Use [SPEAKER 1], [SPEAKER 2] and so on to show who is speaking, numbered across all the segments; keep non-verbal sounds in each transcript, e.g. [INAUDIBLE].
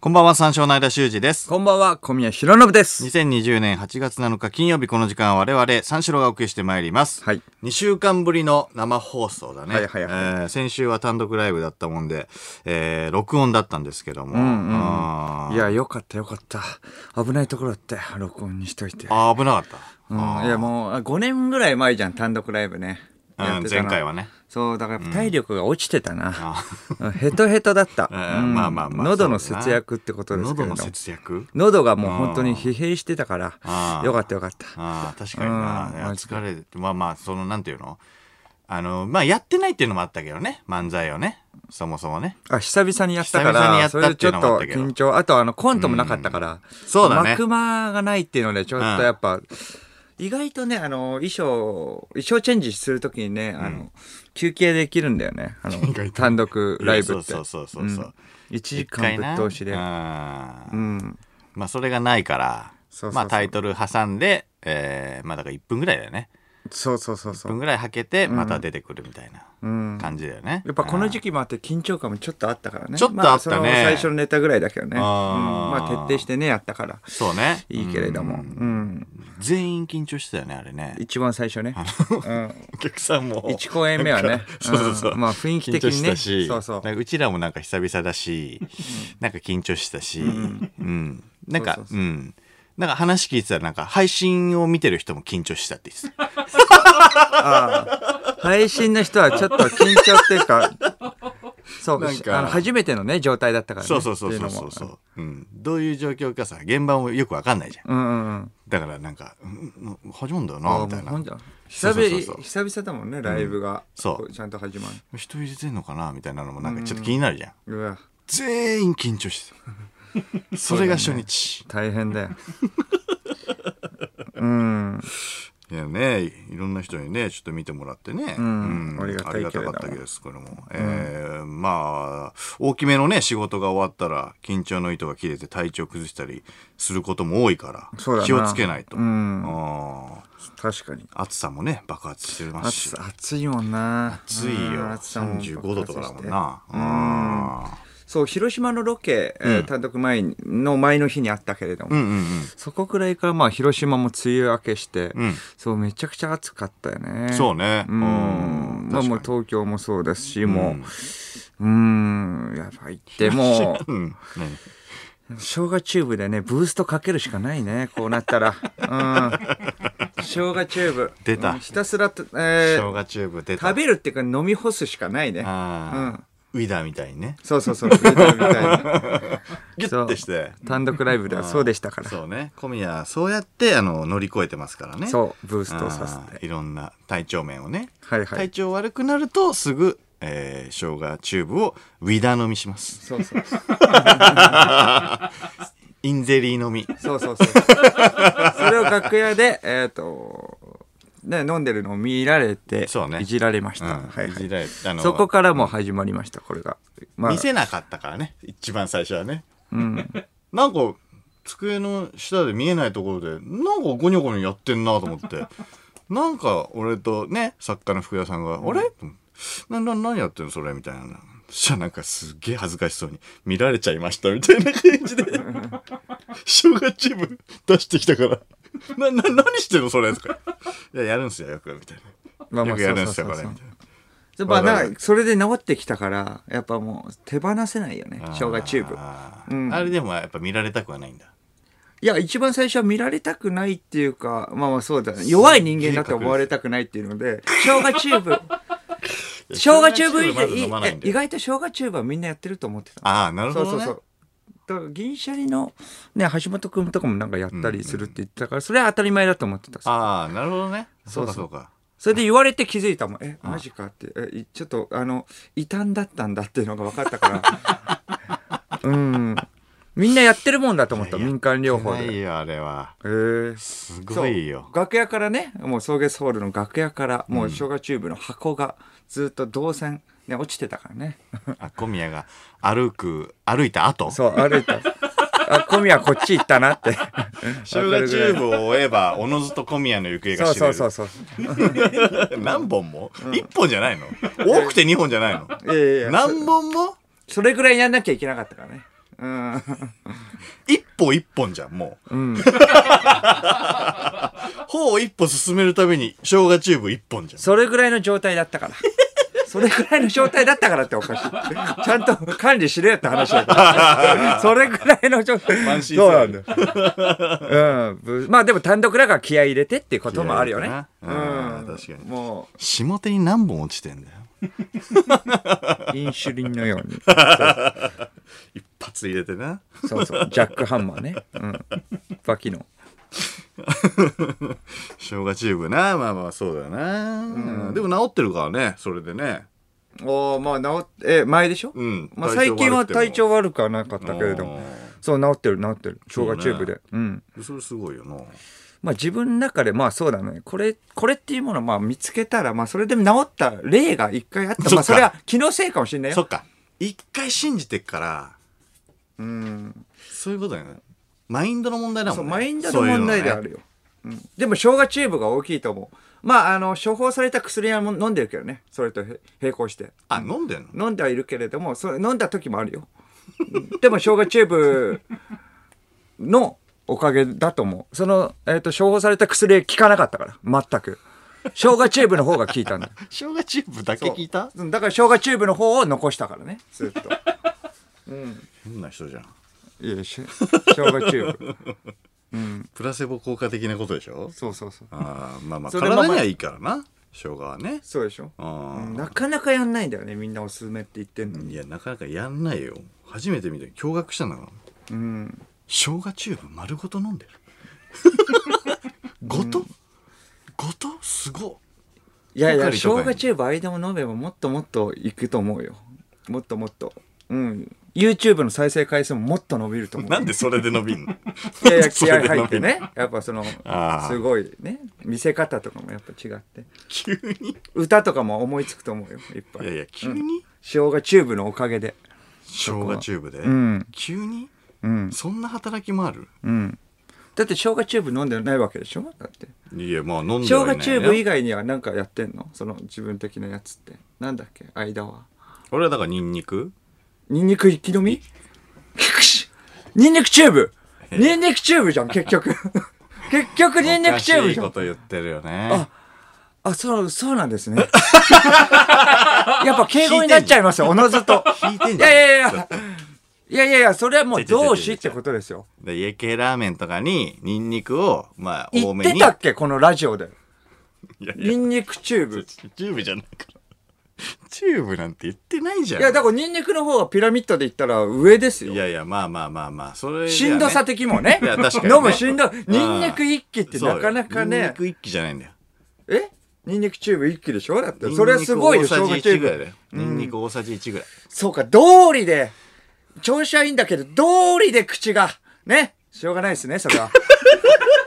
[SPEAKER 1] こんばんは、三照の間修二です。
[SPEAKER 2] こんばんは、小宮弘信です。
[SPEAKER 1] 2020年8月7日金曜日この時間は我々三四郎がお送りしてまいります。
[SPEAKER 2] はい。
[SPEAKER 1] 2週間ぶりの生放送だね。
[SPEAKER 2] はいはいはい
[SPEAKER 1] えー先週は単独ライブだったもんで、えー録音だったんですけども。
[SPEAKER 2] んうん
[SPEAKER 1] あー
[SPEAKER 2] いや、よかったよかった。危ないところだって、録音にしといて。
[SPEAKER 1] あー危なかった。
[SPEAKER 2] うん、
[SPEAKER 1] あー
[SPEAKER 2] いや、もう、あ5年ぐらい前じゃん、単独ライブね。
[SPEAKER 1] うん
[SPEAKER 2] やってたの
[SPEAKER 1] 前回はね。
[SPEAKER 2] そう、だからやっぱ体力が落ちてたな。
[SPEAKER 1] あ
[SPEAKER 2] うんヘトヘト
[SPEAKER 1] [LAUGHS]
[SPEAKER 2] だった。
[SPEAKER 1] えーまあまあまあ
[SPEAKER 2] 喉の
[SPEAKER 1] そうだな
[SPEAKER 2] 節約ってことですけ
[SPEAKER 1] 喉
[SPEAKER 2] れ
[SPEAKER 1] の
[SPEAKER 2] ども。
[SPEAKER 1] 節約
[SPEAKER 2] 喉がもう本当に疲弊してたから
[SPEAKER 1] あ、ー
[SPEAKER 2] よかったよかった。
[SPEAKER 1] ああ、確かにな。
[SPEAKER 2] うん
[SPEAKER 1] いや疲れて、まあまあ、その、なんていうのあの、まあ、やってないっていうのもあったけどね。漫才をね。そもそもね。
[SPEAKER 2] あ、久々にやったか
[SPEAKER 1] 久々にや
[SPEAKER 2] ら、
[SPEAKER 1] った
[SPEAKER 2] そ
[SPEAKER 1] っ
[SPEAKER 2] れで
[SPEAKER 1] て
[SPEAKER 2] ち
[SPEAKER 1] い
[SPEAKER 2] ょ
[SPEAKER 1] う
[SPEAKER 2] っ
[SPEAKER 1] の
[SPEAKER 2] と
[SPEAKER 1] もあったけど
[SPEAKER 2] 緊張。あと、あの、コントもなかったから。
[SPEAKER 1] そうだね
[SPEAKER 2] 幕間がないっていうので、ちょっとやっぱ、意外とね、あの、衣装、衣装チェンジするときにね、あの、休憩できるんだよね。あ
[SPEAKER 1] [LAUGHS] 意外
[SPEAKER 2] の、
[SPEAKER 1] と
[SPEAKER 2] 単独ライブって。
[SPEAKER 1] いやそうそうそうそうそう
[SPEAKER 2] 1時間ぶっ通しで
[SPEAKER 1] 一。回なう
[SPEAKER 2] うんん。
[SPEAKER 1] まあ、それがないから、
[SPEAKER 2] そうそうそう
[SPEAKER 1] まあ、タイトル挟んで、えー、まあ、だから1分ぐらいだよね。
[SPEAKER 2] そうそうそう
[SPEAKER 1] 1
[SPEAKER 2] そ
[SPEAKER 1] 分
[SPEAKER 2] う。
[SPEAKER 1] ぐらいはけて、また出てくるみたいな
[SPEAKER 2] うん。
[SPEAKER 1] 感じだよね。
[SPEAKER 2] やっぱこの時
[SPEAKER 1] 期、
[SPEAKER 2] 期もあって緊張感もちょっとあったからね。
[SPEAKER 1] ちょっとあったね
[SPEAKER 2] まその最初のネタぐらいだけどね。うん
[SPEAKER 1] あー
[SPEAKER 2] まあ徹底してね、やったから。
[SPEAKER 1] そうね。
[SPEAKER 2] いいけれども。
[SPEAKER 1] う
[SPEAKER 2] うんん。
[SPEAKER 1] 全員緊張してたよね、あれね。
[SPEAKER 2] 一番最初ね。うん。
[SPEAKER 1] お客さんも。
[SPEAKER 2] 1公演目は
[SPEAKER 1] なん
[SPEAKER 2] ね
[SPEAKER 1] か。 [LAUGHS] そうそうそう。
[SPEAKER 2] んまあ雰囲気的
[SPEAKER 1] 緊張
[SPEAKER 2] に
[SPEAKER 1] した
[SPEAKER 2] ね。
[SPEAKER 1] し、
[SPEAKER 2] そうそう
[SPEAKER 1] な。んかうちらもなんか久々だし、なんか緊張したし、うん。なんか、
[SPEAKER 2] そうそう
[SPEAKER 1] う
[SPEAKER 2] そ
[SPEAKER 1] ん。なんか話聞いてたらなんか配信を見てる人も緊張したって言ってた。
[SPEAKER 2] 配信の人はちょっと緊張っていうか、 [LAUGHS] そう
[SPEAKER 1] なんか
[SPEAKER 2] あの初めてのね、状態だったからね。
[SPEAKER 1] そうそうそうそうそうそう。うん。どういう状況かさ、現場もよくわかんないじゃん。
[SPEAKER 2] う。うんうんうん。
[SPEAKER 1] だからなんか、うんうん始まんだよ
[SPEAKER 2] あ
[SPEAKER 1] な、
[SPEAKER 2] あ
[SPEAKER 1] み
[SPEAKER 2] も
[SPEAKER 1] た
[SPEAKER 2] う
[SPEAKER 1] い
[SPEAKER 2] ほんじ
[SPEAKER 1] な。
[SPEAKER 2] ゃ久
[SPEAKER 1] そ
[SPEAKER 2] 々
[SPEAKER 1] うそうそう
[SPEAKER 2] 久々だもんね、ライブが。
[SPEAKER 1] そう
[SPEAKER 2] こちゃんと始ま
[SPEAKER 1] 人入れてんのかなみたいなのもなんかちょっと気になるじゃん。
[SPEAKER 2] る。うわ、
[SPEAKER 1] 全員緊張
[SPEAKER 2] [LAUGHS]
[SPEAKER 1] してた。それが初日。
[SPEAKER 2] 大
[SPEAKER 1] [LAUGHS]
[SPEAKER 2] 変だよ。うん。
[SPEAKER 1] いやね、いろんな人にね、ちょっと見てもらってね。
[SPEAKER 2] ん
[SPEAKER 1] うん
[SPEAKER 2] ありがたいけれども
[SPEAKER 1] ありがたかったですけども。えーまあ、大きめのね、仕事が終わったら、緊張の糸が切れて体調崩したりすることも多いから、
[SPEAKER 2] そうだな
[SPEAKER 1] 気をつけないと。
[SPEAKER 2] うん
[SPEAKER 1] あ
[SPEAKER 2] 確かに。
[SPEAKER 1] ー暑さもね、爆発してますし
[SPEAKER 2] 暑。暑いもんな。
[SPEAKER 1] 暑いよ。
[SPEAKER 2] うん暑さも
[SPEAKER 1] 35度とかだもん
[SPEAKER 2] 爆発して
[SPEAKER 1] な。あ
[SPEAKER 2] そう、広島のロケ、えー単独前にの前の日にあったけれども
[SPEAKER 1] ーう、んうんうん。
[SPEAKER 2] そこくらいからまあ広島も梅雨明けして、
[SPEAKER 1] うん
[SPEAKER 2] そうめちゃくちゃ暑かったよね。
[SPEAKER 1] そうね。
[SPEAKER 2] うん。
[SPEAKER 1] うん
[SPEAKER 2] まあもう
[SPEAKER 1] 確か
[SPEAKER 2] 東京もそうですし、
[SPEAKER 1] に
[SPEAKER 2] もう、うん、やばいって、
[SPEAKER 1] [LAUGHS]
[SPEAKER 2] も
[SPEAKER 1] うんうん。何
[SPEAKER 2] う、生姜チューブでね、ブーストかけるしかないね、こうなっ
[SPEAKER 1] [LAUGHS]
[SPEAKER 2] たら。うん。生姜チューブ。
[SPEAKER 1] 出た
[SPEAKER 2] うんひたすらと、え
[SPEAKER 1] 生
[SPEAKER 2] ー、
[SPEAKER 1] 姜チューブ出た。
[SPEAKER 2] 食べるっていうか飲み干すしかないね。
[SPEAKER 1] あーウィダーみたいにね。
[SPEAKER 2] そうそうそう、みた
[SPEAKER 1] [LAUGHS]
[SPEAKER 2] い
[SPEAKER 1] ギ
[SPEAKER 2] な。
[SPEAKER 1] ュ
[SPEAKER 2] そ
[SPEAKER 1] ッ
[SPEAKER 2] う
[SPEAKER 1] てして。
[SPEAKER 2] 単独ライブではそうでしたから。
[SPEAKER 1] そうね小宮そうやってあの乗り越えてますからねう
[SPEAKER 2] そう、ブーストをさせて。
[SPEAKER 1] いろんな体調面をね、
[SPEAKER 2] はいは
[SPEAKER 1] 体
[SPEAKER 2] い。
[SPEAKER 1] 調悪くなるとすぐ、えー、生姜チューブをウィダー飲みします
[SPEAKER 2] そうそう。
[SPEAKER 1] インゼリー飲み
[SPEAKER 2] そうそうそう。それを楽屋で、えっ、と、ね、飲んでるのを見られて、
[SPEAKER 1] そうね
[SPEAKER 2] いじられまし
[SPEAKER 1] う
[SPEAKER 2] た。
[SPEAKER 1] ん
[SPEAKER 2] はい
[SPEAKER 1] い
[SPEAKER 2] は
[SPEAKER 1] じ
[SPEAKER 2] い。
[SPEAKER 1] られあの
[SPEAKER 2] そこからもう始まりました、これが。ま
[SPEAKER 1] 見せなかったからね一番最初はね
[SPEAKER 2] うん。
[SPEAKER 1] [LAUGHS] なんか机の下で見えないところでなんかゴニョゴニョやってんなと思って [LAUGHS] なんか俺とね作家の福田さんが「あれなな何やってんのそれ」みたいな。そしたらなんかすっげえ恥ずかしそうに見られちゃいましたみたいな [LAUGHS] 感じ
[SPEAKER 2] [LAUGHS]
[SPEAKER 1] で生姜チーム出してきたから「なな何してんのそれ」とか「いややるんすよよく」みたいな「
[SPEAKER 2] まあま
[SPEAKER 1] よ
[SPEAKER 2] あ
[SPEAKER 1] くやるんすよこ
[SPEAKER 2] そう
[SPEAKER 1] れ」
[SPEAKER 2] そうそうそう
[SPEAKER 1] みたいな。
[SPEAKER 2] そうまあ、なんか、それで治ってきたから、やっぱもう手放せないよね、生姜チューブ。
[SPEAKER 1] あ
[SPEAKER 2] うん
[SPEAKER 1] あれでもやっぱ見られたくはないんだ。
[SPEAKER 2] いや、一番最初は見られたくないっていうか、まあまあそうだね。弱い人間だと思われたくないっていうので、生姜チューブ。生姜チューブ以
[SPEAKER 1] まず飲まない
[SPEAKER 2] 外
[SPEAKER 1] ん、だ
[SPEAKER 2] 意
[SPEAKER 1] よ
[SPEAKER 2] 外と生姜チューブはみんなやってると思ってた。
[SPEAKER 1] ああなる
[SPEAKER 2] そ
[SPEAKER 1] ほ
[SPEAKER 2] う
[SPEAKER 1] ど、ね。
[SPEAKER 2] そうそう。だから銀シャリの、ね、橋本君とかもなんかやったりするって言ってたから、それは当たり前だと思ってた。
[SPEAKER 1] ああなるほどね。そうかそ
[SPEAKER 2] そう
[SPEAKER 1] か。
[SPEAKER 2] それで言われて気づいたもん。え、マジかって。え、いちょっと、あの、異端だったんだっていうのが分かっ
[SPEAKER 1] [LAUGHS]
[SPEAKER 2] たから。うん。みんなやってるもんだと思った、
[SPEAKER 1] いや
[SPEAKER 2] 民間療法
[SPEAKER 1] やってない
[SPEAKER 2] で。
[SPEAKER 1] よあれは
[SPEAKER 2] えー、
[SPEAKER 1] す
[SPEAKER 2] そ
[SPEAKER 1] ご
[SPEAKER 2] う
[SPEAKER 1] いよ
[SPEAKER 2] 楽屋からね、もう送月ホールの楽屋から、もう生姜チューブの箱がずっと動線、ね、落ちてたからね。
[SPEAKER 1] あ小宮が歩く歩いた後
[SPEAKER 2] そう、歩いた。 [LAUGHS] あ、小宮こっち行った
[SPEAKER 1] [LAUGHS]
[SPEAKER 2] なって。
[SPEAKER 1] 生姜チューブを追えばおのずと小宮の行方
[SPEAKER 2] そ
[SPEAKER 1] が
[SPEAKER 2] う
[SPEAKER 1] 知れ
[SPEAKER 2] そう
[SPEAKER 1] る
[SPEAKER 2] そうそう。
[SPEAKER 1] 何本も、一本じゃないの多くて二本じゃないの
[SPEAKER 2] いやいやいや
[SPEAKER 1] 何本も
[SPEAKER 2] それぐらいやんなきゃいけなかったからね。うん。
[SPEAKER 1] 一歩一本じゃん、もう。
[SPEAKER 2] うん。
[SPEAKER 1] 頬を一歩進めるために、生姜チューブ一本じゃん。
[SPEAKER 2] それぐらいの状態だったから。それぐらいの状態だったからっておかしい。ちゃんと管理しろよって話だ [LAUGHS] から。それぐらいの状態。
[SPEAKER 1] 慢心
[SPEAKER 2] そうなんだよ。うんぶ。まあでも単独だから気合い入れてっていうこともあるよね。
[SPEAKER 1] 気合い入れてなうん確かに
[SPEAKER 2] も
[SPEAKER 1] 下手に何本落ちてんだよ。
[SPEAKER 2] う、インシュリンのよ [LAUGHS] うに。
[SPEAKER 1] 一発入れてな。
[SPEAKER 2] そうそう。ジャックハンマーね。うん。脇の。
[SPEAKER 1] 生姜チューブな。まあまあ、そうだよな、でも治ってるからね、それでね。
[SPEAKER 2] おまあ治って、え、前でしょ
[SPEAKER 1] うん。
[SPEAKER 2] まあ最近は体調
[SPEAKER 1] 悪
[SPEAKER 2] 悪くはなかっ
[SPEAKER 1] くて
[SPEAKER 2] た
[SPEAKER 1] も
[SPEAKER 2] けれども。。そう、治ってる治ってる。生姜チューブで。うん。
[SPEAKER 1] あーそれすごいよな。
[SPEAKER 2] まあ自分の中でまあそうだねこれこれっていうものをまあ見つけたらまあそれでも治った例が一回あった
[SPEAKER 1] そっ
[SPEAKER 2] まあ
[SPEAKER 1] か
[SPEAKER 2] それは気のせいかもしれない
[SPEAKER 1] そっ
[SPEAKER 2] よ
[SPEAKER 1] か。一回信じてっから、
[SPEAKER 2] うん
[SPEAKER 1] そういうことだよね。マインドの問題だも
[SPEAKER 2] そうん
[SPEAKER 1] ね。
[SPEAKER 2] マインドの問題であ
[SPEAKER 1] そういうのね。
[SPEAKER 2] るようん、でも生姜チューブが大きいと思うまああの処方された薬はも飲んでるけどねそれとへ並行して
[SPEAKER 1] あ、飲んでんの
[SPEAKER 2] 飲んではいるけれどもそれ飲んだ時もあるよでも生姜チューブのおかげだと思うその、えっと処方された薬は効かなかったから全く生姜チューブの方が効いたん [LAUGHS] だ
[SPEAKER 1] 生姜チューブだけ聞いた
[SPEAKER 2] そううんだから生姜チューブの方を残したからねずっと
[SPEAKER 1] 変な人じゃん。
[SPEAKER 2] いやし生姜チューブ
[SPEAKER 1] プラセボ効果的なことでしょ
[SPEAKER 2] そうそうそう
[SPEAKER 1] あーまあまあ
[SPEAKER 2] それも
[SPEAKER 1] 体にはいいからな生姜はね
[SPEAKER 2] そうでしょ
[SPEAKER 1] あ
[SPEAKER 2] なかなかやんないんだよねみんなおすすめって言ってんの
[SPEAKER 1] ー
[SPEAKER 2] に
[SPEAKER 1] いやなかなかやんないよ初めて見て驚愕したんだから
[SPEAKER 2] うん
[SPEAKER 1] 生姜チューブ丸ごと飲ん [LAUGHS] でるごと、ごとすご
[SPEAKER 2] いやい
[SPEAKER 1] ポ
[SPEAKER 2] や
[SPEAKER 1] カ
[SPEAKER 2] 生
[SPEAKER 1] リとかに
[SPEAKER 2] 姜チューブ間も飲めばもっともっといくと思うよもっともっとうん YouTube の再生回数ももっと伸びると思う
[SPEAKER 1] なんでそれで伸びんの
[SPEAKER 2] いやいや
[SPEAKER 1] そ
[SPEAKER 2] 気
[SPEAKER 1] れで伸
[SPEAKER 2] 合
[SPEAKER 1] び
[SPEAKER 2] 入
[SPEAKER 1] る
[SPEAKER 2] ってねやっぱその
[SPEAKER 1] あー
[SPEAKER 2] すごいね見せ方とかもやっぱ違って
[SPEAKER 1] 急に
[SPEAKER 2] 歌とかも思いつくと思うよいっぱ
[SPEAKER 1] い
[SPEAKER 2] い
[SPEAKER 1] やいや急に、
[SPEAKER 2] 生姜チューブのおかげで
[SPEAKER 1] 生姜チューブで、
[SPEAKER 2] ん
[SPEAKER 1] 急に
[SPEAKER 2] うん
[SPEAKER 1] そんな働きもある
[SPEAKER 2] うん。だって生姜チューブ飲んでないわけでしょだって。
[SPEAKER 1] いやまあ飲ん
[SPEAKER 2] 生
[SPEAKER 1] ではいない
[SPEAKER 2] 姜チューブ以外には何かやってんのその自分的なやつって。なんだっけ間は。
[SPEAKER 1] 俺はだからニンニク
[SPEAKER 2] ニンニク一気飲みくしニンニクチューブニンニクチューブじゃん、
[SPEAKER 1] [LAUGHS]
[SPEAKER 2] 結局。結局ニンニクチューブ
[SPEAKER 1] おかしい
[SPEAKER 2] じゃ
[SPEAKER 1] こ
[SPEAKER 2] ん。
[SPEAKER 1] と言ってるよね
[SPEAKER 2] ああ、そう、そうなんですね。 [LAUGHS] やっぱ敬語になっちゃいますよ、おのずと。
[SPEAKER 1] 引いてん
[SPEAKER 2] い
[SPEAKER 1] じゃん
[SPEAKER 2] やいやいや。いやいやいや、それはもう同志ってことですよ。
[SPEAKER 1] で家系ラーメンとかにニンニクをまあ多
[SPEAKER 2] 言っ
[SPEAKER 1] め
[SPEAKER 2] て
[SPEAKER 1] に
[SPEAKER 2] たっけこのラジオで。
[SPEAKER 1] いやいや
[SPEAKER 2] ニンニクチューブ。
[SPEAKER 1] チューブじゃないからチューブなんて言ってないじゃん
[SPEAKER 2] いや、だからニンニクの方がピラミッドで言ったら上です
[SPEAKER 1] い
[SPEAKER 2] よ。
[SPEAKER 1] やいやまあまあまあまあそれじゃ
[SPEAKER 2] し
[SPEAKER 1] ね
[SPEAKER 2] んどさ的もね。
[SPEAKER 1] いや確かにね
[SPEAKER 2] 飲むしんどい。ニンニク一気って
[SPEAKER 1] そうよ
[SPEAKER 2] なかなか
[SPEAKER 1] ニンニ
[SPEAKER 2] ね。
[SPEAKER 1] ク一気じゃないんだよ
[SPEAKER 2] えニンニクチューブ一気でしょだって。それはすごいよ、
[SPEAKER 1] ニンニク
[SPEAKER 2] 生
[SPEAKER 1] 大さ
[SPEAKER 2] 姜チ
[SPEAKER 1] じ
[SPEAKER 2] ュー
[SPEAKER 1] 1ぐらいだ
[SPEAKER 2] ブ。
[SPEAKER 1] よニンニク大さじ1ぐらい
[SPEAKER 2] そうか、道理で。調子はいいんだけど、道理で口が。ね。しょうがないですね、それは。 [LAUGHS]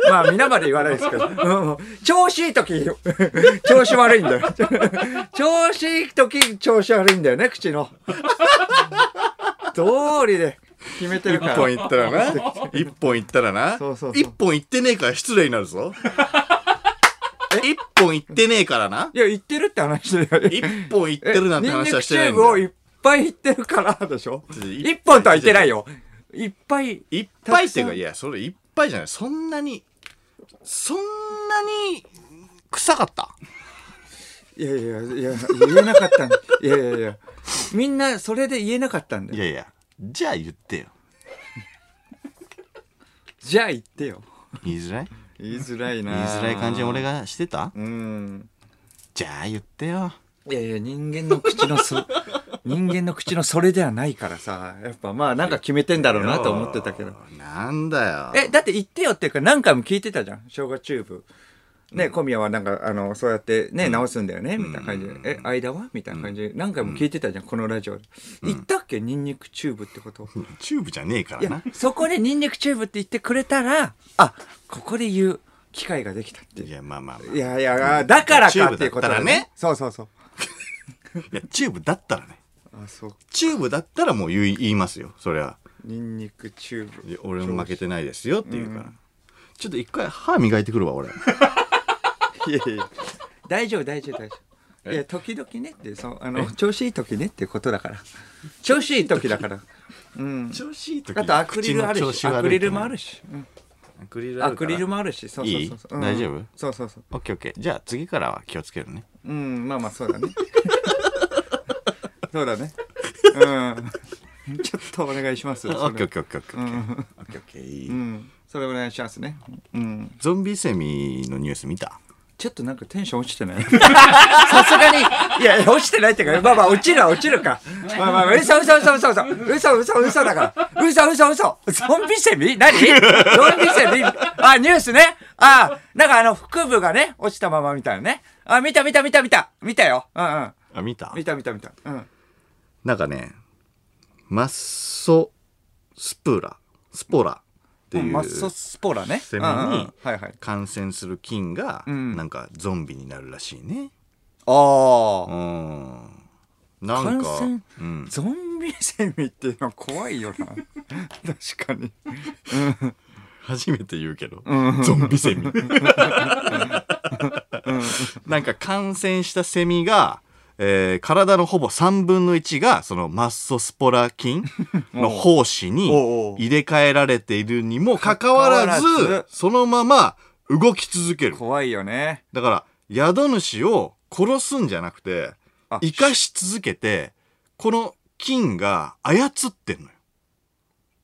[SPEAKER 2] まあ、皆まで言わないですけど。うん調子いい時、 [LAUGHS] 調子悪いんだよ。 [LAUGHS] 調子いい時、調子悪いんだよね、口の。道理で決めてる
[SPEAKER 1] 一
[SPEAKER 2] から。
[SPEAKER 1] 本いったら
[SPEAKER 2] [LAUGHS]
[SPEAKER 1] な一本いったらな
[SPEAKER 2] そうそうそう
[SPEAKER 1] 一本いってねえから失礼になる
[SPEAKER 2] [LAUGHS]
[SPEAKER 1] ぞ一本いってねえからない
[SPEAKER 2] や、言ってるって話だよ。
[SPEAKER 1] 一本いってるなんて話はしてない
[SPEAKER 2] ニン
[SPEAKER 1] ん
[SPEAKER 2] ニクチューブを
[SPEAKER 1] だ
[SPEAKER 2] い
[SPEAKER 1] よ
[SPEAKER 2] っぱい言ってるからでしょ
[SPEAKER 1] ちょ
[SPEAKER 2] 一本とは言ってないよ。いっぱい。
[SPEAKER 1] いっぱいっていう
[SPEAKER 2] たくさ
[SPEAKER 1] か
[SPEAKER 2] ん
[SPEAKER 1] いやそれいっぱいじゃないそんなにそんなに臭かった
[SPEAKER 2] いやいやいや、言えなかったんいやいやいや。みんなそれで言えなかったんだ
[SPEAKER 1] い
[SPEAKER 2] よ。
[SPEAKER 1] やいやじゃあ言ってよ
[SPEAKER 2] じゃあ言ってよ。
[SPEAKER 1] 言いづらい
[SPEAKER 2] 言いづらいな
[SPEAKER 1] 言いづらい感じ俺。がしてた
[SPEAKER 2] うん。
[SPEAKER 1] じゃあ言ってよ
[SPEAKER 2] いやいや、人間の口の [LAUGHS] そ、人間の口のそれではないからさ、やっぱまあなんか決めてんだろうなと思ってたけど。
[SPEAKER 1] なんだよ
[SPEAKER 2] え、だって言ってよっていうか何回も聞いてたじゃん。生姜チューブ。ね、小宮はなんか、あの、そうやってね、直すんだよね、みたいな感じで。え、間はみたいな感じで。何回も聞いてたじゃん、このラジオで。言ったっけニンニクチューブってこと。
[SPEAKER 1] チューブじゃねえか
[SPEAKER 2] い
[SPEAKER 1] ら
[SPEAKER 2] や
[SPEAKER 1] な、
[SPEAKER 2] そこでニンニクチューブって言ってくれたら、あ、ここで言う機会ができたって
[SPEAKER 1] い
[SPEAKER 2] いう。
[SPEAKER 1] やまあまあまあ
[SPEAKER 2] いやいや、だから
[SPEAKER 1] チュー
[SPEAKER 2] か
[SPEAKER 1] ブ
[SPEAKER 2] っていうこと
[SPEAKER 1] だったらね。
[SPEAKER 2] そうそうそう。
[SPEAKER 1] いやチューブだったらね
[SPEAKER 2] あ、そう。
[SPEAKER 1] チューブだったらもう言い言いますよそりゃ
[SPEAKER 2] ニンニクチューブ。
[SPEAKER 1] いや俺も負けてないですよって言うから、ちょっと一回歯磨いてくるわ俺
[SPEAKER 2] いやいや大丈夫大丈夫大丈夫いや時々ねってそうあの調子いい時ねっていうことだから調子いい時だからうん
[SPEAKER 1] 調子いい時
[SPEAKER 2] あとアクリルあるしアクリルもある
[SPEAKER 1] し
[SPEAKER 2] し、うん
[SPEAKER 1] アクリルあ
[SPEAKER 2] ア
[SPEAKER 1] るか
[SPEAKER 2] ク
[SPEAKER 1] ら
[SPEAKER 2] リルもあるしそうそうそう
[SPEAKER 1] いい
[SPEAKER 2] そううん
[SPEAKER 1] 大丈夫
[SPEAKER 2] そうそうそう
[SPEAKER 1] オッケーオッケーじゃあ次からは気をつけるね
[SPEAKER 2] うんまあまあそ
[SPEAKER 1] [LAUGHS]
[SPEAKER 2] うだねそうだねうんちょっとお願いします
[SPEAKER 1] オッケーオッ
[SPEAKER 2] そ
[SPEAKER 1] ケーオッケーオッケーオッケーオッケーオッケーいい
[SPEAKER 2] れうんそれお願いしますねうん
[SPEAKER 1] ゾンビセミのニュース見た
[SPEAKER 2] ちょっとなんかテンション落ちてない [LAUGHS] さすがに。いや、落ちてないっていうか、まあまあ、落ちるは落ちるか。まあまあ、嘘嘘嘘嘘嘘。嘘嘘嘘だから。嘘嘘嘘。ゾンビセミ何ゾンビセミあ、ニュースね。あ、なんかあの、腹部がね、落ちたままみたいなね。あ、見た見た見た見た。見たよ。うんうん。
[SPEAKER 1] あ見た
[SPEAKER 2] 見た見た見た。うん。
[SPEAKER 1] なんかねマッソスプラスポラっていう
[SPEAKER 2] マッソスポラね。
[SPEAKER 1] セミに
[SPEAKER 2] うんうんはいはい。
[SPEAKER 1] 感染する菌が
[SPEAKER 2] ん
[SPEAKER 1] なんかゾンビになるらしいね
[SPEAKER 2] あ
[SPEAKER 1] う
[SPEAKER 2] あ。
[SPEAKER 1] んなんか
[SPEAKER 2] 感染
[SPEAKER 1] うん
[SPEAKER 2] ゾンビセミっていうのは怖いよな。確かに。
[SPEAKER 1] 初めて言うけど、ゾンビセミ。なんか感染したセミが、えー体のほぼ3分の1がそのマッソスポラ
[SPEAKER 2] [LAUGHS]
[SPEAKER 1] 菌の胞子
[SPEAKER 2] おうお
[SPEAKER 1] に
[SPEAKER 2] う
[SPEAKER 1] 入れ替えられているにもかかわら
[SPEAKER 2] かかわら
[SPEAKER 1] ず
[SPEAKER 2] ず
[SPEAKER 1] そのまま動き続ける
[SPEAKER 2] 怖いよね。
[SPEAKER 1] だから宿主を殺すんじゃなくて
[SPEAKER 2] あ
[SPEAKER 1] 生かし続けてこの菌が操ってんのよ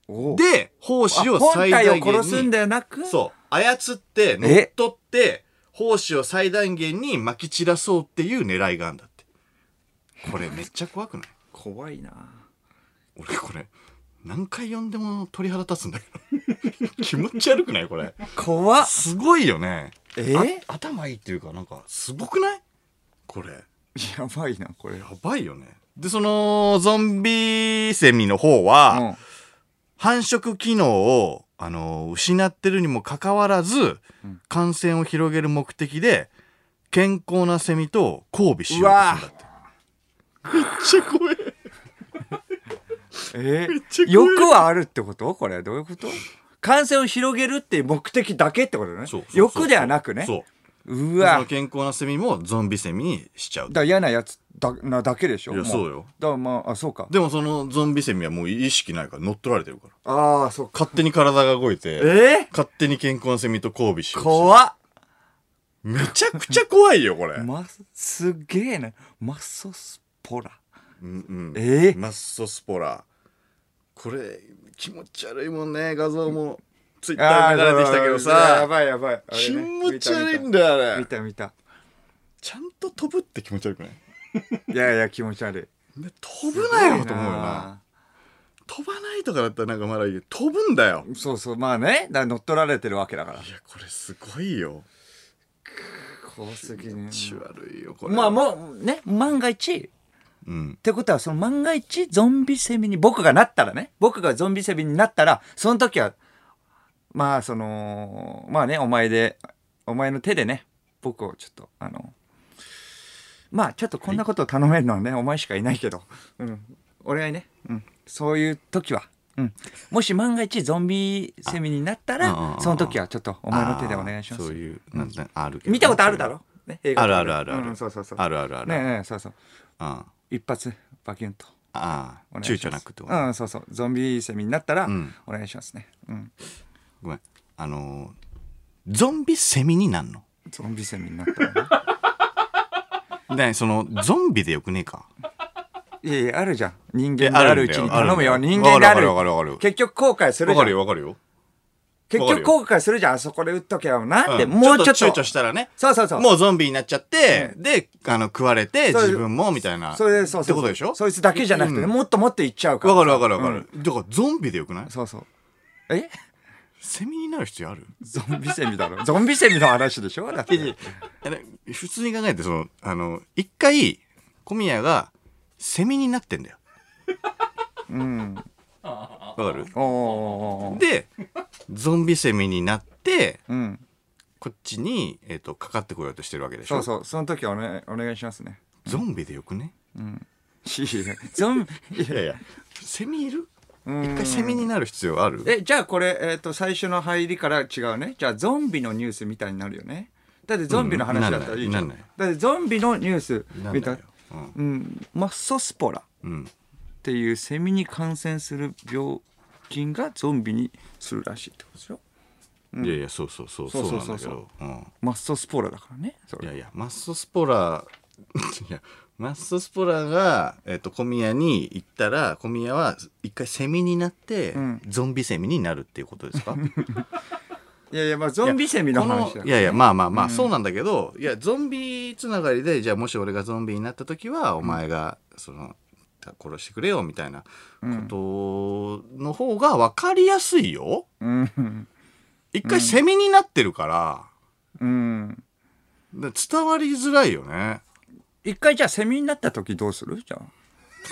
[SPEAKER 2] おう
[SPEAKER 1] で胞子を
[SPEAKER 2] あ
[SPEAKER 1] 最大限に
[SPEAKER 2] 本体を殺すんではなく
[SPEAKER 1] そう。操って、乗っ取って、胞子を最大限に撒き散らそうっていう狙いがあるんだって。これめっちゃ怖くない
[SPEAKER 2] 怖いな
[SPEAKER 1] 俺これ、何回読んでも鳥肌立つんだけど。 [LAUGHS] 気持ち悪くないこれ。
[SPEAKER 2] 怖っ
[SPEAKER 1] すごいよね。
[SPEAKER 2] え
[SPEAKER 1] あ頭いいっていうか、なんか、すごくないこれ。
[SPEAKER 2] やばいなこれ
[SPEAKER 1] やばいよね。で、その、ゾンビセミの方は、
[SPEAKER 2] うん
[SPEAKER 1] 繁殖機能を、あの失ってるにもかかわらず、感染を広げる目的で健康なセミと交尾しようとするんだってめっちゃ怖い
[SPEAKER 2] え
[SPEAKER 1] ちゃ怖い
[SPEAKER 2] 欲はあるってことこれどういうこと感染を広げるっていう目的だけってことね欲ではなくね
[SPEAKER 1] そう
[SPEAKER 2] う
[SPEAKER 1] でそ
[SPEAKER 2] わ
[SPEAKER 1] の健康なセミもゾンビセミにしちゃう
[SPEAKER 2] だから嫌なやつだなだけでしょ
[SPEAKER 1] いや
[SPEAKER 2] も
[SPEAKER 1] そうよ
[SPEAKER 2] だからまああそうか
[SPEAKER 1] でもそのゾンビセミはもう意識ないから乗っ取られてるから
[SPEAKER 2] ああそうか
[SPEAKER 1] 勝手に体が動いて
[SPEAKER 2] え
[SPEAKER 1] 勝手に健康なセミと交尾しようとして
[SPEAKER 2] 怖っ
[SPEAKER 1] めちゃくちゃ怖いよこれ、
[SPEAKER 2] ますすげえなマッソスポラ
[SPEAKER 1] うんうん
[SPEAKER 2] えー
[SPEAKER 1] マッソスポラこれ気持ち悪いもんね画像もツイッターに流れてきたけど
[SPEAKER 2] や
[SPEAKER 1] さ
[SPEAKER 2] ばいやばいあれね
[SPEAKER 1] 気持ち悪いん
[SPEAKER 2] 見
[SPEAKER 1] だよあ
[SPEAKER 2] た見
[SPEAKER 1] れ
[SPEAKER 2] た見た
[SPEAKER 1] ちゃんと飛ぶって気持ち悪くない
[SPEAKER 2] いやいや気持ち悪い
[SPEAKER 1] ね飛ぶなよと思うよな飛ばないとかだったらなんかまだいいけど飛ぶんだよ
[SPEAKER 2] そうそうまあねだから乗っ取られてるわけだから
[SPEAKER 1] いやこれすごいよ
[SPEAKER 2] 怖すぎね
[SPEAKER 1] 気持ち悪いよこれ
[SPEAKER 2] まあもうね万が一っ
[SPEAKER 1] うん
[SPEAKER 2] てことはその万が一ゾンビセミに僕がなったらね僕がゾンビセミになったらその時はまあそのまあねお前でお前の手でね僕をちょっとあのまあちょっとこんなことを頼めるのはね、お前しかいないけど、うん、お願いね、うん、そういう時は、うん、もし万が一ゾンビセミになった
[SPEAKER 1] あうんうんう
[SPEAKER 2] ら
[SPEAKER 1] ん
[SPEAKER 2] その時はちょっとお
[SPEAKER 1] お
[SPEAKER 2] 前の手でお願いしま
[SPEAKER 1] そう
[SPEAKER 2] す
[SPEAKER 1] いうなんてあるけど
[SPEAKER 2] 見たことあるだろ、ね、映画
[SPEAKER 1] あ
[SPEAKER 2] と
[SPEAKER 1] る
[SPEAKER 2] か
[SPEAKER 1] あるあるある
[SPEAKER 2] うんそうそうそう
[SPEAKER 1] あるあるある
[SPEAKER 2] ねえねえそうそう
[SPEAKER 1] あ
[SPEAKER 2] 一発バキュンと
[SPEAKER 1] あ
[SPEAKER 2] お願いし
[SPEAKER 1] 躊躇な
[SPEAKER 2] ます
[SPEAKER 1] くってこと
[SPEAKER 2] うんそうそうゾンビセミになったら
[SPEAKER 1] ん
[SPEAKER 2] お願いしますね、うん、
[SPEAKER 1] ごめんあのーゾンビセミになんの
[SPEAKER 2] ゾンビセミになった
[SPEAKER 1] [LAUGHS]
[SPEAKER 2] ら、
[SPEAKER 1] ねそのゾンビでよくねえか
[SPEAKER 2] ね、いやいやあるじゃん人間
[SPEAKER 1] え
[SPEAKER 2] であるうちに頼むよ人間で
[SPEAKER 1] わ
[SPEAKER 2] ある
[SPEAKER 1] かるわかるわかる
[SPEAKER 2] 結局後悔する
[SPEAKER 1] わ
[SPEAKER 2] じ
[SPEAKER 1] か
[SPEAKER 2] ゃん
[SPEAKER 1] るよわかるよ
[SPEAKER 2] 結
[SPEAKER 1] わか
[SPEAKER 2] 局
[SPEAKER 1] る
[SPEAKER 2] 後悔するじゃんあそこで打っとけよなって、
[SPEAKER 1] ん
[SPEAKER 2] もうちょっと
[SPEAKER 1] 躊躇したらね
[SPEAKER 2] そうそうそう
[SPEAKER 1] もうゾンビになっちゃって、
[SPEAKER 2] う
[SPEAKER 1] であの食われて
[SPEAKER 2] そう
[SPEAKER 1] 自分もみたいな
[SPEAKER 2] それでそうそう
[SPEAKER 1] ってことでしょ
[SPEAKER 2] そいつだけじゃなくてね、もっともっといっちゃうから
[SPEAKER 1] わかるわかるわか
[SPEAKER 2] う
[SPEAKER 1] る
[SPEAKER 2] ん、
[SPEAKER 1] だからゾンビでよくない
[SPEAKER 2] そうそうえ
[SPEAKER 1] セミになる必要ある
[SPEAKER 2] ゾンビセミだろゾンビセミの話で
[SPEAKER 1] [LAUGHS]
[SPEAKER 2] しょだって
[SPEAKER 1] あれ普通に考えてそのあの一回小宮がセミになってんだよ
[SPEAKER 2] うん
[SPEAKER 1] わかる
[SPEAKER 2] おーおーおー
[SPEAKER 1] でゾンビセミになって
[SPEAKER 2] うん
[SPEAKER 1] こっちに、えっとかかってこようとしてるわけでし
[SPEAKER 2] そ
[SPEAKER 1] ょ
[SPEAKER 2] うそうその時はお,、ね、お願いしますね
[SPEAKER 1] ゾンビでよくね
[SPEAKER 2] いやゾンビ
[SPEAKER 1] いやいやセミいる
[SPEAKER 2] ん
[SPEAKER 1] 一回セミになる必要ある
[SPEAKER 2] えじゃあこれ、えー、と最初の入りから違うねじゃあゾンビのニュースみたいになるよねだってゾンビの話だったらいいじゃん,、
[SPEAKER 1] うんなんないなんない
[SPEAKER 2] だってゾンビのニュース
[SPEAKER 1] なん
[SPEAKER 2] 見
[SPEAKER 1] だ
[SPEAKER 2] た
[SPEAKER 1] よ、うん
[SPEAKER 2] うんマッソスポラ
[SPEAKER 1] うん、
[SPEAKER 2] っていうセミに感染する病菌がゾンビにするらしいってことですよ
[SPEAKER 1] いやいやそうそうそう
[SPEAKER 2] そう
[SPEAKER 1] そう
[SPEAKER 2] そう
[SPEAKER 1] なん
[SPEAKER 2] そう
[SPEAKER 1] だけどうん
[SPEAKER 2] マストスポーラだからねそ
[SPEAKER 1] い
[SPEAKER 2] れ
[SPEAKER 1] やいやマッソスポラー [LAUGHS] いやマッソスポラーが、えっと小宮に行ったら小宮は一回セミになって、
[SPEAKER 2] ん
[SPEAKER 1] ゾンビセミになるっていうことですか
[SPEAKER 2] いやいやまあゾンビセミの話
[SPEAKER 1] こ
[SPEAKER 2] だ
[SPEAKER 1] のいやいやまあまあまあ、そうなんだけどいやゾンビつながりでじゃあもし俺がゾンビになった時はお前がその殺してくれよみたいなことの方が分かりやすいよ
[SPEAKER 2] うん
[SPEAKER 1] 一回セミになってるから、
[SPEAKER 2] うん
[SPEAKER 1] だから伝わりづらいよね
[SPEAKER 2] 一回じゃあセミになった時どうするじゃあ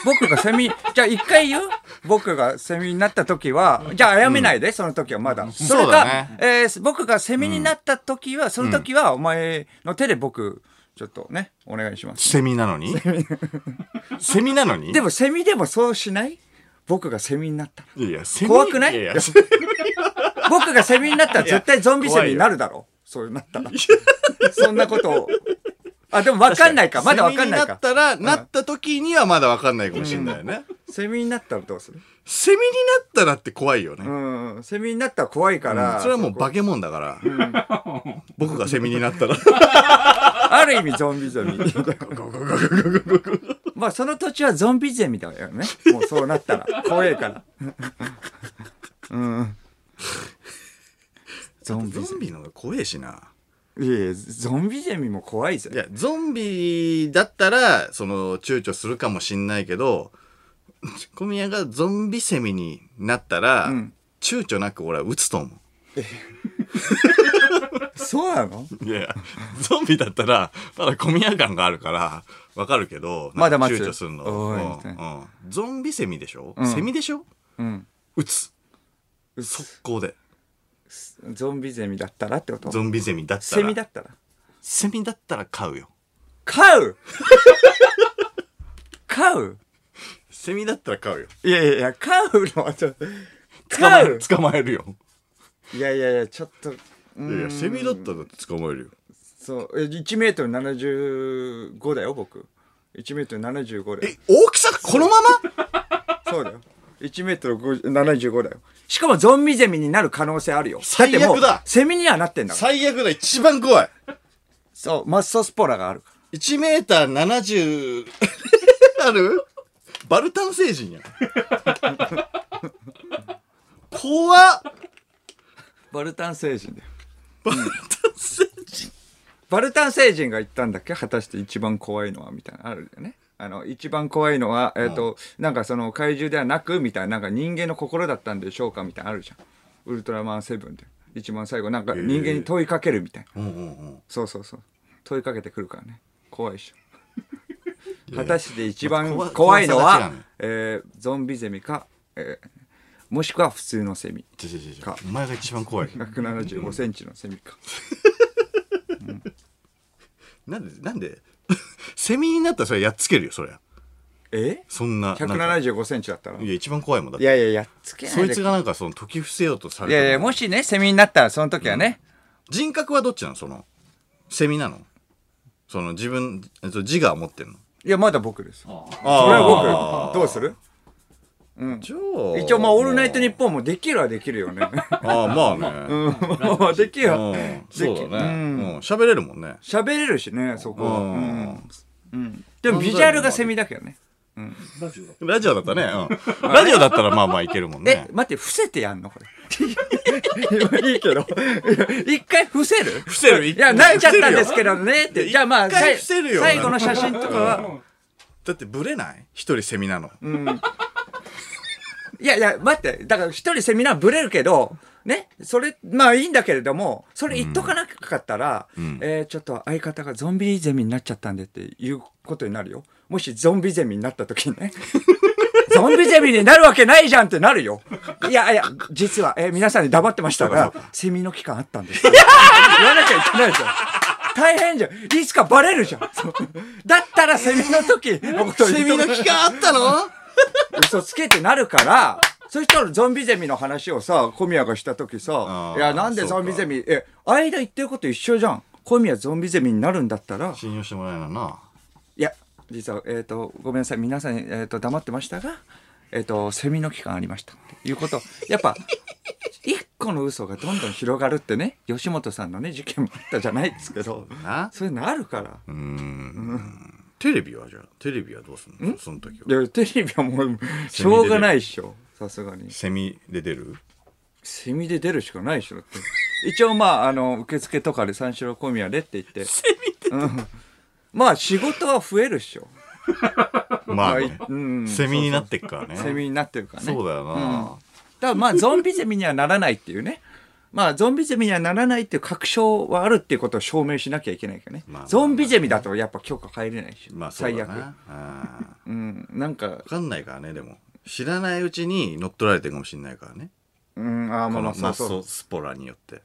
[SPEAKER 2] 僕がセミ [LAUGHS] じゃあ一回言う僕がセミになった時はじゃあ殺めないで、その時はまだそれ
[SPEAKER 1] そう
[SPEAKER 2] が、
[SPEAKER 1] だね
[SPEAKER 2] えー僕がセミになった時は、その時はお前の手で僕ちょっとねお願いします
[SPEAKER 1] セミなのにセミなのに
[SPEAKER 2] でもセミでもそうしない僕がセミになった
[SPEAKER 1] いやいや、セミ
[SPEAKER 2] 怖くない
[SPEAKER 1] やや
[SPEAKER 2] やっら僕がセミになったら絶対ゾンビセミになるだろうそうなったらそんなことをあでも分かんないかまだ分かんないか
[SPEAKER 1] セミになったら、なった時にはまだわかんないかもしれないよね。
[SPEAKER 2] セミになったらどうする
[SPEAKER 1] セミになったらって怖いよね。
[SPEAKER 2] うんセミになったら怖いから、
[SPEAKER 1] それはもう化け物だから、僕がセミになったら
[SPEAKER 2] [LAUGHS] ある意味ゾンビ [LAUGHS] ゼミ。まあその土地はゾンビゼミだよね。もうそうなったら。怖えから。 [LAUGHS] うん。ゾンビゼ
[SPEAKER 1] ゾンビの方が怖えしな
[SPEAKER 2] ミ。いやいや、ゾンビゼミも怖いぜ
[SPEAKER 1] い。やゾンビだったらその躊躇するかもしんないけど小宮がゾンビセミになったら、
[SPEAKER 2] ん
[SPEAKER 1] 躊躇なく俺は撃つと思
[SPEAKER 2] そうなの
[SPEAKER 1] ういやゾンビだったらまだ小宮感があるからわかるけど
[SPEAKER 2] まだ待つ
[SPEAKER 1] 躊躇するの、
[SPEAKER 2] おい
[SPEAKER 1] うん
[SPEAKER 2] みたい
[SPEAKER 1] うんゾンビセミでしょ、
[SPEAKER 2] ん
[SPEAKER 1] セミでしょ
[SPEAKER 2] うん。
[SPEAKER 1] 撃つ
[SPEAKER 2] うっ
[SPEAKER 1] 速攻で
[SPEAKER 2] ゾンビゼミだったらってこと
[SPEAKER 1] ゾンビセミだったら
[SPEAKER 2] セミだったら。
[SPEAKER 1] セミだったら飼うよ
[SPEAKER 2] 飼う [LAUGHS] 飼う
[SPEAKER 1] セミだったら飼うよ
[SPEAKER 2] いやいやいや、飼うのはちょっと。
[SPEAKER 1] 捕ま
[SPEAKER 2] 飼
[SPEAKER 1] え
[SPEAKER 2] う
[SPEAKER 1] 捕まえるよ
[SPEAKER 2] いやいやいや、ちょっと。う
[SPEAKER 1] いやい
[SPEAKER 2] ん
[SPEAKER 1] やセミだったら捕まえるよ
[SPEAKER 2] そう、え1メートル75だよ、僕。1メートル75だよ。
[SPEAKER 1] 大きさがこのまま
[SPEAKER 2] そうだよ。1メートル75だよ。しかもゾンビゼミになる可能性あるよ。
[SPEAKER 1] 最悪だ
[SPEAKER 2] ってもうセミにはなってんだから。
[SPEAKER 1] [LAUGHS] 最悪だ一番怖い
[SPEAKER 2] そう、マッソスポラがあるから。
[SPEAKER 1] 1メーター70 [LAUGHS] あるバルタン星人や [LAUGHS] ん怖っ
[SPEAKER 2] バルタン星人だよ。
[SPEAKER 1] バルタン星人
[SPEAKER 2] バルタン星人が言ったんだっけ果たして一番怖いのはみたいなのあるよね。あの、一番怖いのは、えっ、と、なんかその怪獣ではなく、みたいな、なんか人間の心だったんでしょうかみたいなのあるじゃん。ウルトラマンセブンで。一番最後、なんか人間に問いかけるみたいな。
[SPEAKER 1] うんうんうん
[SPEAKER 2] そうそうそう。問いかけてくるからね。怖いっしょ。
[SPEAKER 1] いや
[SPEAKER 2] 果たして一番
[SPEAKER 1] 怖
[SPEAKER 2] 怖いの
[SPEAKER 1] 怖さが違
[SPEAKER 2] は
[SPEAKER 1] うのよ、
[SPEAKER 2] えーゾンビゼミか、えーもしくは普通のセミ。
[SPEAKER 1] ちょちょちょちょ
[SPEAKER 2] か
[SPEAKER 1] お前が一番怖い
[SPEAKER 2] 175センチのセミか。
[SPEAKER 1] なんでなんで [LAUGHS] セミになったらそれやっつけるよそりゃ
[SPEAKER 2] え
[SPEAKER 1] そんななんか
[SPEAKER 2] ?175 センチだったら。
[SPEAKER 1] い
[SPEAKER 2] い
[SPEAKER 1] や一番怖いもんだって
[SPEAKER 2] やいや、やっつけない
[SPEAKER 1] そ
[SPEAKER 2] で
[SPEAKER 1] いつがなんかその解き伏せようとされ
[SPEAKER 2] い
[SPEAKER 1] ても
[SPEAKER 2] やいや、もしね、セミになったら、その時はね、
[SPEAKER 1] 人格はどっちなのそのセミなのその自分えっと自我を持ってるの
[SPEAKER 2] いや、まだ僕です。そ
[SPEAKER 1] あ
[SPEAKER 2] れ
[SPEAKER 1] あ
[SPEAKER 2] は僕。どうする
[SPEAKER 1] じゃあ
[SPEAKER 2] 一応、まあ、オールナイトニッポンもできるはできるよ
[SPEAKER 1] [LAUGHS]
[SPEAKER 2] ね。
[SPEAKER 1] ああまあね、
[SPEAKER 2] まあできる
[SPEAKER 1] う
[SPEAKER 2] よ。
[SPEAKER 1] ん、そうだね
[SPEAKER 2] うん
[SPEAKER 1] うん喋、れるもんね
[SPEAKER 2] 喋れるしね、そこは。
[SPEAKER 1] うん
[SPEAKER 2] うんうん。でも、ビジュアルがセミだけどね。
[SPEAKER 1] ラジオだったね、うん、ラジオだったらまあまあいけるもん
[SPEAKER 2] え
[SPEAKER 1] ね、
[SPEAKER 2] 待って、伏せてやんのこ
[SPEAKER 1] [LAUGHS]
[SPEAKER 2] れ。いいけど。一回伏せる伏
[SPEAKER 1] せる一
[SPEAKER 2] いや、
[SPEAKER 1] 回
[SPEAKER 2] 泣いちゃったんですけどねって。じゃあまあ、
[SPEAKER 1] 一回
[SPEAKER 2] 最
[SPEAKER 1] 伏せるよ
[SPEAKER 2] 最後の写真とかは。
[SPEAKER 1] だってブレない一人セミなの、
[SPEAKER 2] いやいや、待って。だから一人セミナーブレるけど、ね、それ、まあいいんだけれども、それ言っとかなかったら、えーちょっと相方がゾンビゼミになっちゃったんでっていうことになるよ。もしゾンビゼミになった時にね。 [LAUGHS] ゾンビゼミになるわけないじゃんってなるよ。いやいや、実は、えー皆さんに黙ってましたが、セミの期間あったんです。言わなきゃいけないじゃん。大変じゃん。いつかバレるじゃん。そうだったらセミの時のことを言っ
[SPEAKER 1] セ
[SPEAKER 2] とか
[SPEAKER 1] ミの期間あったの
[SPEAKER 2] 嘘つけってなるから、そしたらゾンビゼミの話をさ、小宮がした時さ
[SPEAKER 1] あ、ー
[SPEAKER 2] いや、なんでゾンビゼミ、え、間言ってること一緒じゃん。小宮ゾンビゼミになるんだったら、
[SPEAKER 1] 信用してもらえないない
[SPEAKER 2] や、実は、えー、とごめんなさい皆さんに、えー、と黙ってましたが、えー、とセミの期間ありましたっていうことやっぱ一個の嘘がどんどん広がるってね吉本さんのね事件もあったじゃないですけど
[SPEAKER 1] な
[SPEAKER 2] そういうのあるから。
[SPEAKER 1] うーんテレビはじゃあテレビはどうすんのその時はい
[SPEAKER 2] やテレビ
[SPEAKER 1] [LAUGHS]
[SPEAKER 2] はもうしょうがないでしょさすがに
[SPEAKER 1] セミで出る
[SPEAKER 2] セミで出るしかないでしょだって [LAUGHS] 一応まああの受付とかで三四郎小宮でって言ってセミで、うん、まあ仕事は増えるっしょ
[SPEAKER 1] まあね
[SPEAKER 2] うん
[SPEAKER 1] セミになってっからね
[SPEAKER 2] セミになってるからね
[SPEAKER 1] そうだよな
[SPEAKER 2] だからまあゾンビゼミにはならないっていうね。まあゾンビゼミにはならないっていう確証はあるっていうことを証明しなきゃいけないからね。
[SPEAKER 1] まあまあ
[SPEAKER 2] ゾンビゼミだとやっぱ許可入れないし。
[SPEAKER 1] まあそうだ
[SPEAKER 2] 最悪。
[SPEAKER 1] なうん
[SPEAKER 2] うん。なんか
[SPEAKER 1] わ、かんないからねでも知らないうちに乗っ取られてるかもしれないからね
[SPEAKER 2] うん、
[SPEAKER 1] こ
[SPEAKER 2] あーまあま
[SPEAKER 1] の
[SPEAKER 2] あそ
[SPEAKER 1] マ
[SPEAKER 2] う
[SPEAKER 1] ッソ
[SPEAKER 2] そ
[SPEAKER 1] スポラによって
[SPEAKER 2] う。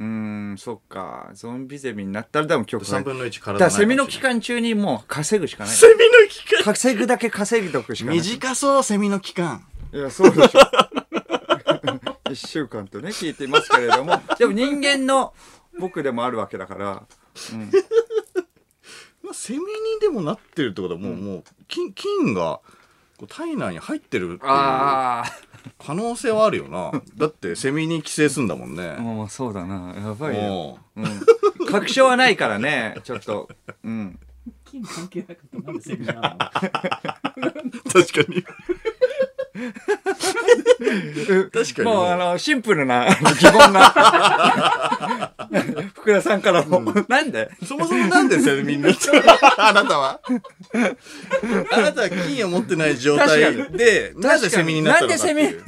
[SPEAKER 2] うん、そっか。ゾンビゼミになったら多分許可
[SPEAKER 1] 3
[SPEAKER 2] 入れない。
[SPEAKER 1] 分の1
[SPEAKER 2] だ
[SPEAKER 1] 体
[SPEAKER 2] か
[SPEAKER 1] ない
[SPEAKER 2] らセミ
[SPEAKER 1] か
[SPEAKER 2] の
[SPEAKER 1] もし
[SPEAKER 2] 期
[SPEAKER 1] れない
[SPEAKER 2] 間中にもう稼ぐしかない。
[SPEAKER 1] セミの期間
[SPEAKER 2] 稼ぐだけ稼いでおくしかない。
[SPEAKER 1] 短そうセミの期間
[SPEAKER 2] いや、そうでしょ。1週間とね、聞いていますけれども。でも人間の僕でもあるわけだから。
[SPEAKER 1] まあ、セミにでもなってるってことはもう,、もう菌菌がこう体内に入ってるっていう可
[SPEAKER 2] ああ。
[SPEAKER 1] 能性はあるよなだってセミに寄生すんだもんね、
[SPEAKER 2] もうそうだなやばいよ、
[SPEAKER 1] もう
[SPEAKER 2] うん、確証はないからねちょっとうん
[SPEAKER 3] 金関係なくてなんでセミナーな
[SPEAKER 1] [LAUGHS]
[SPEAKER 3] の
[SPEAKER 2] [LAUGHS]
[SPEAKER 1] 確かにか
[SPEAKER 2] 確
[SPEAKER 1] に
[SPEAKER 2] もうあのシンプルな疑
[SPEAKER 1] [LAUGHS]
[SPEAKER 2] 問が福田さんからも、なんで
[SPEAKER 1] そもそもなんでセミに [LAUGHS] なったのあなたはあなたは菌を持ってない状態でなぜセミになったのかって
[SPEAKER 2] なん
[SPEAKER 1] い
[SPEAKER 2] で
[SPEAKER 1] う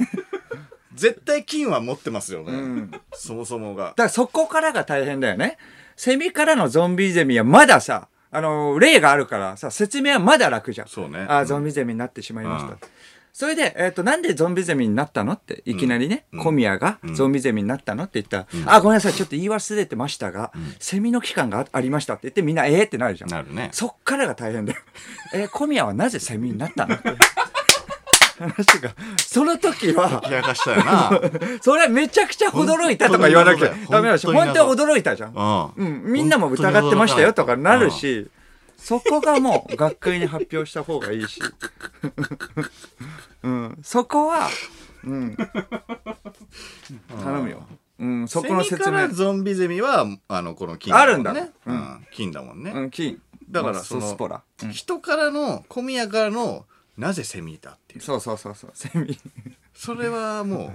[SPEAKER 1] 絶対菌は持ってますよね、
[SPEAKER 2] ん
[SPEAKER 1] そもそもが
[SPEAKER 2] だからそこからが大変だよねセミからのゾンビゼミはまださあの例があるからさ説明はまだ楽じゃん
[SPEAKER 1] そうね
[SPEAKER 2] あーゾンビゼミになってしまいました、
[SPEAKER 1] うん
[SPEAKER 2] それで、えっとなんでゾンビゼミになったのっていきなりね、小宮がゾンビゼミになったのって言ったら「あごめんなさいちょっと言い忘れてましたが、セミの期間があありました」って言ってみんな「えー?」ってなるじゃん
[SPEAKER 1] なるね
[SPEAKER 2] そっからが大
[SPEAKER 1] [LAUGHS]
[SPEAKER 2] 変だよ。えー小宮はなぜセミになったの [LAUGHS] って話がその時は
[SPEAKER 1] 冷やかしたよな [LAUGHS]
[SPEAKER 2] [LAUGHS] それはめちゃくちゃ驚いたとか言わなきゃダメだし本
[SPEAKER 1] 本
[SPEAKER 2] 当
[SPEAKER 1] 当
[SPEAKER 2] は
[SPEAKER 1] に
[SPEAKER 2] 驚いたじゃん、
[SPEAKER 1] う、
[SPEAKER 2] うんん、みんなも疑ってましたよとかなるしそこがもう学会に発表した方がいいし、 [LAUGHS] うん、そこは、うん、頼むよ、うん、そこの
[SPEAKER 1] セミ
[SPEAKER 2] 説
[SPEAKER 1] から
[SPEAKER 2] 明、
[SPEAKER 1] ゾンビゼミはあのこの金
[SPEAKER 2] あるんだ
[SPEAKER 1] ね、
[SPEAKER 2] う
[SPEAKER 1] うんん、金だもんね、
[SPEAKER 2] うん、金
[SPEAKER 1] だから
[SPEAKER 2] まあ
[SPEAKER 1] その
[SPEAKER 2] スポラ、うん
[SPEAKER 1] 人からの小宮からのなぜセミだっていう
[SPEAKER 2] そうそうそうそうセミ
[SPEAKER 1] それはも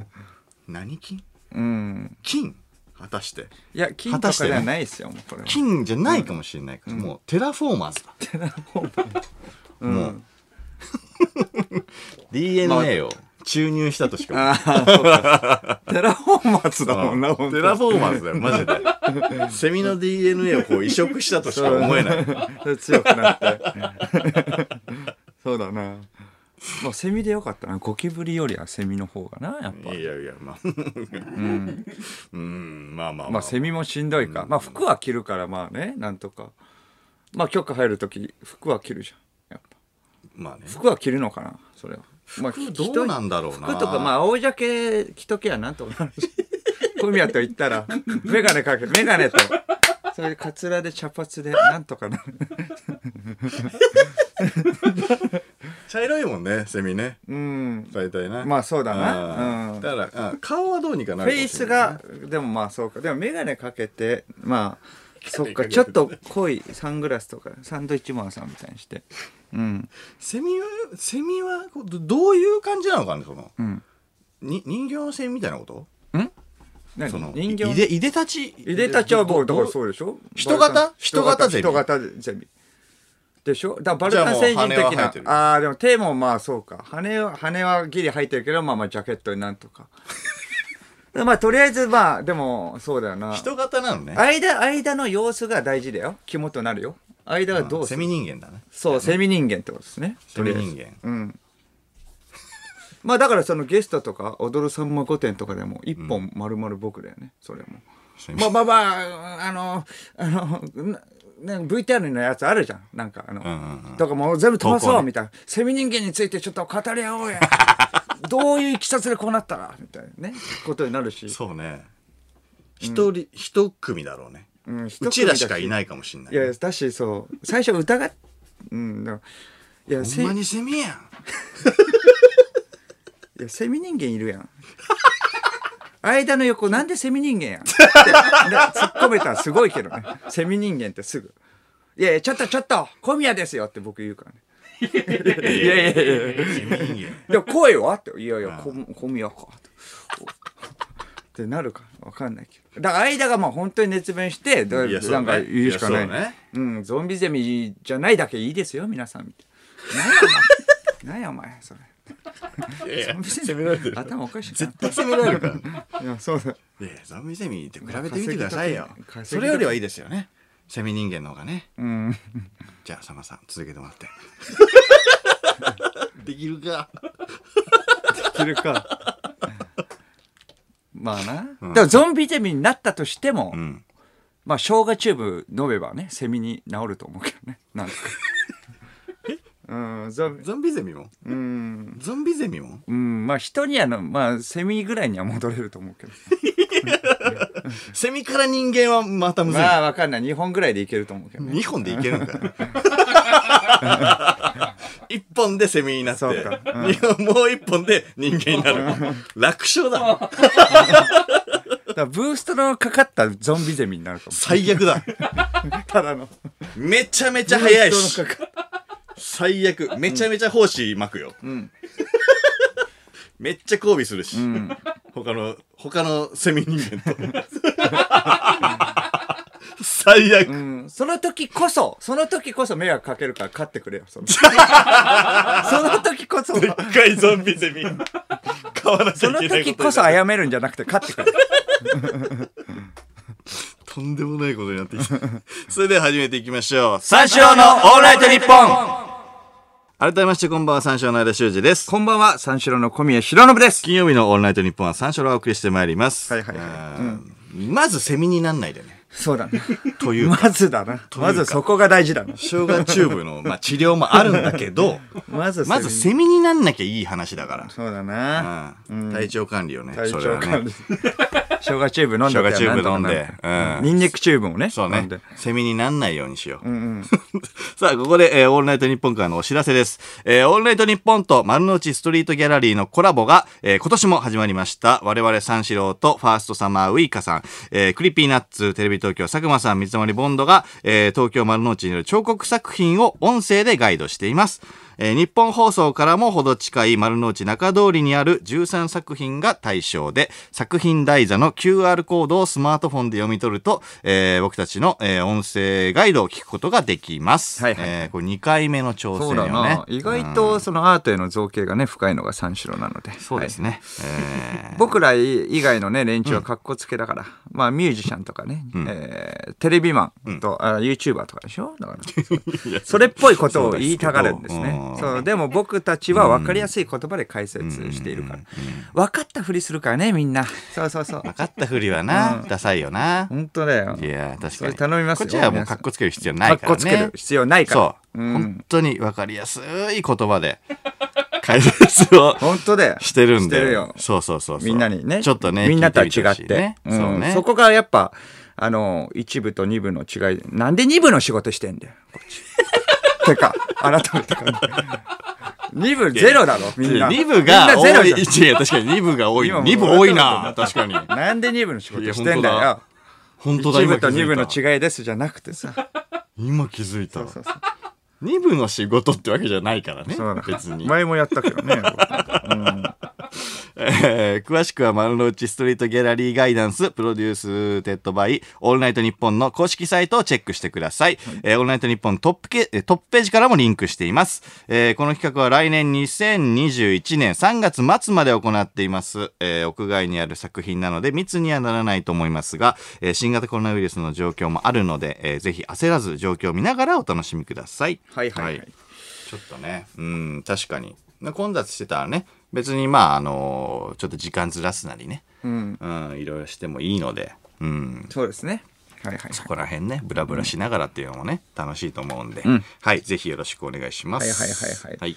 [SPEAKER 1] う何金
[SPEAKER 2] うん
[SPEAKER 1] 金果たして
[SPEAKER 2] いや金とかではないですよもうこれは
[SPEAKER 1] 金じゃないかもしれないから、もうテラフォーマーズだ
[SPEAKER 2] うん
[SPEAKER 1] もう DNA を注入したとしか
[SPEAKER 2] ああそうか [LAUGHS] テラフォーマーズだもんな
[SPEAKER 1] うん
[SPEAKER 2] 本当
[SPEAKER 1] テラフォーマーズだよマジ
[SPEAKER 2] [LAUGHS]
[SPEAKER 1] でセミの DNA をこう移植したとしか思えない
[SPEAKER 2] い。強くなって。 [LAUGHS] そうだな。まあ、セミでよかったな。ゴキブリよりはセミの方がな、やっぱ。
[SPEAKER 1] いやいやまあ
[SPEAKER 2] うん、
[SPEAKER 1] うんまあまあ
[SPEAKER 2] まあ、セミもしんどいか。まあ、服は着るから、まあね、なんとか。まあ、許可入るとき、服は着るじゃん。やっぱ
[SPEAKER 1] まあね
[SPEAKER 2] 服は着るのかな、それは。まあ、
[SPEAKER 1] 服どうなんだろうな
[SPEAKER 2] 服とか、まあ、青ジャケ着ときゃなんとかなるし。小宮と言っ
[SPEAKER 1] [LAUGHS]
[SPEAKER 2] たら、メガネかけ、メガネと。それで、カツラで茶髪で、なんとかなる。
[SPEAKER 1] 茶色いもんねセミね
[SPEAKER 2] うん。
[SPEAKER 1] 大体な
[SPEAKER 2] まあそうだ
[SPEAKER 1] あ
[SPEAKER 2] な。
[SPEAKER 1] ー
[SPEAKER 2] うん。
[SPEAKER 1] だからあ顔はどうにかな
[SPEAKER 2] フ
[SPEAKER 1] る
[SPEAKER 2] ェ
[SPEAKER 1] かも
[SPEAKER 2] イ
[SPEAKER 1] しれ
[SPEAKER 2] ス
[SPEAKER 1] ない
[SPEAKER 2] がでもまあそうかでも眼鏡かけてまあそっかちょっと濃いサングラスとかサンドイッチマンさんみたいにしてうん
[SPEAKER 1] セミはセミはこうどどういう感じなのかねその
[SPEAKER 2] うん
[SPEAKER 1] に人形のセミみたいなこと
[SPEAKER 2] 何
[SPEAKER 1] その
[SPEAKER 2] 人形
[SPEAKER 1] いでいでたち
[SPEAKER 2] いでたちは僕だ
[SPEAKER 1] ど
[SPEAKER 2] からそうでしょ
[SPEAKER 1] 人型
[SPEAKER 2] バルカ
[SPEAKER 1] 人型
[SPEAKER 2] ン
[SPEAKER 1] ゼミ
[SPEAKER 2] 人型ゼミでしょだからバルカン星人
[SPEAKER 1] じゃあもう羽は
[SPEAKER 2] 的
[SPEAKER 1] 生えてる
[SPEAKER 2] なあーでも手もまあそうか羽は羽はギリ入ってるけどまあまあジャケットになんとか [LAUGHS] まあとりあえずまあでもそうだよな
[SPEAKER 1] 人型なのね
[SPEAKER 2] 間間の様子が大事だよ肝となるよ間はどうす
[SPEAKER 1] セ
[SPEAKER 2] る
[SPEAKER 1] ミ人間だね
[SPEAKER 2] そう、セミ人間ってことですね。
[SPEAKER 1] セミ
[SPEAKER 2] とり
[SPEAKER 1] 人間
[SPEAKER 2] あえずうん。まあだからそのゲストとか「踊るさんま御殿」とかでも一本丸々僕だよね、それも
[SPEAKER 1] セミ
[SPEAKER 2] まあまあまああのあのなね VTR のやつあるじゃんなんかあの、
[SPEAKER 1] うんうんうん
[SPEAKER 2] とかもう全部飛ばそ
[SPEAKER 1] 投稿
[SPEAKER 2] う
[SPEAKER 1] ね
[SPEAKER 2] みたいな、セミ人間についてちょっと語り
[SPEAKER 1] [LAUGHS]
[SPEAKER 2] 合おうやどういういきさつでこうなったらみたいなねことになるし
[SPEAKER 1] そうね一人一組だろうね
[SPEAKER 2] うん
[SPEAKER 1] うちらしかいないいかもしれない
[SPEAKER 2] いやだしそう最初疑っうん、だからいや
[SPEAKER 1] ほ
[SPEAKER 2] せ
[SPEAKER 1] ん
[SPEAKER 2] い
[SPEAKER 1] まにセミやん
[SPEAKER 2] やセミ人間いるやん [LAUGHS] 間の横なんでセミ人間やんってで突っ込めたらすごいけどねセミ人間ってすぐ「いやいやちょっとちょっと小宮ですよ」って僕言うからね
[SPEAKER 1] いやいやいやいやセミ人間
[SPEAKER 2] でも声はって「いやいやこ小宮か」ってなるかわかんないけどだから間がまあ本当に熱弁してだ
[SPEAKER 1] いやそう
[SPEAKER 2] なんか
[SPEAKER 1] ね
[SPEAKER 2] 言うしかない
[SPEAKER 1] いやそうね
[SPEAKER 2] うん、ゾンビゼミじゃないだけいいですよ皆さんみたいな何やお前何やお前それ
[SPEAKER 1] [LAUGHS] いやいや
[SPEAKER 2] 攻められてる頭おかしい
[SPEAKER 1] 絶対責められる
[SPEAKER 2] [LAUGHS]
[SPEAKER 1] から
[SPEAKER 2] いやそうだ
[SPEAKER 1] いやゾンビセミって比べてみてくださいよ
[SPEAKER 2] 稼ぎとかね
[SPEAKER 1] それよりはいいですよねセミ人間の方がね
[SPEAKER 2] うん
[SPEAKER 1] じゃあさまさん続けてもら
[SPEAKER 2] [LAUGHS]
[SPEAKER 1] ってできるか
[SPEAKER 2] 着るかまあな、
[SPEAKER 1] うん
[SPEAKER 2] でもゾンビゼミになったとしても、
[SPEAKER 1] うん
[SPEAKER 2] まあ生姜チューブ飲めばねセミに治ると思うけどね
[SPEAKER 1] [LAUGHS]
[SPEAKER 2] なんとかうんゾンビ
[SPEAKER 1] ゾンビゼミも
[SPEAKER 2] うん
[SPEAKER 1] ゾンビゼミも
[SPEAKER 2] うん、まあ人にはの、まあセミぐらいには戻れると思うけど。
[SPEAKER 1] セミから人間はまたむずい
[SPEAKER 2] まあわかんない。2本ぐらいでいけると思うけどね。
[SPEAKER 1] 2本でいけるん
[SPEAKER 2] [LAUGHS]
[SPEAKER 1] か一本でセミになって、
[SPEAKER 2] そうかうん
[SPEAKER 1] 二本もう一本で人間になる楽勝だ
[SPEAKER 2] だからブーストのかかったゾンビゼミにな
[SPEAKER 1] [LAUGHS]
[SPEAKER 2] ると思
[SPEAKER 1] 最悪だ
[SPEAKER 2] う。た [LAUGHS] だの。
[SPEAKER 1] めちゃめちゃ早い
[SPEAKER 2] ブース
[SPEAKER 1] し
[SPEAKER 2] トのかか
[SPEAKER 1] 最悪めちゃめちゃ胞子巻くよ、
[SPEAKER 2] ん
[SPEAKER 1] めっちゃ交尾するし、
[SPEAKER 2] うん。
[SPEAKER 1] 他の他のセミ人間と最悪、
[SPEAKER 2] うん。その時こそ、その時こそ迷惑かけるから勝ってくれよ。
[SPEAKER 1] [LAUGHS]
[SPEAKER 2] そのその時こそ、
[SPEAKER 1] 一回ゾンビゼミ買わなきゃ
[SPEAKER 2] そ
[SPEAKER 1] い
[SPEAKER 2] の
[SPEAKER 1] けない
[SPEAKER 2] 時
[SPEAKER 1] こと
[SPEAKER 2] こ
[SPEAKER 1] に
[SPEAKER 2] そ
[SPEAKER 1] なる
[SPEAKER 2] 謝めるんじゃなくて勝ってくれ。
[SPEAKER 1] とんでもないことになって
[SPEAKER 2] [LAUGHS]
[SPEAKER 1] きたそれでは始めていきましょう
[SPEAKER 2] 三四郎のオールナイトニッポン
[SPEAKER 1] 改めましてこんばんは三四郎の間修二です
[SPEAKER 2] こんばんは、三四郎の小宮浩信です。
[SPEAKER 1] 金曜日のオールナイトニッポンは三四郎がお送りしてまいります
[SPEAKER 2] はいはいはい
[SPEAKER 1] あーまずセミになんないでね
[SPEAKER 2] そうだね。
[SPEAKER 1] という
[SPEAKER 2] ま
[SPEAKER 1] か
[SPEAKER 2] ずだな。
[SPEAKER 1] というか
[SPEAKER 2] まずそこが大事だな。
[SPEAKER 1] 生姜チューブ [LAUGHS] の、まあ、治療もあるんだけど
[SPEAKER 2] まずセミ、
[SPEAKER 1] まずセミになんなきゃいい話だから
[SPEAKER 2] そうだな。
[SPEAKER 1] うん体調管理をね
[SPEAKER 2] 体
[SPEAKER 1] それ
[SPEAKER 2] 調
[SPEAKER 1] は
[SPEAKER 2] 管
[SPEAKER 1] ね
[SPEAKER 2] 理。生姜チューブ飲んで
[SPEAKER 1] [LAUGHS] 生姜チューブ飲んでうん
[SPEAKER 2] ニンニクチューブもね。
[SPEAKER 1] そう
[SPEAKER 2] 飲
[SPEAKER 1] ね
[SPEAKER 2] んで。
[SPEAKER 1] セミになんないようにしよう。
[SPEAKER 2] うんうん。
[SPEAKER 1] [LAUGHS] さあ、ここで、えーオールナイトニッポンからのお知らせです。えーオールナイトニッポンと丸の内ストリートギャラリーのコラボが、えー今年も始まりました。我々三四郎とファーストサマーウイカさん、えークリピーナッツ、テレビ東京佐久間さん、水溜りボンドが、えー東京丸の内による彫刻作品を音声でガイドしています。えー日本放送からもほど近い丸の内中通りにある13作品が対象で、作品台座の QR コードをスマートフォンで読み取ると、えー僕たちの、えー音声ガイドを聞くことができます。
[SPEAKER 2] はいはい
[SPEAKER 1] えーこれ2回目の挑
[SPEAKER 2] そう
[SPEAKER 1] 戦よね
[SPEAKER 2] だな。。意外とそのアートへの造形がね、深いのが三四郎なので。
[SPEAKER 1] そうです
[SPEAKER 2] ね。
[SPEAKER 1] ね。えー
[SPEAKER 2] 僕ら以外のね、連中は格好つけだから。まあ、ミュージシャンとかね、えーテレビマンと、あ YouTuber とかでしょだから。それっぽいことを言いたがるんです
[SPEAKER 1] そう
[SPEAKER 2] ね
[SPEAKER 1] で。すけど
[SPEAKER 2] そう、でも僕たちは分かりやすい言葉で解説しているから。分かったふりするからね、みんな。そうそう
[SPEAKER 1] [LAUGHS]
[SPEAKER 2] そう。
[SPEAKER 1] 分かったふりはな、ダサいよな。
[SPEAKER 2] 本当だよ。
[SPEAKER 1] いやー、確
[SPEAKER 2] そ
[SPEAKER 1] か
[SPEAKER 2] れ
[SPEAKER 1] に。
[SPEAKER 2] 頼みます
[SPEAKER 1] こ
[SPEAKER 2] よ
[SPEAKER 1] っちはもうかっこつける必要ないからね。
[SPEAKER 2] かっこつける必要ないから。
[SPEAKER 1] そう、
[SPEAKER 2] ん、
[SPEAKER 1] 本当に分かりやすい言葉で [LAUGHS] 解説を
[SPEAKER 2] 本当だよ。
[SPEAKER 1] してるんで
[SPEAKER 2] してるよ。
[SPEAKER 1] そうそうそうそう
[SPEAKER 2] みんなにね。
[SPEAKER 1] ちょっとね
[SPEAKER 2] みんなとは
[SPEAKER 1] 聞いて
[SPEAKER 2] 違
[SPEAKER 1] みほし
[SPEAKER 2] っ
[SPEAKER 1] い
[SPEAKER 2] て。
[SPEAKER 1] ね
[SPEAKER 2] うん
[SPEAKER 1] そうね
[SPEAKER 2] そこがやっぱ、あの、一部と二部の違い。なんで二部の仕事してんだよ、こっち。 [LAUGHS] てか、改めて感じ。二部ゼロだろ、みんな。
[SPEAKER 1] リブが
[SPEAKER 2] みんなゼ
[SPEAKER 1] 多
[SPEAKER 2] ロ
[SPEAKER 1] い
[SPEAKER 2] じゃん
[SPEAKER 1] いやいや確かにリブが多い
[SPEAKER 2] 今もう
[SPEAKER 1] リブ多いな確かに
[SPEAKER 2] なんで二部の仕事してん
[SPEAKER 1] い
[SPEAKER 2] だ
[SPEAKER 1] や
[SPEAKER 2] よ。
[SPEAKER 1] 本当だ
[SPEAKER 2] 一部と二
[SPEAKER 1] 今
[SPEAKER 2] 部
[SPEAKER 1] 気
[SPEAKER 2] の
[SPEAKER 1] づいた
[SPEAKER 2] 違いですじゃなくてさ。
[SPEAKER 1] 今気づいた
[SPEAKER 2] そうそうそう
[SPEAKER 1] 二部の仕事ってわけじゃないからね
[SPEAKER 2] そうだ
[SPEAKER 1] 別に
[SPEAKER 2] 前もやったけどね。
[SPEAKER 1] えー詳しくは丸の内ストリートギャラリーガイダンスプロデューステッドバイオールナイトニッポンの公式サイトをチェックしてください、えーオールナイトニッポントップけえートップページからもリンクしています、えーこの企画は来年2021年3月末まで行っています、えー屋外にある作品なので密にはならないと思いますが、えー新型コロナウイルスの状況もあるので、えーぜひ焦らず状況を見ながらお楽しみください
[SPEAKER 2] はいはいはい
[SPEAKER 1] ちょっとね、うん、確かに。な混雑してたらね、別にまあ、あのーちょっと時間ずらすなりね、
[SPEAKER 2] うん。
[SPEAKER 1] うん、いろいろしてもいいので、うん、
[SPEAKER 2] そうですね。はいはい。
[SPEAKER 1] そこら辺ね、ブラブラしながらっていうのもね、楽しいと思うんで、はい、ぜひよろしくお願いします。
[SPEAKER 2] はいはいはいはい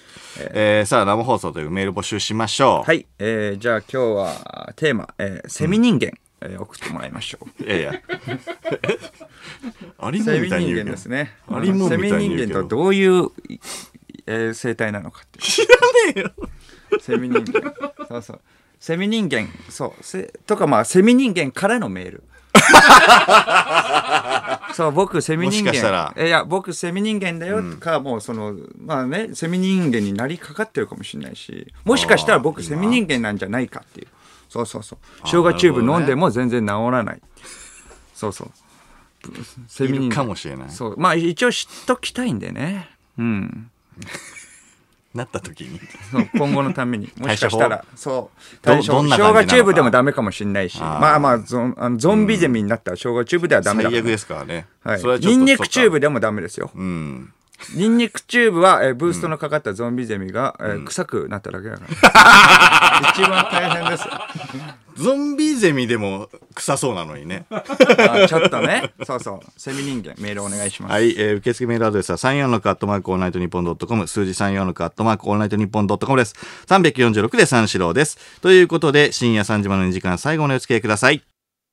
[SPEAKER 1] えーさあ、生放送というメール募集しましょう。
[SPEAKER 2] はい、えー、じゃあ今日はテーマ、えーセミ人間えー送ってもらいましょう。
[SPEAKER 1] いやいや。
[SPEAKER 2] [LAUGHS]
[SPEAKER 1] ありも
[SPEAKER 2] セ
[SPEAKER 1] ん
[SPEAKER 2] ミ
[SPEAKER 1] みたいに
[SPEAKER 2] 人
[SPEAKER 1] 言うけ
[SPEAKER 2] 間
[SPEAKER 1] ど
[SPEAKER 2] ですね。
[SPEAKER 1] ありもん
[SPEAKER 2] セ
[SPEAKER 1] みたい
[SPEAKER 2] ミ
[SPEAKER 1] に言う
[SPEAKER 2] 人
[SPEAKER 1] けど
[SPEAKER 2] 間とはどういう、いえー生態なのかって。知らねえよ。セミ人
[SPEAKER 1] [LAUGHS]
[SPEAKER 2] 間。そうそう。セミ人間、そう。せとかまあ、セミ人間からのメ
[SPEAKER 1] [LAUGHS]
[SPEAKER 2] ール。そう、僕、セミ人間。
[SPEAKER 1] もしかしたら
[SPEAKER 2] えいや、僕、セミ人間だよ、か、もう、その、まあね、セミ人間になりかかってるかもしれないし、もしかしたら僕、
[SPEAKER 1] あー
[SPEAKER 2] セミ人間なんじゃないかっていう。そうそうそう。生姜チューブ飲んでも全然治らない。そうそう。セ
[SPEAKER 1] いる
[SPEAKER 2] ミ人間
[SPEAKER 1] かもしれない。
[SPEAKER 2] そう。まあ一応知っときたいんでね。うん。
[SPEAKER 1] なった時に。
[SPEAKER 2] そう今後の
[SPEAKER 1] [LAUGHS]
[SPEAKER 2] ために。もしかしたら。そう。
[SPEAKER 1] ど
[SPEAKER 2] 対処
[SPEAKER 1] どんな感じ
[SPEAKER 2] 生
[SPEAKER 1] なのか
[SPEAKER 2] 姜チューブでもダメかもしれないし。
[SPEAKER 1] あー
[SPEAKER 2] まあまあゾン、あのゾンビゼミになったら生姜チューブではダメ
[SPEAKER 1] 最
[SPEAKER 2] だ
[SPEAKER 1] 悪
[SPEAKER 2] から。
[SPEAKER 1] ですからね。
[SPEAKER 2] はい
[SPEAKER 1] それはちょっと
[SPEAKER 2] ニンニクチューブ
[SPEAKER 1] そ
[SPEAKER 2] でもダメですよ
[SPEAKER 1] う。かうん。
[SPEAKER 2] ニンニクチューブは、えーブーストのかかったゾンビゼミが、えー臭くなっただけだから。
[SPEAKER 1] [LAUGHS]
[SPEAKER 2] 一番大変です。
[SPEAKER 1] ゾンビゼミでも臭そうなのにね。
[SPEAKER 2] あちょっとね。そうそう。セミ人間、メールお願いします。
[SPEAKER 1] はい、えー受付メールアドレスは34のカットマークオールナイトニッポンドットコム、数字34のカットマークオールナイトニッポンドットコムです。346で三四郎です。ということで、深夜3時までの2時間、最後のお付き合いください。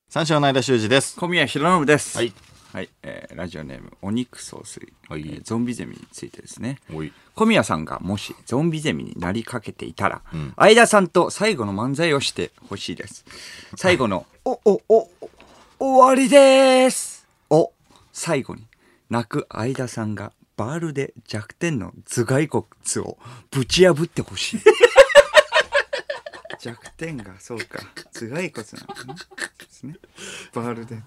[SPEAKER 1] 三四郎の間修二です。
[SPEAKER 2] 小宮浩信です。
[SPEAKER 1] はい。
[SPEAKER 2] はい、えーラジオネーム、お肉総帥、
[SPEAKER 1] はい
[SPEAKER 2] えーゾンビゼミについてですね。
[SPEAKER 1] おい。
[SPEAKER 2] 小宮さんがもしゾンビゼミになりかけていたら、
[SPEAKER 1] ん
[SPEAKER 2] 相田さんと最後の漫才をしてほしいです。最後の、お、お、お、お終わりですを、最後に、泣く相田さんがバールで弱点の頭蓋骨をぶち破ってほしい。弱点が、そうか、頭蓋骨なんですね。バールで。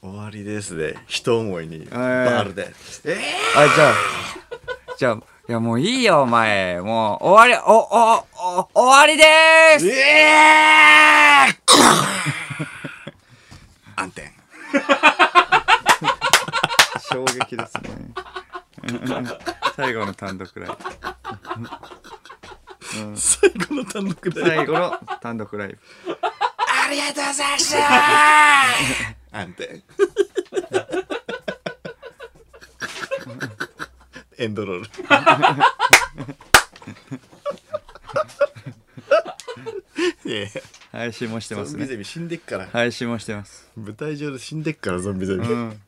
[SPEAKER 1] 終わりですね。一思いに、
[SPEAKER 2] バール
[SPEAKER 1] で。え
[SPEAKER 2] あ、じゃあ、じゃあ、いや、もういいよ、お前。もう、終わり、お、お、お、終わりでー
[SPEAKER 1] え
[SPEAKER 2] す
[SPEAKER 1] え [LAUGHS] 暗転。
[SPEAKER 2] 衝撃ですね。最後の単独ライブ。
[SPEAKER 1] [LAUGHS] 最後の単独で。
[SPEAKER 2] 最後の単独ライブ。
[SPEAKER 1] ありがとうございました安定。エンドロール。いやいや
[SPEAKER 2] 配信もしてま
[SPEAKER 1] ゾ
[SPEAKER 2] す
[SPEAKER 1] ンビ
[SPEAKER 2] ね。
[SPEAKER 1] ゼミ死んでっから。
[SPEAKER 2] 配信もしてます。
[SPEAKER 1] 舞台上で死んでっから、ゾンビゼミ。
[SPEAKER 2] うん。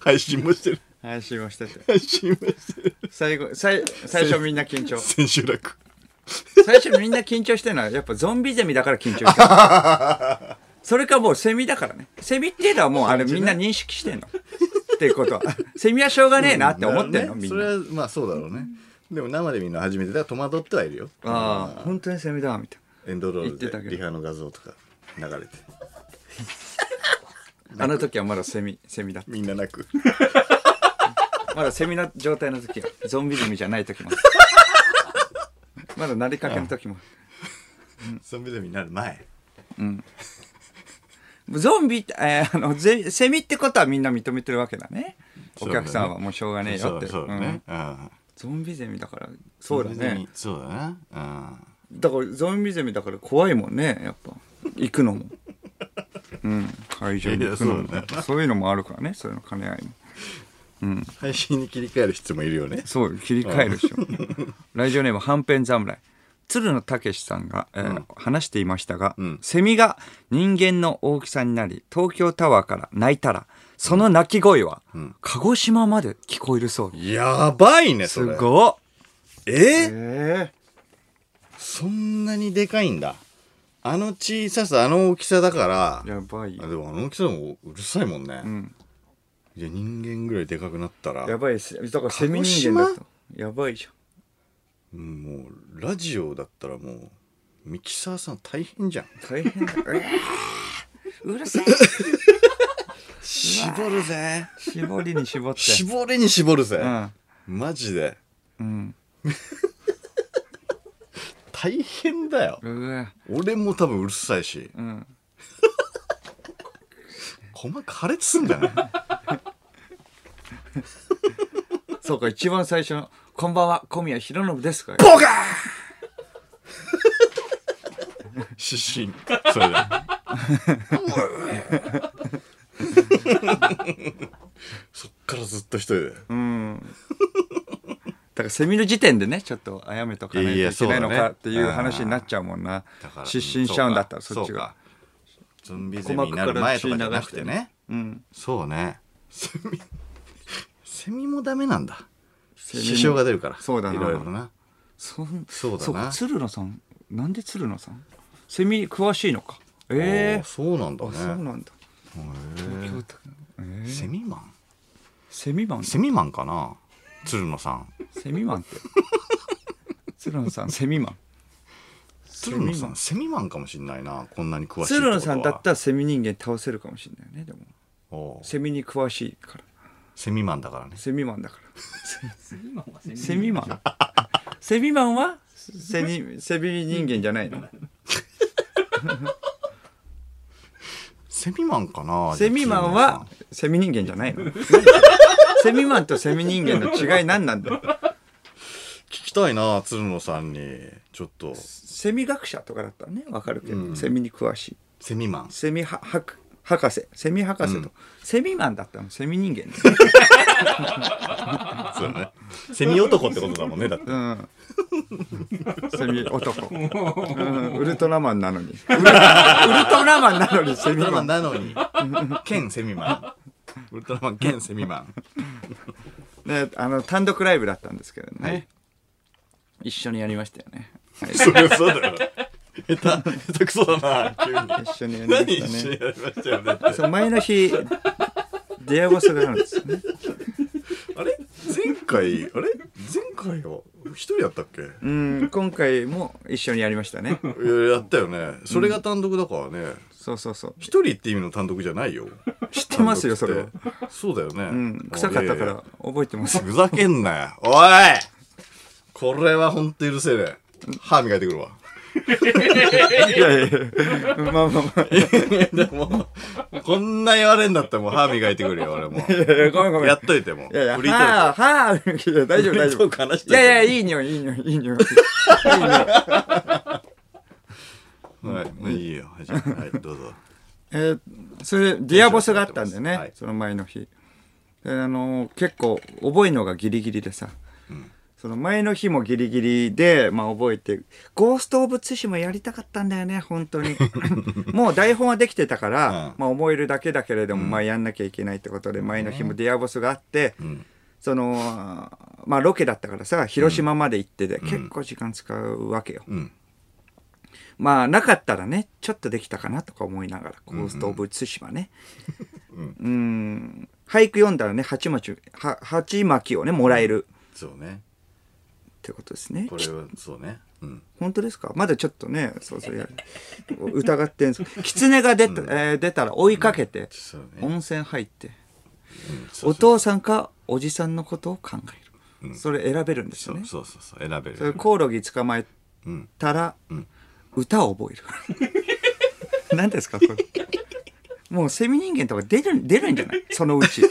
[SPEAKER 1] 配信もしてる。
[SPEAKER 2] 配信もしてて。
[SPEAKER 1] 配信もしてる。
[SPEAKER 2] 最後、最、最初みんな緊張。
[SPEAKER 1] 千秋楽。
[SPEAKER 2] 最初みんな緊張してるのは、やっぱゾンビゼミだから緊張してる。 [LAUGHS] それかもうセミだからね。セミっていうのはもうあれみんな認識してんの。っていうことは。セミはしょうがねえなって思ってんの、
[SPEAKER 1] ね
[SPEAKER 2] み
[SPEAKER 1] そ
[SPEAKER 2] ん
[SPEAKER 1] れ
[SPEAKER 2] な。
[SPEAKER 1] は、まあそうだろうね。でも生で見るの初めてだから戸惑ってはいるよ。
[SPEAKER 2] ああ、本当にセミだ、みたい
[SPEAKER 1] エンドロー
[SPEAKER 2] 言ってた
[SPEAKER 1] ル
[SPEAKER 2] け
[SPEAKER 1] で
[SPEAKER 2] ど
[SPEAKER 1] リハの画像とか流れて。
[SPEAKER 2] な。あの時はまだセ [LAUGHS] ミ、セミだ。
[SPEAKER 1] みんな泣く。
[SPEAKER 2] まだセミの状態の時は、ゾンビゼミじゃない時 [LAUGHS] も。まだなりかけの時も。
[SPEAKER 1] ゾンビゼミになる前。
[SPEAKER 2] ゾンビって、えーあの、ゼセミってことはみんな認めてるわけだね。
[SPEAKER 1] そ
[SPEAKER 2] お
[SPEAKER 1] うだね
[SPEAKER 2] 客さんはもうしょうがねえよって。
[SPEAKER 1] そうだ
[SPEAKER 2] うん
[SPEAKER 1] ね。うん
[SPEAKER 2] ゾンビゼミだから、そうだ
[SPEAKER 1] ゾンビゼ
[SPEAKER 2] ね
[SPEAKER 1] ミ。そうだな。うん
[SPEAKER 2] だからゾンビゼミだから怖いもんねやっぱ行くのもうん会場に行くのも
[SPEAKER 1] いやいやそうだ
[SPEAKER 2] そういうのもあるからねそういうの兼ね合いも
[SPEAKER 1] 配信に切り替える人もいるよね。
[SPEAKER 2] そうよ切り替えるでしょラジオネームはんぺん侍鶴野武さんが、えー話していましたが、
[SPEAKER 1] ん
[SPEAKER 2] セミが人間の大きさになり東京タワーから泣いたらその鳴き声は、鹿児島まで聞こえるそうです
[SPEAKER 1] やばいね、そ
[SPEAKER 2] す
[SPEAKER 1] れ。
[SPEAKER 2] ごっ
[SPEAKER 1] え
[SPEAKER 2] え
[SPEAKER 1] そんなにでかいんだ。あの小ささ、あの大きさだから。
[SPEAKER 2] やばい
[SPEAKER 1] あでもあの大きさもうるさいもんね。
[SPEAKER 2] ん
[SPEAKER 1] いや、人間ぐらいでかくなったら、
[SPEAKER 2] やばいっすだからセミ人間だ
[SPEAKER 1] 鹿
[SPEAKER 2] とやばいじゃん
[SPEAKER 1] うんもう、ラジオだったらもう、ミキサーさん大変じゃん。
[SPEAKER 2] 大変だ。うるせえ。
[SPEAKER 1] 絞るぜ。
[SPEAKER 2] 絞りに絞って。
[SPEAKER 1] 絞りに絞るぜ。
[SPEAKER 2] うん。
[SPEAKER 1] マジで。
[SPEAKER 2] うん。
[SPEAKER 1] 大変だよ。
[SPEAKER 2] うわ
[SPEAKER 1] 俺も多分うるさいし。
[SPEAKER 2] うん。
[SPEAKER 1] 細か破裂すんじゃない
[SPEAKER 2] [LAUGHS] そうか、一番最初の、こんばんは、小宮浩信ですか。
[SPEAKER 1] ボカーン失神それ
[SPEAKER 2] [LAUGHS]
[SPEAKER 1] だそっからずっと一人で
[SPEAKER 2] うん。だからセミの時点でね、ちょっとあやめとかない
[SPEAKER 1] い
[SPEAKER 2] と
[SPEAKER 1] や
[SPEAKER 2] いけないの
[SPEAKER 1] そうだ
[SPEAKER 2] か
[SPEAKER 1] ね
[SPEAKER 2] っていう話になっちゃうもんな
[SPEAKER 1] だか。ら
[SPEAKER 2] 失神しちゃうんだったら
[SPEAKER 1] そ
[SPEAKER 2] そ
[SPEAKER 1] か
[SPEAKER 2] うっちが。
[SPEAKER 1] ゾンビゼミになる前とかじゃなくてね
[SPEAKER 2] うん。
[SPEAKER 1] そうねセミセミもダメなんだ
[SPEAKER 2] セミも
[SPEAKER 1] 支障が出るから
[SPEAKER 2] そうだない
[SPEAKER 1] ろいろな
[SPEAKER 2] そん
[SPEAKER 1] そうだな
[SPEAKER 2] そうか鶴野さんなんで鶴野さんセミ詳しいのかええ
[SPEAKER 1] あーそうなんだ
[SPEAKER 2] あそう
[SPEAKER 1] ね
[SPEAKER 2] なんだ
[SPEAKER 1] へ
[SPEAKER 2] 京都
[SPEAKER 1] え
[SPEAKER 2] えー
[SPEAKER 1] セミマン
[SPEAKER 2] セミマン
[SPEAKER 1] セミマンかな鶴野さん
[SPEAKER 2] セミマンって
[SPEAKER 1] [LAUGHS]
[SPEAKER 2] 鶴野さんセミマン
[SPEAKER 1] 鶴野さんセミマンかもしんないなこんなに詳しい
[SPEAKER 2] 鶴野さんだった
[SPEAKER 1] ら
[SPEAKER 2] らセミ人間倒せるかもしれないねでもセミに詳しいから
[SPEAKER 1] セミマンだからね
[SPEAKER 2] セミマンだから
[SPEAKER 3] セミマンは
[SPEAKER 2] セミマンセミマンはセミセミ人間じゃないの
[SPEAKER 1] セミマンかな
[SPEAKER 2] セミマンはセミ人間じゃないのセミマンとセミ人間の違い何なんだよ
[SPEAKER 1] 聞きたいな鶴野さんにちょっと
[SPEAKER 2] セミ学者とかだったらねわかるけど、
[SPEAKER 1] うん
[SPEAKER 2] セミに詳しい
[SPEAKER 1] セミマン
[SPEAKER 2] セミは博博士セミ博士と、
[SPEAKER 1] うん
[SPEAKER 2] セミマンだったのセミ人間ね、
[SPEAKER 1] [LAUGHS] そうねセミ男ってことだもんね [LAUGHS] だって
[SPEAKER 2] うん、セミ男、う
[SPEAKER 1] [LAUGHS]
[SPEAKER 2] ん、ウルトラマンな [LAUGHS] のにウルウルトラマンなのにセ
[SPEAKER 1] ウル
[SPEAKER 2] ミ
[SPEAKER 1] トラマ
[SPEAKER 2] マ
[SPEAKER 1] ン
[SPEAKER 2] ン
[SPEAKER 1] なのに兼セミマンウルトラマン兼セミマン
[SPEAKER 2] ねあの単独ライブだったんですけどね、
[SPEAKER 1] はい
[SPEAKER 2] 一緒にやりましたよね、は
[SPEAKER 1] [LAUGHS]
[SPEAKER 2] い
[SPEAKER 1] そりゃそうだよ下手下手くそだな急に
[SPEAKER 2] 一緒にやりま
[SPEAKER 1] [LAUGHS] 何
[SPEAKER 2] し
[SPEAKER 1] 一緒
[SPEAKER 2] た
[SPEAKER 1] に
[SPEAKER 2] ね
[SPEAKER 1] やりましたよねって
[SPEAKER 2] そう前の日デアゴスがあるんですよね
[SPEAKER 1] あれ前回あれ前回は一人やったっけ
[SPEAKER 2] うん今回も一緒にやりましたね
[SPEAKER 1] いややったよねそれが単独だからね
[SPEAKER 2] そうそうそう
[SPEAKER 1] 一人って意味の単独じゃないよ
[SPEAKER 2] 知ってますよそれは
[SPEAKER 1] そうだよね、
[SPEAKER 2] うん、臭かったか
[SPEAKER 1] いやい
[SPEAKER 2] ら覚えてます
[SPEAKER 1] やふざけんなよおいこれはほんと許せねえ歯磨いてくるわ [LAUGHS]
[SPEAKER 2] いやいやまあまあまあ。
[SPEAKER 1] でもこんな言われんだったらもう歯磨いてくるよ俺も
[SPEAKER 2] いやいや、ごめんごめん。
[SPEAKER 1] やっといても
[SPEAKER 2] いやいや、
[SPEAKER 1] フリートー
[SPEAKER 2] はあ、はあ、いや大丈夫、大丈
[SPEAKER 1] フリートーク話し
[SPEAKER 2] 夫。
[SPEAKER 1] と
[SPEAKER 2] い
[SPEAKER 1] いて
[SPEAKER 2] やいや、いい匂い、いい匂い、いい匂い。
[SPEAKER 1] クはいもういいよはいじゃあはいどうぞ
[SPEAKER 2] えー、それ、ディアボスがあったんでね、
[SPEAKER 1] はい
[SPEAKER 2] その前の日。であのー結構、覚えるのがギリギリでさ。その前の日もギリギリで、まあ、覚えて、ゴースト・オブ・ツシもやりたかったんだよね、本当
[SPEAKER 1] [LAUGHS]
[SPEAKER 2] に。もう台本はできてたから、
[SPEAKER 1] うん
[SPEAKER 2] まあ、覚えるだけだけれども、まあ、やんなきゃいけないってことで、前の日もディアボスがあって、
[SPEAKER 1] うん
[SPEAKER 2] そのまあロケだったからさ広島まで行ってで、結構時間使うわけよ、
[SPEAKER 1] うん
[SPEAKER 2] まあなかったらねちょっとできたかなとか思いながら「ゴースト・オブ・ツシマね」
[SPEAKER 1] [LAUGHS] うん
[SPEAKER 2] うーん俳句読んだらね鉢巻きは鉢巻きをねもらえる
[SPEAKER 1] そうね
[SPEAKER 2] ってことですね
[SPEAKER 1] これはそうねうん
[SPEAKER 2] 本当ですかまだちょっとねそうそういや疑ってんす
[SPEAKER 1] [LAUGHS]
[SPEAKER 2] 狐が出た,、えー出たら追いかけて、
[SPEAKER 1] そうね
[SPEAKER 2] 温泉入って
[SPEAKER 1] うんそうそ
[SPEAKER 2] お
[SPEAKER 1] う
[SPEAKER 2] 父さんかおじさんのことを考える、それ選べるんですよね
[SPEAKER 1] そうそうそう選べ
[SPEAKER 2] それ
[SPEAKER 1] る
[SPEAKER 2] コオロギ捕まえ
[SPEAKER 1] うん
[SPEAKER 2] たら、
[SPEAKER 1] ん
[SPEAKER 2] 歌を覚える [LAUGHS] 何ですかこれもうセミ人間とか出る出るんじゃないそのうち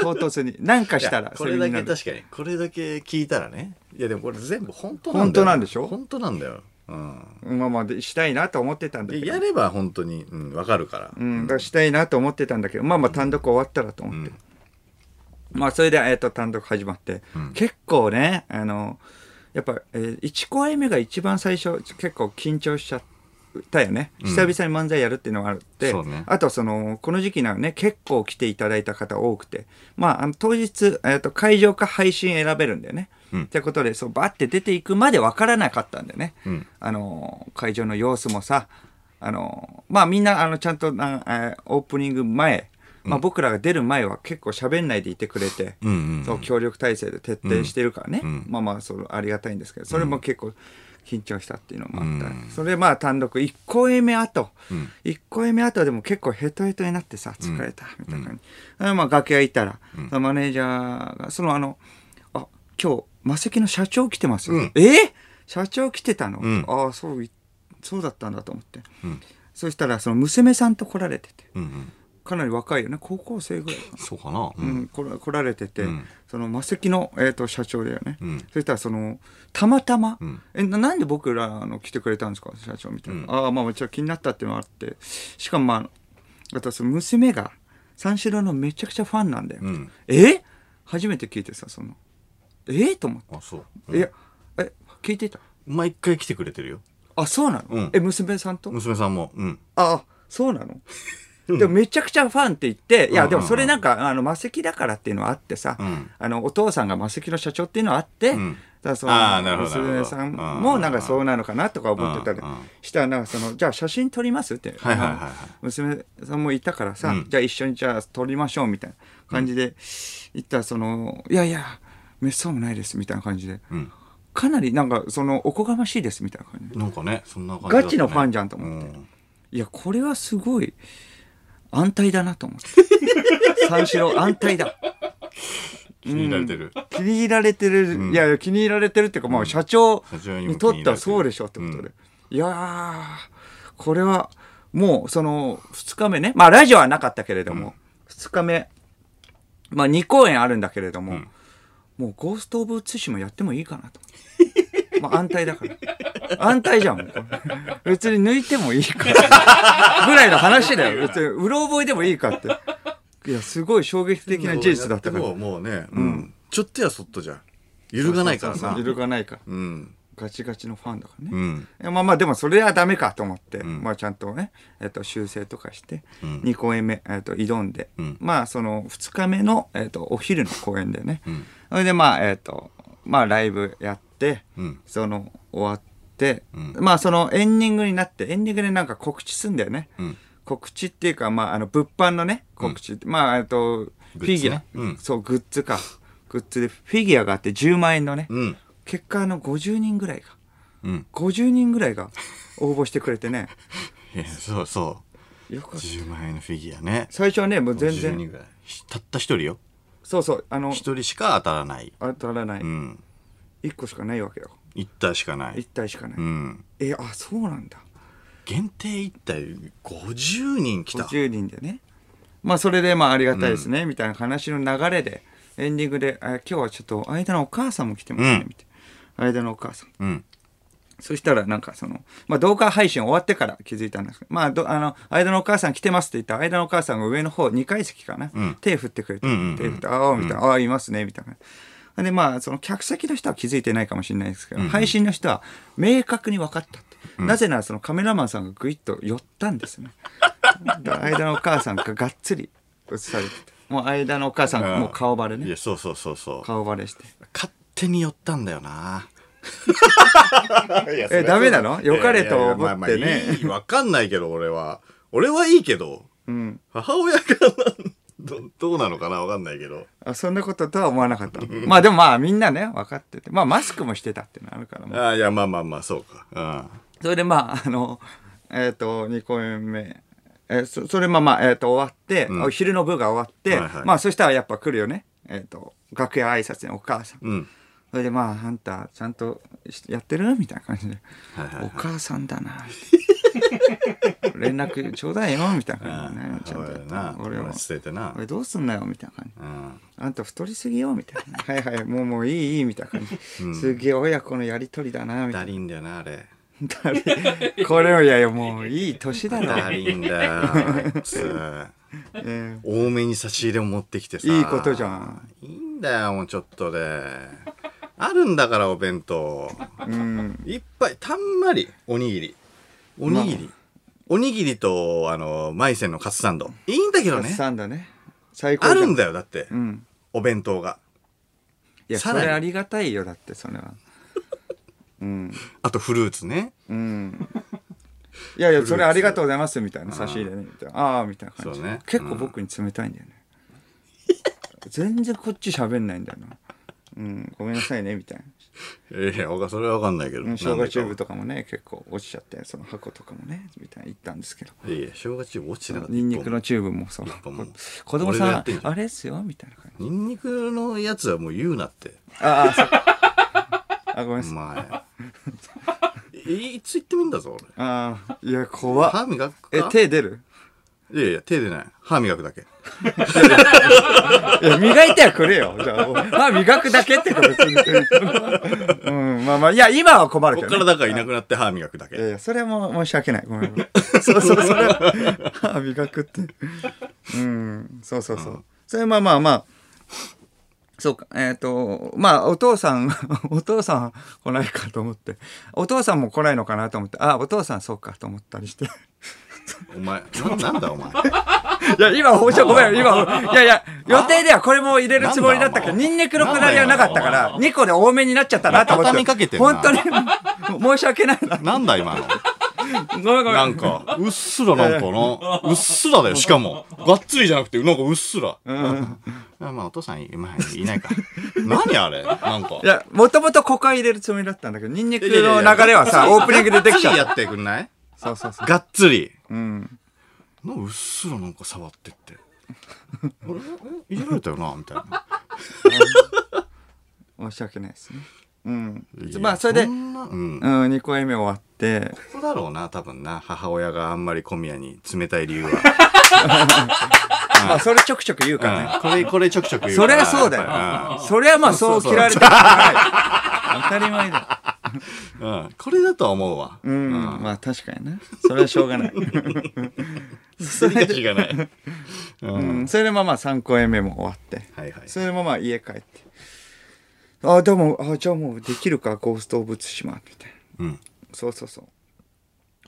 [SPEAKER 2] 唐突に何かした
[SPEAKER 1] いや
[SPEAKER 2] ら
[SPEAKER 1] こ
[SPEAKER 2] セミ
[SPEAKER 1] れ
[SPEAKER 2] に
[SPEAKER 1] だ
[SPEAKER 2] な
[SPEAKER 1] け
[SPEAKER 2] る
[SPEAKER 1] 確かにこれだけ聞いたらねいやでもこれ全部本当
[SPEAKER 2] 本当なんでしょ
[SPEAKER 1] 本当なんだよ、うん、
[SPEAKER 2] まあまあでしたいなと思ってたんだけ
[SPEAKER 1] で
[SPEAKER 2] ど
[SPEAKER 1] やれば本当に、うん、分かるから、
[SPEAKER 2] うん、だからしたいなと思ってたんだけどまあまあ単独終わったらと思って、まあそれで、えっと単独始まって、結構ねあのやっぱ、え1公演目が一番最初結構緊張しちゃったよね久々に漫才やるっていうのがあって、
[SPEAKER 1] そうね
[SPEAKER 2] あとそのこの時期なのね結構来ていただいた方多くてまああの当日、えっと会場か配信選べるんだよね、
[SPEAKER 1] うん
[SPEAKER 2] ってことでそうバッて出ていくまで分からなかったんだよね、
[SPEAKER 1] うん
[SPEAKER 2] あの会場の様子もさあのまあみんなあのちゃんとなえーオープニング前、まあ、僕らが出る前は結構喋んないでいてくれて、
[SPEAKER 1] うんうんうん
[SPEAKER 2] そう協力体制で徹底してるからね、
[SPEAKER 1] うん
[SPEAKER 2] まあまあそのありがたいんですけどそれも結構緊張したっていうのもあった、
[SPEAKER 1] うん
[SPEAKER 2] それでまあ単独1公演目あと、
[SPEAKER 1] うん
[SPEAKER 2] 1公演目あとでも結構ヘトヘトになってさ疲れたみたいな感じ、まあ楽屋行ったら、そのマネージャーがそのあのあ今日マセキの社長来てますよ、
[SPEAKER 1] うん
[SPEAKER 2] えー社長来てたの、
[SPEAKER 1] うん
[SPEAKER 2] ああそういそうだったんだと思って、
[SPEAKER 1] うん
[SPEAKER 2] そしたらその娘さんと来られてて
[SPEAKER 1] うんうん、
[SPEAKER 2] かなり若いよね高校生ぐらいかな
[SPEAKER 1] そうかなう
[SPEAKER 2] うんん、来ら来られてて、
[SPEAKER 1] うん
[SPEAKER 2] そのマセキの、えー、と社長だよね、
[SPEAKER 1] うん
[SPEAKER 2] そしたらそのたまたま、
[SPEAKER 1] うん
[SPEAKER 2] えななんで僕らあの来てくれたんですか社長みたいな、
[SPEAKER 1] うん
[SPEAKER 2] ああまあちょっと気になったっていうのがあってしかもまああとその娘が三四郎のめちゃくちゃファンなんだよ、
[SPEAKER 1] うん
[SPEAKER 2] え初めて聞いてさそのえと思って、
[SPEAKER 1] あそう、
[SPEAKER 2] いやえ聞いてた
[SPEAKER 1] 毎回来てくれてるよ
[SPEAKER 2] あそうなの、
[SPEAKER 1] うん
[SPEAKER 2] え娘さんと、
[SPEAKER 1] 娘さんもうん
[SPEAKER 2] ああそう
[SPEAKER 1] [LAUGHS]
[SPEAKER 2] なのでもめちゃくちゃファンって言って、いや、
[SPEAKER 1] うん
[SPEAKER 2] でもそれなんか、あの、魔石だからっていうのはあってさ、
[SPEAKER 1] うん
[SPEAKER 2] あの、お父さんが魔石の社長っていうのはあって、
[SPEAKER 1] うん
[SPEAKER 2] だからその
[SPEAKER 1] あーなるほどなるほど
[SPEAKER 2] 娘さんもなんかそうなのかなとか思ってたり
[SPEAKER 1] うんうん
[SPEAKER 2] したら、なんかその、じゃあ写真撮りますって、
[SPEAKER 1] はいはいはいはい
[SPEAKER 2] あの娘さんもいたからさ、
[SPEAKER 1] うん
[SPEAKER 2] じゃあ一緒にじゃあ撮りましょうみたいな感じで言ったら、その、いやいや、めっそうもないですみたいな感じで、
[SPEAKER 1] うん
[SPEAKER 2] かなりなんかその、おこがましいですみたいな感じで
[SPEAKER 1] なんかねそんな感じ
[SPEAKER 2] ガチのファンじゃんと思って
[SPEAKER 1] て
[SPEAKER 2] いや、これはすごい安泰だな
[SPEAKER 1] [LAUGHS]
[SPEAKER 2] と思って。三四郎安泰だ。
[SPEAKER 1] 気に入られてる
[SPEAKER 2] 気に入られてる、
[SPEAKER 1] ん
[SPEAKER 2] いやいや、気に入られてるっていうか、まあ、社長
[SPEAKER 1] 社長にも
[SPEAKER 2] に
[SPEAKER 1] 気に入られて
[SPEAKER 2] と
[SPEAKER 1] る
[SPEAKER 2] ってはそうでしょってことで。いやー、これは、もう、その、二日目ね。まあ、ラジオはなかったけれども、二、日目、まあ、二公演あるんだけれども、
[SPEAKER 1] ん
[SPEAKER 2] もう、ゴースト・オブ・ツシもやってもいいかなと。まあ、安泰だから。安泰じゃん、もうこれ別に抜いてもいいから。ぐらいの話だよ。別に、うろ覚えでもいいかって。いや、すごい衝撃的な事実だったから。
[SPEAKER 1] もうもうねうんちょっとやそっとじゃ揺るがないからさ
[SPEAKER 2] 揺るがないから。
[SPEAKER 1] うん
[SPEAKER 2] ガチガチのファンだから
[SPEAKER 1] う
[SPEAKER 2] ね。
[SPEAKER 1] ん
[SPEAKER 2] いやまあまあ、でもそれはダメかと思って、
[SPEAKER 1] ん
[SPEAKER 2] まあちゃんとね、えっと、修正とかして、
[SPEAKER 1] うん
[SPEAKER 2] 2公演目、えっと、挑んで、
[SPEAKER 1] うん
[SPEAKER 2] まあその2日目の、えっと、お昼の公演でね、
[SPEAKER 1] うん
[SPEAKER 2] それでまあ、えっと、まあライブやって、
[SPEAKER 1] うん
[SPEAKER 2] その終わって、
[SPEAKER 1] うん
[SPEAKER 2] まあそのエンディングになって、エンディングでなんか告知すんだよね。
[SPEAKER 1] うん
[SPEAKER 2] 告知っていうか、まあ、あの、物販のね、告知、まあ、えっと、フ
[SPEAKER 1] グ
[SPEAKER 2] ィ
[SPEAKER 1] ッ
[SPEAKER 2] ギ
[SPEAKER 1] ズ
[SPEAKER 2] ュア
[SPEAKER 1] ね、うん
[SPEAKER 2] そう、グッズか。グッズで、フィギュアがあって10万円のね、
[SPEAKER 1] うん
[SPEAKER 2] 結果あの50人ぐらいが、
[SPEAKER 1] うん
[SPEAKER 2] 50人ぐらいが応募してくれて
[SPEAKER 1] [LAUGHS]
[SPEAKER 2] ね。
[SPEAKER 1] いやそうそう
[SPEAKER 2] よかった。
[SPEAKER 1] 10万円のフィギュアね
[SPEAKER 2] 最初はね、もう全
[SPEAKER 1] 50人
[SPEAKER 2] 然、
[SPEAKER 1] ぐらいたった一人よ
[SPEAKER 2] そうそう、あの、
[SPEAKER 1] 一人しか当たらない
[SPEAKER 2] 当たらない。
[SPEAKER 1] うん
[SPEAKER 2] 1個しかないわけよ。
[SPEAKER 1] 一体しかな
[SPEAKER 2] 1
[SPEAKER 1] い
[SPEAKER 2] 体しかな
[SPEAKER 1] う
[SPEAKER 2] い。
[SPEAKER 1] ん
[SPEAKER 2] え、あ、そうなんだ。
[SPEAKER 1] 限定一体50人来た
[SPEAKER 2] 50人でね。まあ、それで、まあ、ありがたいですね、みたいな話の流れで、エンディングで、あ今日はちょっと、間のお母さんも来てますね、
[SPEAKER 1] うん
[SPEAKER 2] みたいな。間のお母さん。
[SPEAKER 1] うん
[SPEAKER 2] そしたらなんかその、まあ、動画配信終わってから気づいたんですけど、まあ、どあの、間のお母さん来てますって言ったら、間のお母さんが上の方、2階席かな、
[SPEAKER 1] うん
[SPEAKER 2] 手振ってくれて、
[SPEAKER 1] うんうんうん
[SPEAKER 2] 手振って、ああ、みたいな、ああ、いますね、みたいな。で、まあ、その客席の人は気づいてないかもしれないですけど、配信の人は明確に分かったって。なぜならそのカメラマンさんがぐいっと寄ったんですね。で間のお母さんががっつり映されてて、もう間のお母さんがもう顔バレ
[SPEAKER 1] い
[SPEAKER 2] ね
[SPEAKER 1] や。そうそうそうそう
[SPEAKER 2] 顔バレして。
[SPEAKER 1] 勝手に寄ったんだよ
[SPEAKER 2] [LAUGHS]
[SPEAKER 1] な
[SPEAKER 2] えダメなの良かれと思ってね
[SPEAKER 1] いやいやまあまあいいわかんないけど俺は俺はいいけど
[SPEAKER 2] うん。
[SPEAKER 1] 母親が [LAUGHS] どどうなのかなわかんないけど
[SPEAKER 2] あそんなこととは思わなかった。まあでもまあみんなね、分かってて。まあマスクもしてたっていうのあるから、まあ
[SPEAKER 1] ああいやまあまあまあそうか
[SPEAKER 2] それでまあ、あの、えっ、と、2公演目。えーそそれまあまあ、えっ、と、終わって、
[SPEAKER 1] うん
[SPEAKER 2] お昼の部が終わって、
[SPEAKER 1] はいはい
[SPEAKER 2] まあそしたらやっぱ来るよね。えっ、と、楽屋挨拶にお母さん。
[SPEAKER 1] うんうん
[SPEAKER 2] それでまあ、あんた、ちゃんとしやってるみたいな感じで。
[SPEAKER 1] はいはい
[SPEAKER 2] お母さんだな。連絡ちょうだいよ、みたいな
[SPEAKER 1] あ
[SPEAKER 2] 感じでね。ちゃ
[SPEAKER 1] 母
[SPEAKER 2] ん
[SPEAKER 1] 親
[SPEAKER 2] とや
[SPEAKER 1] だ
[SPEAKER 2] って
[SPEAKER 1] な
[SPEAKER 2] 俺も
[SPEAKER 1] 俺、捨ててな
[SPEAKER 2] 俺どうすんなよ、みたいな感じ。
[SPEAKER 1] うん
[SPEAKER 2] あんた太りすぎよみたいな。 [LAUGHS] はいはい、もうもういいいいみたいな感じ。すげえ親子のやりとりだなみた
[SPEAKER 1] だ
[SPEAKER 2] い
[SPEAKER 1] りんだよなあ
[SPEAKER 2] [LAUGHS]
[SPEAKER 1] れ
[SPEAKER 2] な。 [LAUGHS] これをいやいやもういい年だ
[SPEAKER 1] だ
[SPEAKER 2] な。
[SPEAKER 1] りんだよあいつ
[SPEAKER 2] え
[SPEAKER 1] 多めに差し入れを持ってきてさ
[SPEAKER 2] いいことじゃん
[SPEAKER 1] いいんだよもうちょっとであるんだからお弁当
[SPEAKER 2] えうん。
[SPEAKER 1] いっぱいたんまりおにぎりおにぎり、おにぎりとあのマイセンのカツサンドいいんだけど
[SPEAKER 2] カツ
[SPEAKER 1] ね
[SPEAKER 2] サンドね。最高
[SPEAKER 1] あるん
[SPEAKER 2] だ。
[SPEAKER 1] だよだって、
[SPEAKER 2] うん。
[SPEAKER 1] お弁当が
[SPEAKER 2] いや
[SPEAKER 1] さ
[SPEAKER 2] そ
[SPEAKER 1] らに
[SPEAKER 2] れありがたいよだってそれは。うん
[SPEAKER 1] あとフルーツね
[SPEAKER 2] うん。いやいやそれありがとうございますみたいな
[SPEAKER 1] あー
[SPEAKER 2] 差し入れねみたいな。ああーみたいな感じ。
[SPEAKER 1] そうね
[SPEAKER 2] 結構僕に冷たいんだよね。全然こっち喋んないんだよな。うん、ごめんなさいねみたいな。
[SPEAKER 1] いやいやわかそれはわかんないけど
[SPEAKER 2] うん生姜チューブ
[SPEAKER 1] と
[SPEAKER 2] とかもね結構落ちちゃってその箱とかもねみたいな言ったんですけど
[SPEAKER 1] いやいや生姜チューブ落ちてなかった
[SPEAKER 2] ニンニクのチューブもそう
[SPEAKER 1] 一本も
[SPEAKER 2] こ子供
[SPEAKER 1] 俺が
[SPEAKER 2] さ
[SPEAKER 1] やっ
[SPEAKER 2] ん
[SPEAKER 1] てんじゃん
[SPEAKER 2] あれっすよみたいな感じ
[SPEAKER 1] ニンニクのやつはもう言うなって
[SPEAKER 2] ああそっかあごめ
[SPEAKER 1] お
[SPEAKER 2] んなさい
[SPEAKER 1] 前 [LAUGHS] いいつ言ってもいいんだぞ俺
[SPEAKER 2] あーいや怖っ
[SPEAKER 1] 歯磨くか
[SPEAKER 2] え手出る
[SPEAKER 1] いやいや手でない歯磨くだけ
[SPEAKER 2] いや磨いてはくれよじゃあまあ磨くだけってこと別
[SPEAKER 1] [LAUGHS]
[SPEAKER 2] にうんまあまあいや今は困る
[SPEAKER 1] こ
[SPEAKER 2] け
[SPEAKER 1] っ
[SPEAKER 2] ど、
[SPEAKER 1] か
[SPEAKER 2] ね、
[SPEAKER 1] らだからいなくなって歯磨くだけ
[SPEAKER 2] いやいや、それはもう申し訳ない。ごめん
[SPEAKER 1] [LAUGHS]
[SPEAKER 2] ごめん。そうそう、それは、歯磨くって。うん、そうそうそう。それまあまあまあ、そうか、えっ、と、まあ、お父さん、 [LAUGHS] お父さん来
[SPEAKER 1] [LAUGHS]
[SPEAKER 2] ないかと思って、お父さんも来ないのかなと思って、あ、お父さんそうかと思ったりして。
[SPEAKER 1] お前ななんだお前
[SPEAKER 2] いや、今、包丁ごめん、今、いやいや、予定ではこれも入れるつもりだったけど、
[SPEAKER 1] なんだ
[SPEAKER 2] ニンニクのくだりはなかったから、2個で多めになっちゃったなと思って。
[SPEAKER 1] 畳みかけてんな
[SPEAKER 2] 本当に、申し訳ないな。
[SPEAKER 1] なんだ今の
[SPEAKER 2] ごめん [LAUGHS] ごめん。
[SPEAKER 1] なんかうっすらなんかなうっすらだよしかもがっつりじゃなくてなんかうっすら、あまあお父さんい,、まあ、いない
[SPEAKER 2] [LAUGHS]
[SPEAKER 1] か何あれなんか
[SPEAKER 2] いや、もともとここは入れるつもりだったんだけど、ニンニクの流れはさ、オープニングでできちゃ
[SPEAKER 1] がっつりやって
[SPEAKER 2] う。
[SPEAKER 1] くんない
[SPEAKER 2] [LAUGHS] そうそうそう。
[SPEAKER 1] がっつり
[SPEAKER 2] うん。
[SPEAKER 1] なんかうっすらなんか触ってってあれえいじられたよなみたいな
[SPEAKER 2] 申し訳ないですね。うん
[SPEAKER 1] い。や
[SPEAKER 2] まあ、それで、
[SPEAKER 1] ん
[SPEAKER 2] うん、
[SPEAKER 1] なうん
[SPEAKER 2] 2個目終わって、
[SPEAKER 1] そうだろうな、多分な。母親があんまり小宮に冷たい理由は。
[SPEAKER 2] まあ、それちょくちょく言うからね。
[SPEAKER 1] うんこれ、これちょくちょく言う
[SPEAKER 2] そ
[SPEAKER 1] か
[SPEAKER 2] り
[SPEAKER 1] ら。
[SPEAKER 2] ゃそうだ
[SPEAKER 1] やっ
[SPEAKER 2] よ。そりゃまあそう
[SPEAKER 1] そうそう
[SPEAKER 2] 切られてるから。当たり前だ。
[SPEAKER 1] ぱりうん。うんこれだとは思うわ。
[SPEAKER 2] うん、まあ確かにな。それはし [LAUGHS] ょうがない。そ
[SPEAKER 1] 切り
[SPEAKER 2] れ
[SPEAKER 1] 口が
[SPEAKER 2] で、
[SPEAKER 1] ない。う。
[SPEAKER 2] うんん、それでまあまあ3公演目も終わって。
[SPEAKER 1] はいはい。
[SPEAKER 2] それでまあまあ家帰って。あ、でも、あ、じゃあもうできるか、ゴースト・オブ・ツシマ、みたいな。
[SPEAKER 1] うん。
[SPEAKER 2] そうそうそう。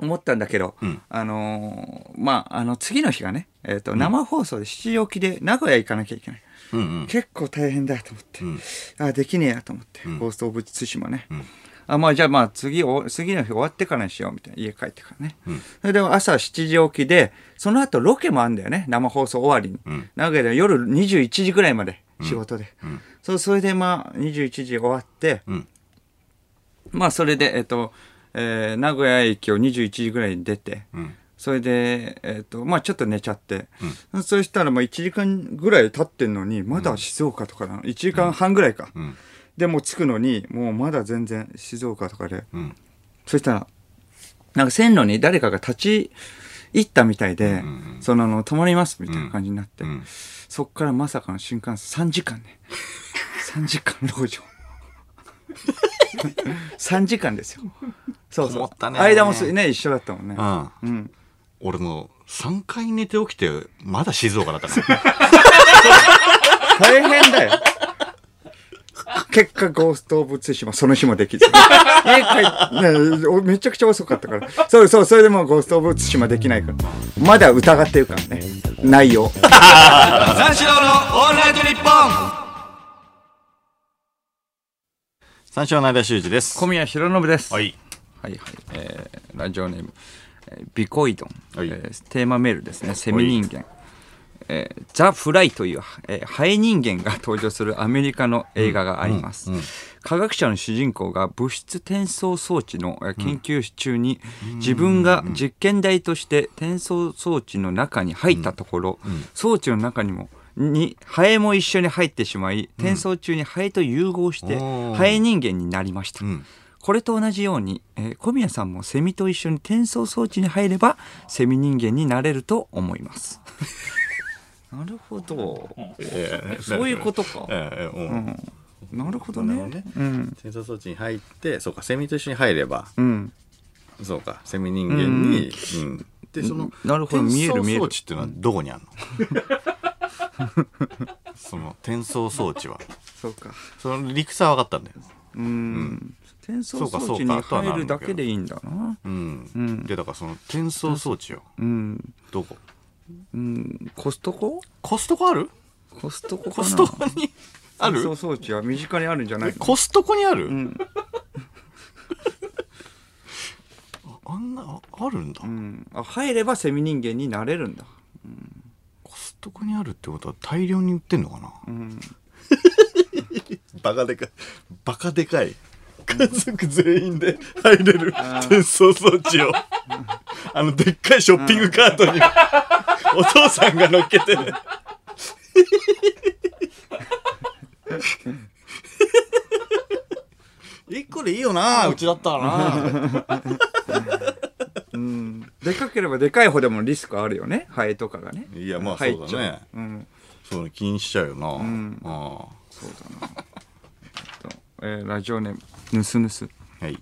[SPEAKER 2] 思ったんだけど、
[SPEAKER 1] ん
[SPEAKER 2] あのーまあ、あの、次の日がね、えっ、と、生放送で7時起きで名古屋行かなきゃいけない。
[SPEAKER 1] うんうん。
[SPEAKER 2] 結構大変だと思って、
[SPEAKER 1] ん
[SPEAKER 2] あできねえやと思って、ゴースト・オブ・ツシマね、
[SPEAKER 1] ん
[SPEAKER 2] あまあじゃあまあ次お次の日終わってからにしようみたいな家帰ってからね、
[SPEAKER 1] ん
[SPEAKER 2] それで朝7時起きでその後ロケもあんだよね生放送終わりに、
[SPEAKER 1] うん
[SPEAKER 2] なわけで夜21時ぐらいまで仕事で、
[SPEAKER 1] うん
[SPEAKER 2] そうそれでまあ21時終わって、
[SPEAKER 1] うん。
[SPEAKER 2] まあそれでえっ、と、えー名古屋駅を21時ぐらいに出て、
[SPEAKER 1] うん。
[SPEAKER 2] それで、えっとまあ、ちょっと寝ちゃって、そしたらまあ1時間ぐらい経ってんのにまだ静岡とかなの1時間半ぐらいか、
[SPEAKER 1] うん。
[SPEAKER 2] でもう着くのにもうまだ全然静岡とかで
[SPEAKER 1] うん。
[SPEAKER 2] そしたらなんか線路に誰かが立ち入ったみたいで、
[SPEAKER 1] ん
[SPEAKER 2] そのあの止まりますみたいな感じになって、
[SPEAKER 1] うん
[SPEAKER 2] そっからまさかの新幹線3時間 [LAUGHS] ね3時間路 [LAUGHS] 上3時間ですよそう
[SPEAKER 1] こ
[SPEAKER 2] そ
[SPEAKER 1] も
[SPEAKER 2] う
[SPEAKER 1] ったね
[SPEAKER 2] 間もすね一緒だったもんね
[SPEAKER 1] うん。
[SPEAKER 2] うん
[SPEAKER 1] 俺も3回寝て起きて、まだ静岡だったから。
[SPEAKER 2] 大変だよ。結果、ゴースト・オブ・ツシマ、その日もできず。家帰ねおめちゃくちゃ遅かったから。そうそう、それでもうゴースト・オブ・ツシマできないから。まだ疑ってるからね。内容。
[SPEAKER 1] 三四郎のオールナイトニッポン三四郎の間修二です。
[SPEAKER 2] 小宮宏信です。。
[SPEAKER 1] はいい。
[SPEAKER 2] はいはい。えー、ラジオネーム、えービコイドン、
[SPEAKER 1] はい
[SPEAKER 2] えーテーマメールですね。セミ人間。えーザ・フライという、えーハエ人間が登場するアメリカの映画があります、科学者の主人公が物質転送装置のえー研究中に自分が実験台として転送装置の中に入ったところ、装置の中にもにハエも一緒に入ってしまい転送中にハエと融合して
[SPEAKER 1] おー
[SPEAKER 2] ハエ人間になりました、
[SPEAKER 1] ん
[SPEAKER 2] これと同じように、えー小宮さんもセミと一緒に転送装置に入ればセミ人間になれると思います。なるほど。そういうことか。
[SPEAKER 1] ええ、う。
[SPEAKER 2] うんんなるほど
[SPEAKER 1] なるほど
[SPEAKER 2] ね
[SPEAKER 1] ね。
[SPEAKER 2] うん。
[SPEAKER 1] センサー装置に入ってそうかセミと一緒に入れば
[SPEAKER 2] うん。
[SPEAKER 1] そうかセミ人間に、うんでその
[SPEAKER 2] なるほど見える見える
[SPEAKER 1] 転送装置っていうのはどこ [LAUGHS] にあるのその転送装置は
[SPEAKER 2] そうか。
[SPEAKER 1] その理屈は分かったんだよ、
[SPEAKER 2] うん。転送装置に
[SPEAKER 1] そうかそうか
[SPEAKER 2] 入るだけでいいんだな。
[SPEAKER 1] うん
[SPEAKER 2] ん
[SPEAKER 1] でだからその転送装置よ
[SPEAKER 2] うん。
[SPEAKER 1] どこ
[SPEAKER 2] うん。コストコ？
[SPEAKER 1] コストコある
[SPEAKER 2] コストコかな。
[SPEAKER 1] コストコにあ
[SPEAKER 2] 転送
[SPEAKER 1] る
[SPEAKER 2] 装置は身近にあるんじゃないの？
[SPEAKER 1] コストコにある、
[SPEAKER 2] ん
[SPEAKER 1] ああんなああるんだ、
[SPEAKER 2] うん。あ入ればセミ人間になれるんだ。
[SPEAKER 1] コストコにあるってことは大量に売ってんのかな、
[SPEAKER 2] うん。
[SPEAKER 1] バカでかいバカでかい家族全員で入れる転送装置をあのでっかいショッピングカートにお父さんが乗っけてね1個でいいよなうちだったらな
[SPEAKER 2] うん。でかければでかいほどもリスクあるよね。ハエとかがね。
[SPEAKER 1] いやまあ
[SPEAKER 2] 入っ
[SPEAKER 1] そう
[SPEAKER 2] ち
[SPEAKER 1] だ
[SPEAKER 2] ゃ
[SPEAKER 1] ね
[SPEAKER 2] うん。
[SPEAKER 1] そうね気にしちゃうよな、
[SPEAKER 2] ん
[SPEAKER 1] あ
[SPEAKER 2] そうだな。えっとえーラジオネーム、ぬすぬす。
[SPEAKER 1] あはい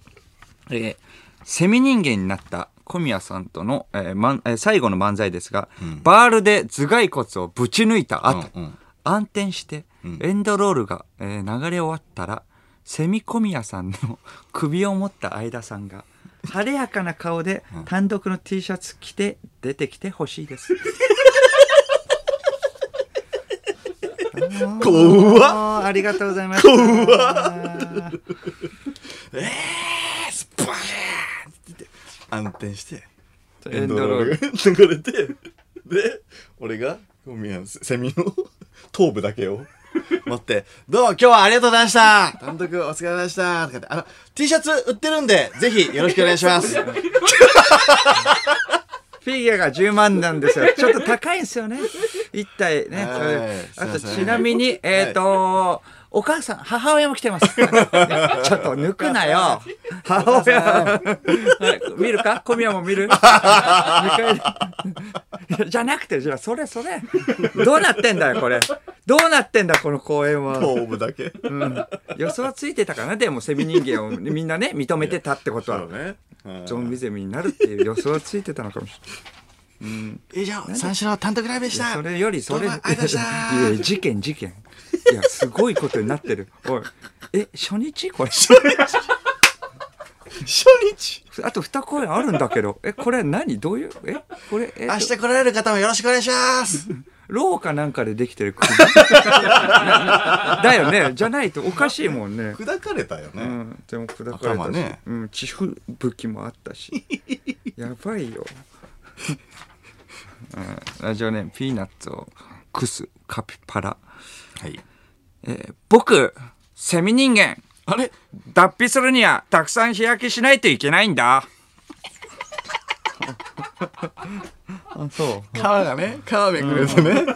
[SPEAKER 2] えーセミ人間になった小宮さんとの、えーまんえー最後の漫才ですが、バールで頭蓋骨をぶち抜いた後、
[SPEAKER 1] うんうん
[SPEAKER 2] 暗転して、エンドロールが、 [LAUGHS] えー流れ終わったら、セミ小宮さんの首を持った相田さんが、晴れやかな顔で単独の T シャツ着て出てきてほしいです。
[SPEAKER 1] 怖っ
[SPEAKER 2] あーありがとうございました。
[SPEAKER 1] スパーンって暗転して
[SPEAKER 2] エンドロール。
[SPEAKER 1] [LAUGHS] 流れてで俺がごめんセミの頭部だけを持って「どうも今日はありがとうございました単独お疲れ様でした」とかって「あの T シャツ売ってるんでぜひよろしくお願いし
[SPEAKER 2] [LAUGHS]
[SPEAKER 1] ます」
[SPEAKER 2] フィギュアが10万なんで
[SPEAKER 1] [LAUGHS]
[SPEAKER 2] すよ。ちょっと高いんですよね。一体ね。
[SPEAKER 1] はい
[SPEAKER 2] それ
[SPEAKER 1] すい
[SPEAKER 2] あ
[SPEAKER 1] ま
[SPEAKER 2] と
[SPEAKER 1] せん
[SPEAKER 2] ちなみに、えっ、と、お母さん、母親も来てます。ちょっと抜くなよ。母親はい見るか小宮も見る二階でいやじゃなくて、じゃあそれそれ。どうなってんだよ、これ。どうなってんだ、この公演は。
[SPEAKER 1] 頭部だけ
[SPEAKER 2] うん予想はついてたかなでもセミ人間をみんなね、認めてたってことは。
[SPEAKER 1] ね
[SPEAKER 2] ゾンビゼミになるっていう予想はついてたのかもしれない。
[SPEAKER 1] 以上三四郎単独ライブでした
[SPEAKER 2] それよりそれ
[SPEAKER 1] どうもありがとうございました
[SPEAKER 2] いや事
[SPEAKER 1] [LAUGHS]
[SPEAKER 2] 件事件いやすごいことになってるおいえ初日これ
[SPEAKER 1] 初日
[SPEAKER 2] あと2公演あるんだけどえこれ何どういうえこれえ
[SPEAKER 1] 明日来られる方もよろしくお願いします
[SPEAKER 2] 廊下なんかでできて
[SPEAKER 1] [LAUGHS]
[SPEAKER 2] る首だよねじゃないとおかしいもんね
[SPEAKER 1] 砕かれたよね、
[SPEAKER 2] うんでも砕かれた
[SPEAKER 1] 頭
[SPEAKER 2] し、
[SPEAKER 1] ね
[SPEAKER 2] うん血吹雪もあっ
[SPEAKER 1] [LAUGHS]
[SPEAKER 2] たしやばいよ、うん、ラジオネームピーナッツをクスカピパラ
[SPEAKER 1] はい
[SPEAKER 2] えー僕、セミ人間。
[SPEAKER 1] あれ
[SPEAKER 2] 脱皮するには、たくさん日焼けしないといけないんだ。 [LAUGHS] あ、そ
[SPEAKER 1] 皮がね皮めくれてね、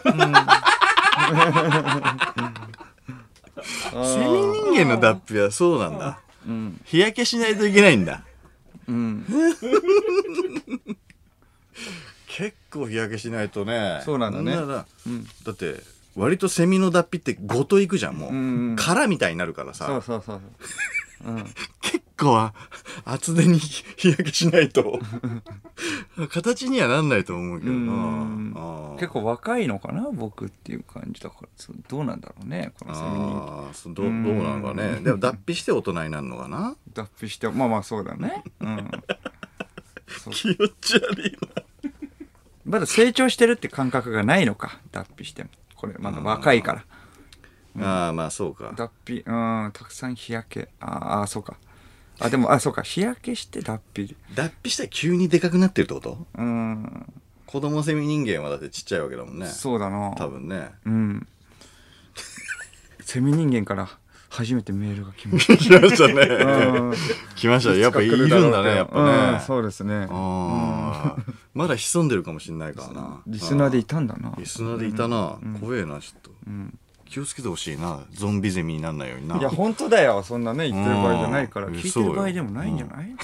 [SPEAKER 1] [LAUGHS] セミ人間の脱皮はそうなんだ、日焼けしないといけないんだ、 [LAUGHS] 結構日焼けしないとね
[SPEAKER 2] そうなんだね
[SPEAKER 1] らだって割とセミの脱皮ってごといくじゃんもう、
[SPEAKER 2] んうん
[SPEAKER 1] 殻みたいになるからさ
[SPEAKER 2] そうそうそう。
[SPEAKER 1] 結構は厚手に日焼けしない
[SPEAKER 2] [LAUGHS]
[SPEAKER 1] と形にはなんないと思うけどな
[SPEAKER 2] うん
[SPEAKER 1] あー
[SPEAKER 2] 結構若いのかな僕っていう感じだから、そうどうなんだろうね、このセミ人間。
[SPEAKER 1] ああそうどどうなのかねでも脱皮して大人になるのか
[SPEAKER 2] [LAUGHS]
[SPEAKER 1] な
[SPEAKER 2] 脱皮して、まあまあそうだね。 [LAUGHS] うん。
[SPEAKER 1] 気持ち悪い
[SPEAKER 2] まだ成長してるって感覚がないのか、脱皮しても。これ、まだ若いから。
[SPEAKER 1] なああまあそうか
[SPEAKER 2] 脱皮、うん、たくさん日焼け。あーあー、そうか。あ、でも、あ、そうか。日焼けして脱皮。
[SPEAKER 1] 脱皮したら急にでかくなってるってこと
[SPEAKER 2] うん。
[SPEAKER 1] 子供セミ人間はだってちっちゃいわけだもんね
[SPEAKER 2] そうだな。
[SPEAKER 1] 多分ね
[SPEAKER 2] うん。 [LAUGHS] セミ人間から初めてメールが来ま
[SPEAKER 1] [LAUGHS]
[SPEAKER 2] し
[SPEAKER 1] 来ました
[SPEAKER 2] た。
[SPEAKER 1] ね [LAUGHS]
[SPEAKER 2] うん
[SPEAKER 1] 来ましたやっぱいるんだねやっぱ
[SPEAKER 2] うん
[SPEAKER 1] ね
[SPEAKER 2] そうですね。
[SPEAKER 1] ああまだ潜んでるかもしれないからな
[SPEAKER 2] リスナーでいたんだな
[SPEAKER 1] リ。スナーでいたな怖えなちょっと気をつけてほしいなゾンビゼミにならないようにない
[SPEAKER 2] や本当だよそんなね言ってる場合じゃないから
[SPEAKER 1] うん
[SPEAKER 2] 聞いてる場合でもないんじゃない？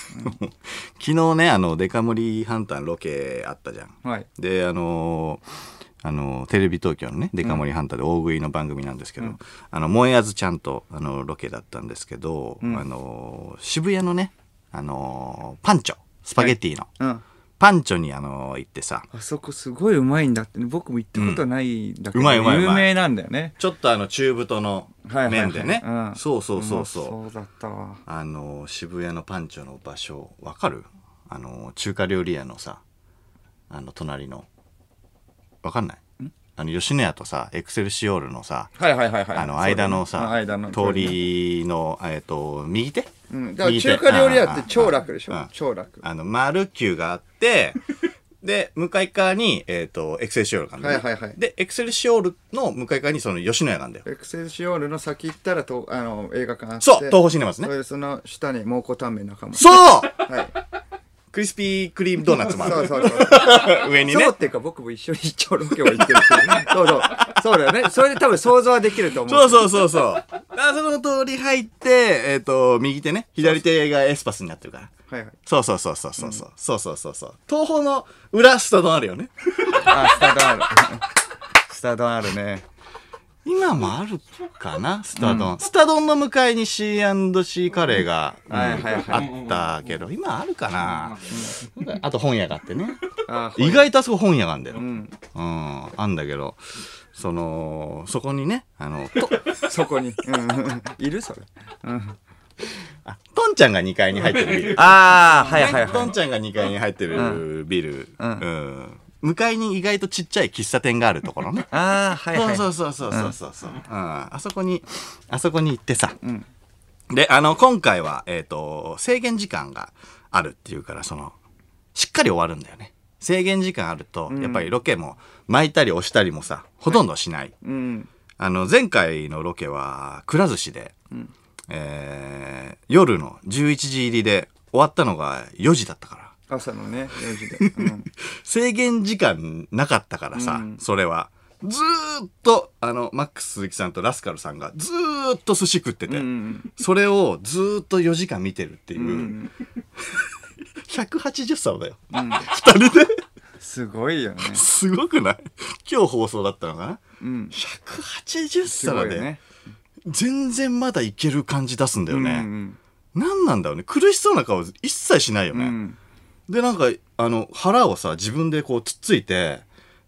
[SPEAKER 1] 昨日ねあのデカ盛りハンターのロケあったじゃん
[SPEAKER 2] うんはい。
[SPEAKER 1] であのーあのーテレビ東京のね「デカ盛りハンター」で大食いの番組なんですけど、あの燃えあずちゃんとあのロケだったんですけど、
[SPEAKER 2] ん
[SPEAKER 1] あのー渋谷のね、あのーパンチョスパゲッティの、
[SPEAKER 2] うん。
[SPEAKER 1] パンチョに、あのー行ってさ
[SPEAKER 2] あそこすごいうまいんだってね僕も行ったことないんだけ
[SPEAKER 1] うんう
[SPEAKER 2] ど
[SPEAKER 1] まいうまいうまい
[SPEAKER 2] 有名なんだよね。
[SPEAKER 1] ちょっとあの中太の
[SPEAKER 2] はいはいはい
[SPEAKER 1] 麺でね、
[SPEAKER 2] うん
[SPEAKER 1] そうそうそうそう、
[SPEAKER 2] まそうだったわ。
[SPEAKER 1] あのー渋谷のパンチョの場所わかるあのー中華料理屋のさあの隣のわかんないあの吉野家とさエクセルシオールのさ
[SPEAKER 2] はいはいはいはい。
[SPEAKER 1] あの間の
[SPEAKER 2] そうだ
[SPEAKER 1] さ、
[SPEAKER 2] ね間の
[SPEAKER 1] 通。りの、えっと、右手
[SPEAKER 2] うん。だから中華料理屋って超楽でしょ？超楽。
[SPEAKER 1] あの、丸球があ
[SPEAKER 2] [LAUGHS]
[SPEAKER 1] って、で、向かい側に、えっ、と、エクセルシオールがあるんだよね
[SPEAKER 2] はいはいはい
[SPEAKER 1] で、エクセルシオールの向かい側にその吉野家があるんだよ。
[SPEAKER 2] エクセルシオールの先行ったらとあの映画館あって
[SPEAKER 1] そう東宝シネマズね
[SPEAKER 2] それでその下に蒙古タンメン仲間
[SPEAKER 1] そう
[SPEAKER 2] はい
[SPEAKER 1] クリスピークリームドーナツもあ
[SPEAKER 2] [LAUGHS] そう
[SPEAKER 1] る。
[SPEAKER 2] そうそ
[SPEAKER 1] [LAUGHS]
[SPEAKER 2] う
[SPEAKER 1] 上にね
[SPEAKER 2] そう。っていうか僕も一緒に一応ロケを行ってるしそうそうそうだよねそれで多分想像はできると思
[SPEAKER 1] そ
[SPEAKER 2] う
[SPEAKER 1] うそうそうそう。あそこの通り入って、えっ、と、右手ね。左手がエスパスになってるから。
[SPEAKER 2] はいはい
[SPEAKER 1] そうそうそうそうそうそう。そうそうそうそう。東宝の裏下のあるよね。
[SPEAKER 2] あスタートあるスタートあるね
[SPEAKER 1] 今もあるかなスタ丼、スタ丼の向かいに C&C カレーが、
[SPEAKER 2] はいはい
[SPEAKER 1] あ
[SPEAKER 2] はい
[SPEAKER 1] ったけど今あるかな、あと本屋があってね
[SPEAKER 2] あ
[SPEAKER 1] 意外とあそこ本屋があんだよ、う
[SPEAKER 2] うんん
[SPEAKER 1] あんだけどそのそこにねあのと
[SPEAKER 2] そこに、うん、いるそれ、うん、
[SPEAKER 1] あとんンちゃんが2階に入ってるビル。
[SPEAKER 2] ああ、はいはい
[SPEAKER 1] ど
[SPEAKER 2] は
[SPEAKER 1] んちゃんが2階に入ってるビル。
[SPEAKER 2] うん
[SPEAKER 1] うん向かいに意外とちっちゃい喫茶店があるところね。
[SPEAKER 2] い。ああ、はいはい。
[SPEAKER 1] そうそうそうそうそうそう。うんあそこに、あそこに行ってさ。で、あの、今回は、えっと、制限時間があるっていうから、その、しっかり終わるんだよね。制限時間あると、やっぱりロケも巻いたり押したりもさ、ほとんどしない。
[SPEAKER 2] うん。
[SPEAKER 1] あの、前回のロケは、くら寿司で、えー夜の11時入りで終わったのが4時だったから。
[SPEAKER 2] 朝のね、4時で。うん
[SPEAKER 1] 制限時間なかったからさ、
[SPEAKER 2] うん
[SPEAKER 1] それは。ずーっと、あの、マックス鈴木さんとラスカルさんがずーっと寿司食ってて、
[SPEAKER 2] うん。
[SPEAKER 1] それをずーっと4時間見てるっていう、
[SPEAKER 2] うん。
[SPEAKER 1] 180皿だよ。
[SPEAKER 2] うん
[SPEAKER 1] 2人で。
[SPEAKER 2] すごいよね。
[SPEAKER 1] すごくない今日放送だったのかな
[SPEAKER 2] うん。
[SPEAKER 1] ?180
[SPEAKER 2] すご
[SPEAKER 1] 皿
[SPEAKER 2] い
[SPEAKER 1] で、
[SPEAKER 2] よね。
[SPEAKER 1] 全然まだいける感じ出すんだ
[SPEAKER 2] う
[SPEAKER 1] よ
[SPEAKER 2] んう
[SPEAKER 1] ね。
[SPEAKER 2] ん。
[SPEAKER 1] なんなんだろうね苦しそうな顔一切しないよ
[SPEAKER 2] う
[SPEAKER 1] ね、
[SPEAKER 2] ん。
[SPEAKER 1] でなんかあの腹をさ自分でこうつっついて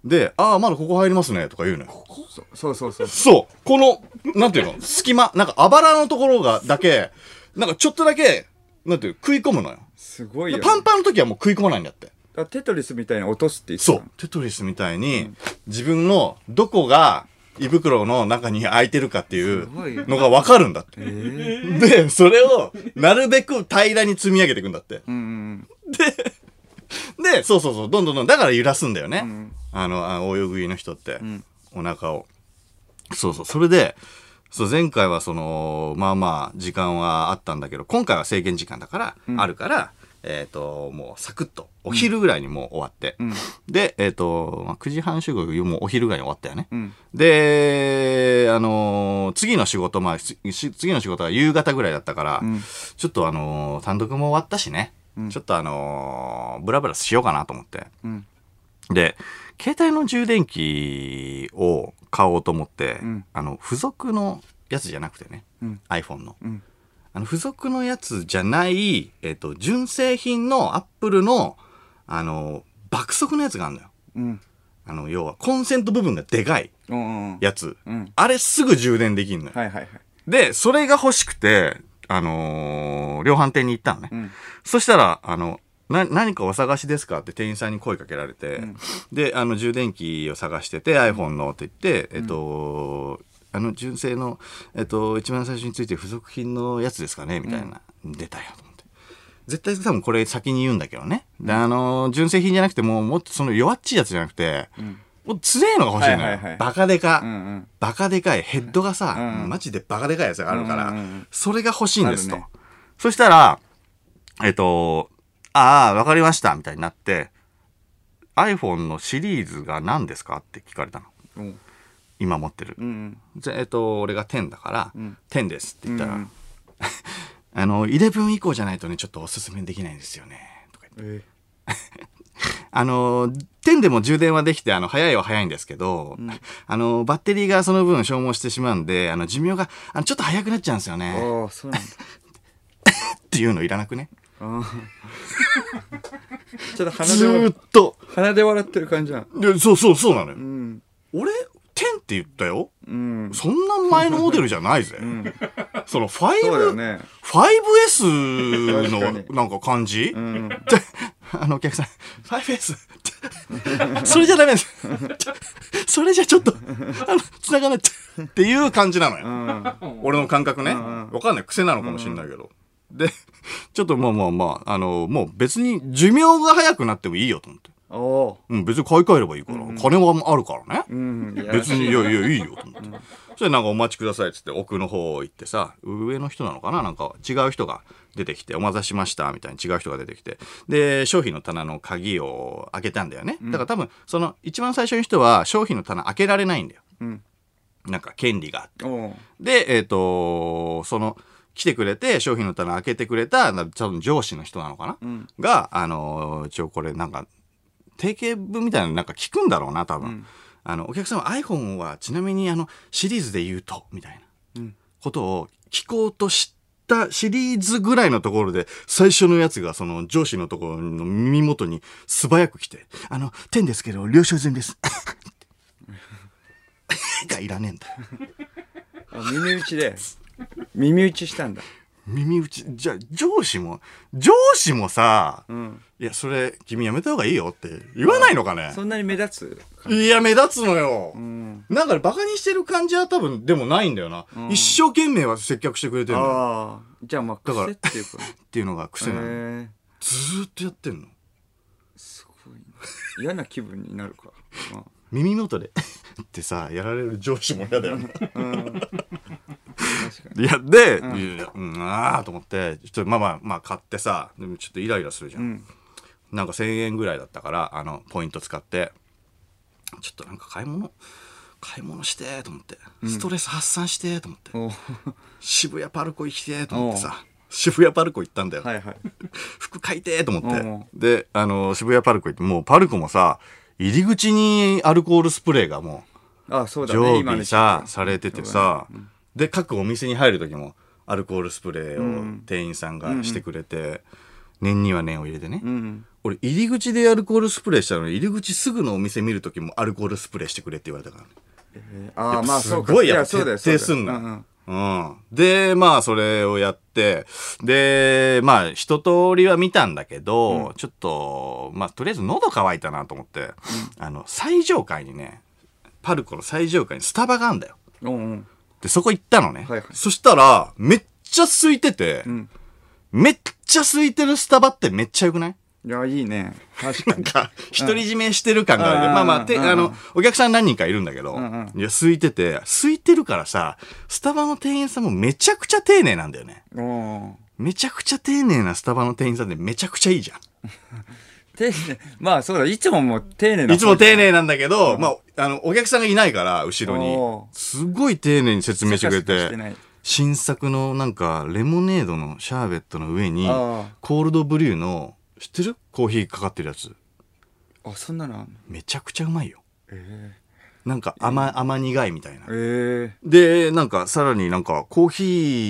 [SPEAKER 1] で「ああまだここ入りますね」とか言うのよ
[SPEAKER 2] そそうそうそう。
[SPEAKER 1] そうこのなんていうの隙間なんかあばらのところがだけなんかちょっとだけなんていう食い込むのよ
[SPEAKER 2] すごいよ
[SPEAKER 1] で
[SPEAKER 2] ね。
[SPEAKER 1] パンパンの時はもう食い込まないんだって
[SPEAKER 2] あテトリスみたいに落とすって言ってた
[SPEAKER 1] そうテトリスみたいに自分のどこが胃袋の中に空いてるかっていう
[SPEAKER 2] ごいよ
[SPEAKER 1] のが分かるんだって
[SPEAKER 2] えー
[SPEAKER 1] でそれをなるべく平らに積み上げていくんだって
[SPEAKER 2] うんうん
[SPEAKER 1] で、そうそうそう、どんどんどん、だから揺らすんだよね。
[SPEAKER 2] ん
[SPEAKER 1] あの、あお泳ぎの人って、
[SPEAKER 2] ん
[SPEAKER 1] お腹を。そうそう、それで、そう、前回はその、まあまあ、時間はあったんだけど、今回は制限時間だから、
[SPEAKER 2] ん
[SPEAKER 1] あるから、えっ、と、もうサクッと、お昼ぐらいにもう終わって、
[SPEAKER 2] うん
[SPEAKER 1] で、えっ、と、まあ、9時半集合、もうお昼ぐらいに終わったよね。
[SPEAKER 2] うん
[SPEAKER 1] で、あのー次の仕事、まあ、し次の仕事は夕方ぐらいだったから、
[SPEAKER 2] うん
[SPEAKER 1] ちょっとあのー単独も終わったしね、
[SPEAKER 2] うん
[SPEAKER 1] ちょっとあのーブラブラしようかなと思って。
[SPEAKER 2] うん
[SPEAKER 1] で、携帯の充電器を買おうと思って、
[SPEAKER 2] うん
[SPEAKER 1] あの、付属のやつじゃなくてね、
[SPEAKER 2] うん
[SPEAKER 1] iPhone の。
[SPEAKER 2] うん
[SPEAKER 1] あの、付属のやつじゃない、えっ、と、純正品の Apple の、あの爆速のやつがあるのよ。
[SPEAKER 2] うん
[SPEAKER 1] あの、要は、コンセント部分がでかい
[SPEAKER 2] うんうん
[SPEAKER 1] やつ。
[SPEAKER 2] うん
[SPEAKER 1] あれすぐ充電できんのよ。
[SPEAKER 2] はいはいはい
[SPEAKER 1] で、それが欲しくて、あのー量販店に行ったのね。
[SPEAKER 2] うん
[SPEAKER 1] そしたら、あの、な、何かお探しですかって店員さんに声かけられて、
[SPEAKER 2] ん
[SPEAKER 1] で、あの、充電器を探してて、iPhone のって言って、えっと、あの、純正の、えっと、一番最初についてる付属品のやつですかねみたいな、出たよと思って。絶対多分これ先に言うんだけどね。で、あの、純正品じゃなくて、もうもっとその弱っちいやつじゃなくて、もう強えのが欲しいのよ。
[SPEAKER 2] はいはいはい
[SPEAKER 1] バカでか。
[SPEAKER 2] うんうん
[SPEAKER 1] バカでかいヘッドがさ、
[SPEAKER 2] うん
[SPEAKER 1] マジでバカでかいやつがあるから、
[SPEAKER 2] うんうんうん
[SPEAKER 1] それが欲しいんですと。
[SPEAKER 2] あるね
[SPEAKER 1] そしたら、えっと、ああ、わかりました、みたいになって、iPhone のシリーズが何ですかって聞かれたの。
[SPEAKER 2] うん
[SPEAKER 1] 今持ってる
[SPEAKER 2] う。ん
[SPEAKER 1] じゃえっと、俺が10だから、
[SPEAKER 2] うん
[SPEAKER 1] 10ですって
[SPEAKER 2] う
[SPEAKER 1] 言
[SPEAKER 2] ん
[SPEAKER 1] っ
[SPEAKER 2] う
[SPEAKER 1] たら、あ
[SPEAKER 2] ん
[SPEAKER 1] の、11以降じゃないとね、ちょっとおすすめできないんですよね。とか言って
[SPEAKER 2] え
[SPEAKER 1] あの、10でも充電はできて、あの、早いは早いんですけど、あの、バッテリーがその分消耗してしまうんで、あの、寿命が、あの、ちょっと早くなっちゃうんですよね。
[SPEAKER 2] ああそうな
[SPEAKER 1] [LAUGHS]
[SPEAKER 2] んだ
[SPEAKER 1] っていうのいらなくね。
[SPEAKER 2] あーちょっと鼻
[SPEAKER 1] ず
[SPEAKER 2] で
[SPEAKER 1] ー
[SPEAKER 2] 笑
[SPEAKER 1] っと。
[SPEAKER 2] 鼻で笑ってる感じなん
[SPEAKER 1] でそうそうそうなのよ。
[SPEAKER 2] うん
[SPEAKER 1] 俺、10って言ったよ。
[SPEAKER 2] うん
[SPEAKER 1] そんな前のモデルじゃないぜ。その
[SPEAKER 2] そうだよ
[SPEAKER 1] 5、
[SPEAKER 2] ね
[SPEAKER 1] 5S
[SPEAKER 2] 確か
[SPEAKER 1] の
[SPEAKER 2] に
[SPEAKER 1] なんか感じ、
[SPEAKER 2] うん
[SPEAKER 1] ってあのお客さん、5S って [LAUGHS] それじゃダメです。 [LAUGHS] それじゃちょっと、あの、繋がないっていう感じなのよ。
[SPEAKER 2] うん
[SPEAKER 1] 俺の感覚ね。
[SPEAKER 2] ん
[SPEAKER 1] わかんない。癖なのかもしれないけど。で、ちょっとまあまあまあ、あの、もう別に寿命が早くなってもいいよと思って。
[SPEAKER 2] おお
[SPEAKER 1] うん、別に買い替えればいいから、金はあるからね。
[SPEAKER 2] ーうんいや
[SPEAKER 1] 別に、いやいや、いいよ、と思って。それでなんかお待ちくださいっつって奥の方行ってさ、上の人なのかななんか違う人が出てきて、お待たせしました、みたいに違う人が出てきて。で、商品の棚の鍵を開けたんだよね。だから多分、その一番最初の人は商品の棚開けられないんだよ。
[SPEAKER 2] うん
[SPEAKER 1] なんか権利があって。
[SPEAKER 2] おう
[SPEAKER 1] で、えっ、と、その、来てくれて、商品の棚開けてくれた、な多分上司の人なのかな、
[SPEAKER 2] ん
[SPEAKER 1] が、あのー一応これなんか、定型文みたいなのなんか聞くんだろうな、多分。あの、お客様 iPhone はちなみにあの、シリーズで言うと、みたいな、
[SPEAKER 2] うん
[SPEAKER 1] ことを聞こうとしたシリーズぐらいのところで、最初のやつがその上司のところの耳元に素早く来て、あの、点ですけど、了承済みです。 [LAUGHS] がいらねえんだよ。
[SPEAKER 2] あ耳打ちで耳打ちしたんだ
[SPEAKER 1] 耳打ちじゃあ上司も上司もさ、
[SPEAKER 2] うん。
[SPEAKER 1] いやそれ君やめた方がいいよって言わないのかね
[SPEAKER 2] そんなに目立つ感じ
[SPEAKER 1] いや目立つのよ、
[SPEAKER 2] うん。
[SPEAKER 1] なんかバカにしてる感じは多分でもないんだよな、
[SPEAKER 2] うん
[SPEAKER 1] 一生懸命は接客してくれてるのよ
[SPEAKER 2] ああ。じゃあまあ、
[SPEAKER 1] だから
[SPEAKER 2] 癖っていうか。
[SPEAKER 1] っていうのが癖なの、
[SPEAKER 2] へえ
[SPEAKER 1] ずーっとやってんの
[SPEAKER 2] すごいな。嫌な気分になるか。
[SPEAKER 1] 耳元で [LAUGHS] ってさやられる上司も嫌だ
[SPEAKER 2] [LAUGHS]
[SPEAKER 1] よね
[SPEAKER 2] うん。うん確かに。
[SPEAKER 1] いやで、
[SPEAKER 2] うん
[SPEAKER 1] いやうん、ああと思ってちょっとまあまあまあ買ってさでもちょっとイライラするじゃ、
[SPEAKER 2] うんん。
[SPEAKER 1] なんか1,000円ぐらいだったからあのポイント使ってちょっとなんか買い物買い物してーと思って、ストレス発散してーと思って
[SPEAKER 2] お
[SPEAKER 1] 渋谷パルコ行きてーと思ってさ渋谷パルコ行ったんだよ、
[SPEAKER 2] はいはい。
[SPEAKER 1] 服買いてーと思って、
[SPEAKER 2] うんうん
[SPEAKER 1] であの渋谷パルコ行ってもうパルコもさ入り口にアルコールスプレーがも
[SPEAKER 2] ああ、そう
[SPEAKER 1] う
[SPEAKER 2] だ
[SPEAKER 1] 常
[SPEAKER 2] ね。今
[SPEAKER 1] 備
[SPEAKER 2] の時期
[SPEAKER 1] さ、されててさ、で各お店に入る時もアルコールスプレーを店員さんがしてくれて、念には念を入れてね、
[SPEAKER 2] うん。
[SPEAKER 1] 俺入り口でアルコールスプレーしたのに入り口すぐのお店見る時もアルコールスプレーしてくれって言われたからね
[SPEAKER 2] ああ、まあ
[SPEAKER 1] す
[SPEAKER 2] そうか。
[SPEAKER 1] ごいや
[SPEAKER 2] や、
[SPEAKER 1] っぱ
[SPEAKER 2] そうだよ
[SPEAKER 1] 徹底すん
[SPEAKER 2] そうだよ
[SPEAKER 1] な。うん、でまあそれをやってでまあ一通りは見たんだけど、ちょっとまあとりあえず喉乾いたなと思って、あの最上階にねパルコの最上階にスタバがあるんだよ
[SPEAKER 2] うんうん。うん
[SPEAKER 1] でそこ行ったのね、
[SPEAKER 2] はいはい
[SPEAKER 1] そしたらめっちゃ空いてて、
[SPEAKER 2] ん
[SPEAKER 1] めっちゃ空いてるスタバってめっちゃよくない
[SPEAKER 2] うん。いや、いいね。確
[SPEAKER 1] [LAUGHS]
[SPEAKER 2] かに。
[SPEAKER 1] か、独り占めしてる感がある
[SPEAKER 2] うん
[SPEAKER 1] まあまあ、て、
[SPEAKER 2] うん
[SPEAKER 1] あの、お客さん何人かいるんだけど
[SPEAKER 2] ん、
[SPEAKER 1] いや、空いてて、空いてるからさ、スタバの店員さんもめちゃくちゃ丁寧なんだよね。
[SPEAKER 2] うん。
[SPEAKER 1] めちゃくちゃ丁寧なスタバの店員さんでめちゃくちゃいいじゃん。
[SPEAKER 2] 丁寧。まあそうだ。いつももう丁寧な。
[SPEAKER 1] いつも丁寧なんだけど、まあ、あの、お客さんがいないから、後ろに
[SPEAKER 2] お。
[SPEAKER 1] すごい丁寧に説明してくれ
[SPEAKER 2] せかせかしてな
[SPEAKER 1] て、
[SPEAKER 2] い
[SPEAKER 1] 新作のなんか、レモネードのシャーベットの上に
[SPEAKER 2] ああ、
[SPEAKER 1] コールドブリューの、知ってるコーヒーかかってるやつ。
[SPEAKER 2] あ、そんなのあんの
[SPEAKER 1] めちゃくちゃうまいよ。
[SPEAKER 2] え
[SPEAKER 1] なんか甘、甘苦いみたいな
[SPEAKER 2] え。。え
[SPEAKER 1] で、なんか、さらになんか、コーヒ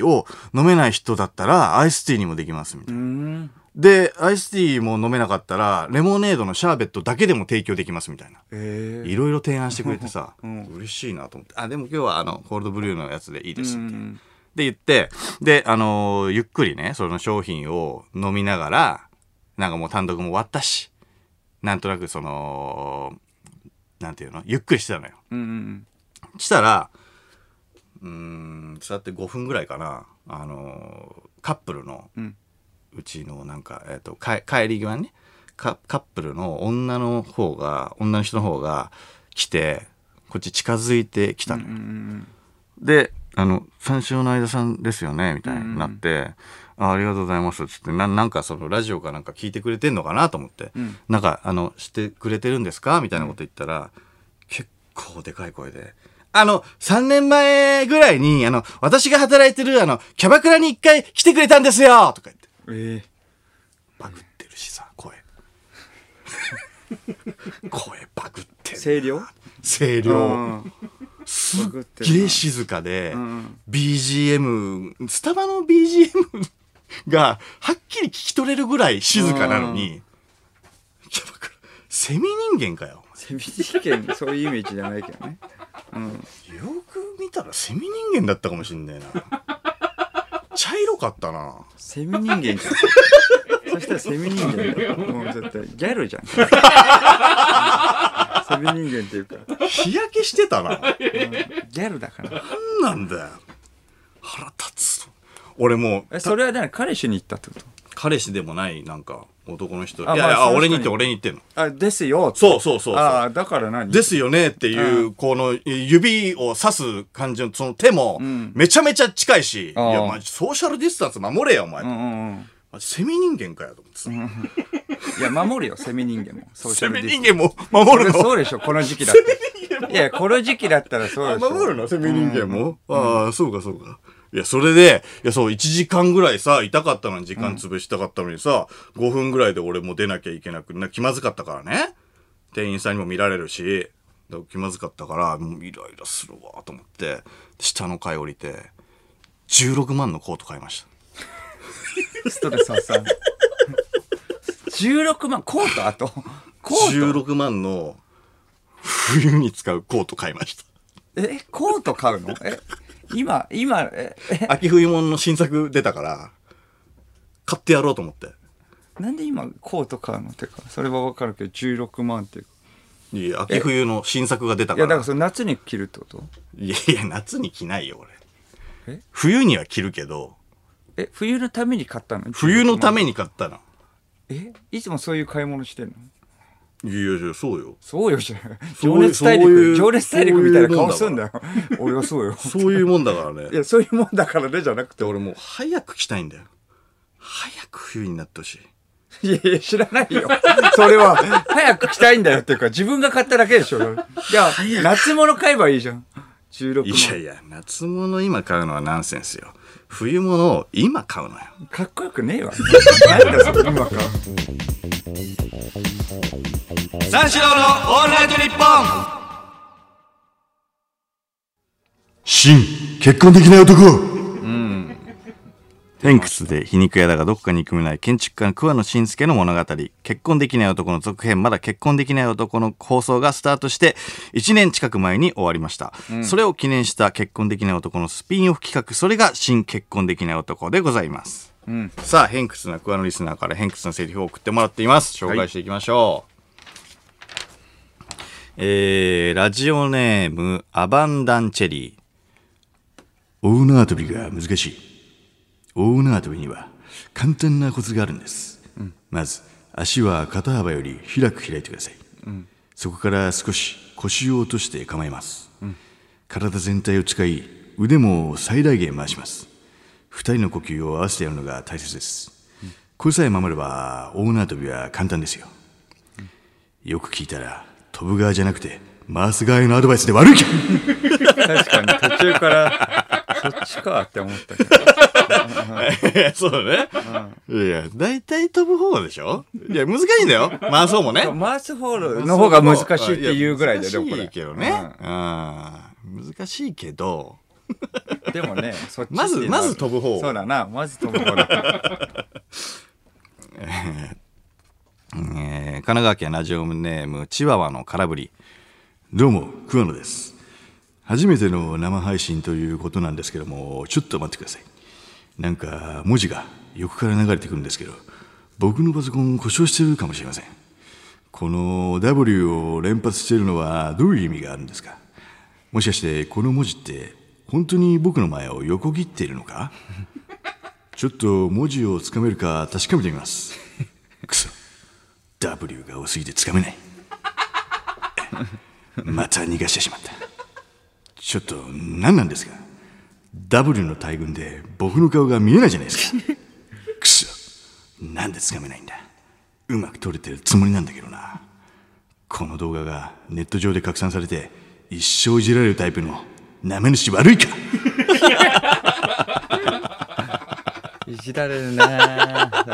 [SPEAKER 1] ーを飲めない人だったら、アイスティーにもできます、み
[SPEAKER 2] え。
[SPEAKER 1] た
[SPEAKER 2] う
[SPEAKER 1] いな。
[SPEAKER 2] ん。
[SPEAKER 1] で、アイスティーも飲めなかったら、レモネードのシャーベットだけでも提供できます、みたいな。
[SPEAKER 2] ええ。
[SPEAKER 1] いろいろ提案してくれてさ、
[SPEAKER 2] うん
[SPEAKER 1] 嬉しいなと思って。あ、でも今日は、あの、コールドブリューのやつでいいです、
[SPEAKER 2] う
[SPEAKER 1] みたいな。
[SPEAKER 2] ん
[SPEAKER 1] で言って、で、あのーゆっくりね、その商品を飲みながら、なんかもう単独も終わったし、なんとなくその、なんていうのゆっくりしてたのよ。
[SPEAKER 2] うんうん。
[SPEAKER 1] したらうーん伝って5分ぐらいかなあのーカップルの
[SPEAKER 2] うん
[SPEAKER 1] うちのなんか、えっとか帰り際にねカカップルの女の方が女の人の方が来てこっち近づいてきたのよ、
[SPEAKER 2] うんうん
[SPEAKER 1] であの「三四郎の間さんですよね」みたいになって「あありがとうございます」っつってななんかそのラジオかなんか聞いてくれてんのかなと思って「
[SPEAKER 2] うん
[SPEAKER 1] なんかあのしてくれてるんですか?」みたいなこと言ったら、結構でかい声で。あの、3年前ぐらいに、あの、私が働いてる、あの、キャバクラに一回来てくれたんですよとか言って、
[SPEAKER 2] うん。ええ。
[SPEAKER 1] バグってるしさ、
[SPEAKER 2] [LAUGHS]
[SPEAKER 1] 声。声バグってる。
[SPEAKER 2] 声量
[SPEAKER 1] 声
[SPEAKER 2] う
[SPEAKER 1] 量。
[SPEAKER 2] ん。
[SPEAKER 1] すっ
[SPEAKER 2] バグってるな
[SPEAKER 1] げえ静かで、
[SPEAKER 2] うん。
[SPEAKER 1] BGM、スタバの BGM がはっきり聞き取れるぐらい静かなのに、キャバクラ、セミ人間かよ。
[SPEAKER 2] セミ試験、そういうイメージじゃないけどね。うん。
[SPEAKER 1] よく見たらセミ人間だったかもしんねえな。茶色かったな。
[SPEAKER 2] セミ人間じゃん。そしたらセミ人間だよ。もう絶対ギャルじゃん。セミ人間っていうか、
[SPEAKER 1] 日焼けしてたな。
[SPEAKER 2] ギャルだから。
[SPEAKER 1] なんなんだよ。腹立つ。俺もう
[SPEAKER 2] え、それは何彼氏に言ったってこと
[SPEAKER 1] 彼氏でもないなんか男の人。い
[SPEAKER 2] あ
[SPEAKER 1] やい
[SPEAKER 2] まあ
[SPEAKER 1] や、
[SPEAKER 2] そういう人
[SPEAKER 1] 俺に言って俺に言って
[SPEAKER 2] に
[SPEAKER 1] んの。
[SPEAKER 2] あ、ですよ。
[SPEAKER 1] そうそうそうそう。
[SPEAKER 2] ああ、だから何
[SPEAKER 1] ですよねっていう、
[SPEAKER 2] う
[SPEAKER 1] この指を指す感じのその手も
[SPEAKER 2] ん
[SPEAKER 1] めちゃめちゃ近いし、
[SPEAKER 2] ああ
[SPEAKER 1] いやマジソーシャルディスタンス守れよお前、
[SPEAKER 2] うんうんうん。
[SPEAKER 1] マジセミ人間かよと思ってさ、
[SPEAKER 2] いや、守るよ、セミ人間も。ソーシ
[SPEAKER 1] セ
[SPEAKER 2] ャル
[SPEAKER 1] ミ
[SPEAKER 2] ディス
[SPEAKER 1] 人間も守るの
[SPEAKER 2] それそうでしょ、この時期だって。いや、この時期だったらそうでしょ。
[SPEAKER 1] 守るのセミ人間も、ああそうかそうかいやそれでいやそう1時間ぐらいさ痛かったのに時間潰したかったのにさ、5分ぐらいで俺もう出なきゃいけなくな気まずかったからね店員さんにも見られるしだから気まずかったからもうイライラするわと思って下の階降りて16万のコート買いました
[SPEAKER 2] ストレス発散。16万、コートあと。コート
[SPEAKER 1] 16万の冬に使うコート買いました。
[SPEAKER 2] え、コート買うのえ、今、今、え、え
[SPEAKER 1] 秋冬物の新作出たから、買ってやろうと思って。
[SPEAKER 2] なんで今、コート買うのってか、それはわかるけど、16万っていうか。
[SPEAKER 1] いや秋冬の新作が出た
[SPEAKER 2] い
[SPEAKER 1] か
[SPEAKER 2] や、
[SPEAKER 1] ら。
[SPEAKER 2] だからそれ夏に着るってこと
[SPEAKER 1] いやいや、夏に着ないよ、俺
[SPEAKER 2] え。
[SPEAKER 1] 冬には着るけど、
[SPEAKER 2] え、冬のために買ったの
[SPEAKER 1] 冬のため
[SPEAKER 2] に。
[SPEAKER 1] に買ったの。
[SPEAKER 2] え、いつもそういう買い物してるの
[SPEAKER 1] いやいや、そうよ。
[SPEAKER 2] そうよ、じゃない
[SPEAKER 1] そう
[SPEAKER 2] 情熱大
[SPEAKER 1] そういう
[SPEAKER 2] 陸、情熱大陸みたいな顔
[SPEAKER 1] そ
[SPEAKER 2] す
[SPEAKER 1] うい
[SPEAKER 2] ん
[SPEAKER 1] うも
[SPEAKER 2] だよ。 [LAUGHS] 俺はそうよ。
[SPEAKER 1] そう [LAUGHS] いうもんだからね。
[SPEAKER 2] いや、そういうもんだからね、じゃなく
[SPEAKER 1] で。
[SPEAKER 2] て
[SPEAKER 1] 俺もう早く着たいんだよ。早く冬になってほしい。
[SPEAKER 2] いやいや、知らない [LAUGHS] よ。それは、早く着たいんだよっていうか、自分が買っただけでしょ。じゃあ、夏物買えばいいじゃん。16
[SPEAKER 1] いや
[SPEAKER 2] 万。
[SPEAKER 1] いや、夏物今買うのはナンセンスよ。冬物を今買うのよ。
[SPEAKER 2] かっこよくねえわ。なんだそれ、今か。
[SPEAKER 1] 三四郎のオールナイトニッポン新、結婚できない男偏屈で皮肉屋だがどこか憎めない建築家の桑野信介の物語結婚できない男の続編まだ結婚できない男の放送がスタートして1年近く前に終わりました、それを記念した結婚できない男のスピンオフ企画それが新結婚できない男でございます、
[SPEAKER 2] ん
[SPEAKER 1] さあ偏屈な桑野リスナーから偏屈なセリフを送ってもらっています紹介していきましょう、えー、ラジオネームアバンダンチェリーオーナー跳びが難しい大縄跳びには簡単なコツがあるんです、まず足は肩幅より開く開いてください、そこから少し腰を落として構えます、体全体を使い腕も最大限回します二人の呼吸を合わせてやるのが大切です、これさえ守れば大縄跳びは簡単ですよ、よく聞いたら飛ぶ側じゃなくて回す側へのアドバイスで悪いか
[SPEAKER 2] 確かに、途中から、そっちかって思ったけど。
[SPEAKER 1] [LAUGHS] そうね。いや、大体飛ぶ方でしょいや、難しいんだよ。回そうもね。
[SPEAKER 2] マースホールの方が難しいっていうぐらいだよ、
[SPEAKER 1] で難
[SPEAKER 2] でもこ
[SPEAKER 1] しい
[SPEAKER 2] れ。
[SPEAKER 1] けどね。うん。難しいけど、
[SPEAKER 2] うんでもね、そっちっていうの
[SPEAKER 1] ま
[SPEAKER 2] は
[SPEAKER 1] ずまず飛ぶ方
[SPEAKER 2] そうだな、まず飛ぶ方だ。
[SPEAKER 1] えー神奈川県ラジオネーム、チワワの空振り。どうも、桑野です。初めての生配信ということなんですけども、ちょっと待ってください。なんか、文字が横から流れてくるんですけど、僕のパソコン故障してるかもしれません。この W を連発しているのはどういう意味があるんですかもしかしてこの文字って本当に僕の前を横切っているのかちょっと文字をつかめるか確かめてみます。くそ。W が多すぎてつかめない。 [LAUGHS] また逃がしてしまった。ちょっと何なんですか ?W の大群で僕の顔が見えないじゃないですか。 [LAUGHS] くそ。なんでつかめないんだうまく撮れてるつもりなんだけどなこの動画がネット上で拡散されて一生いじられるタイプのなめ主悪い [LAUGHS] か
[SPEAKER 2] いじられるなそ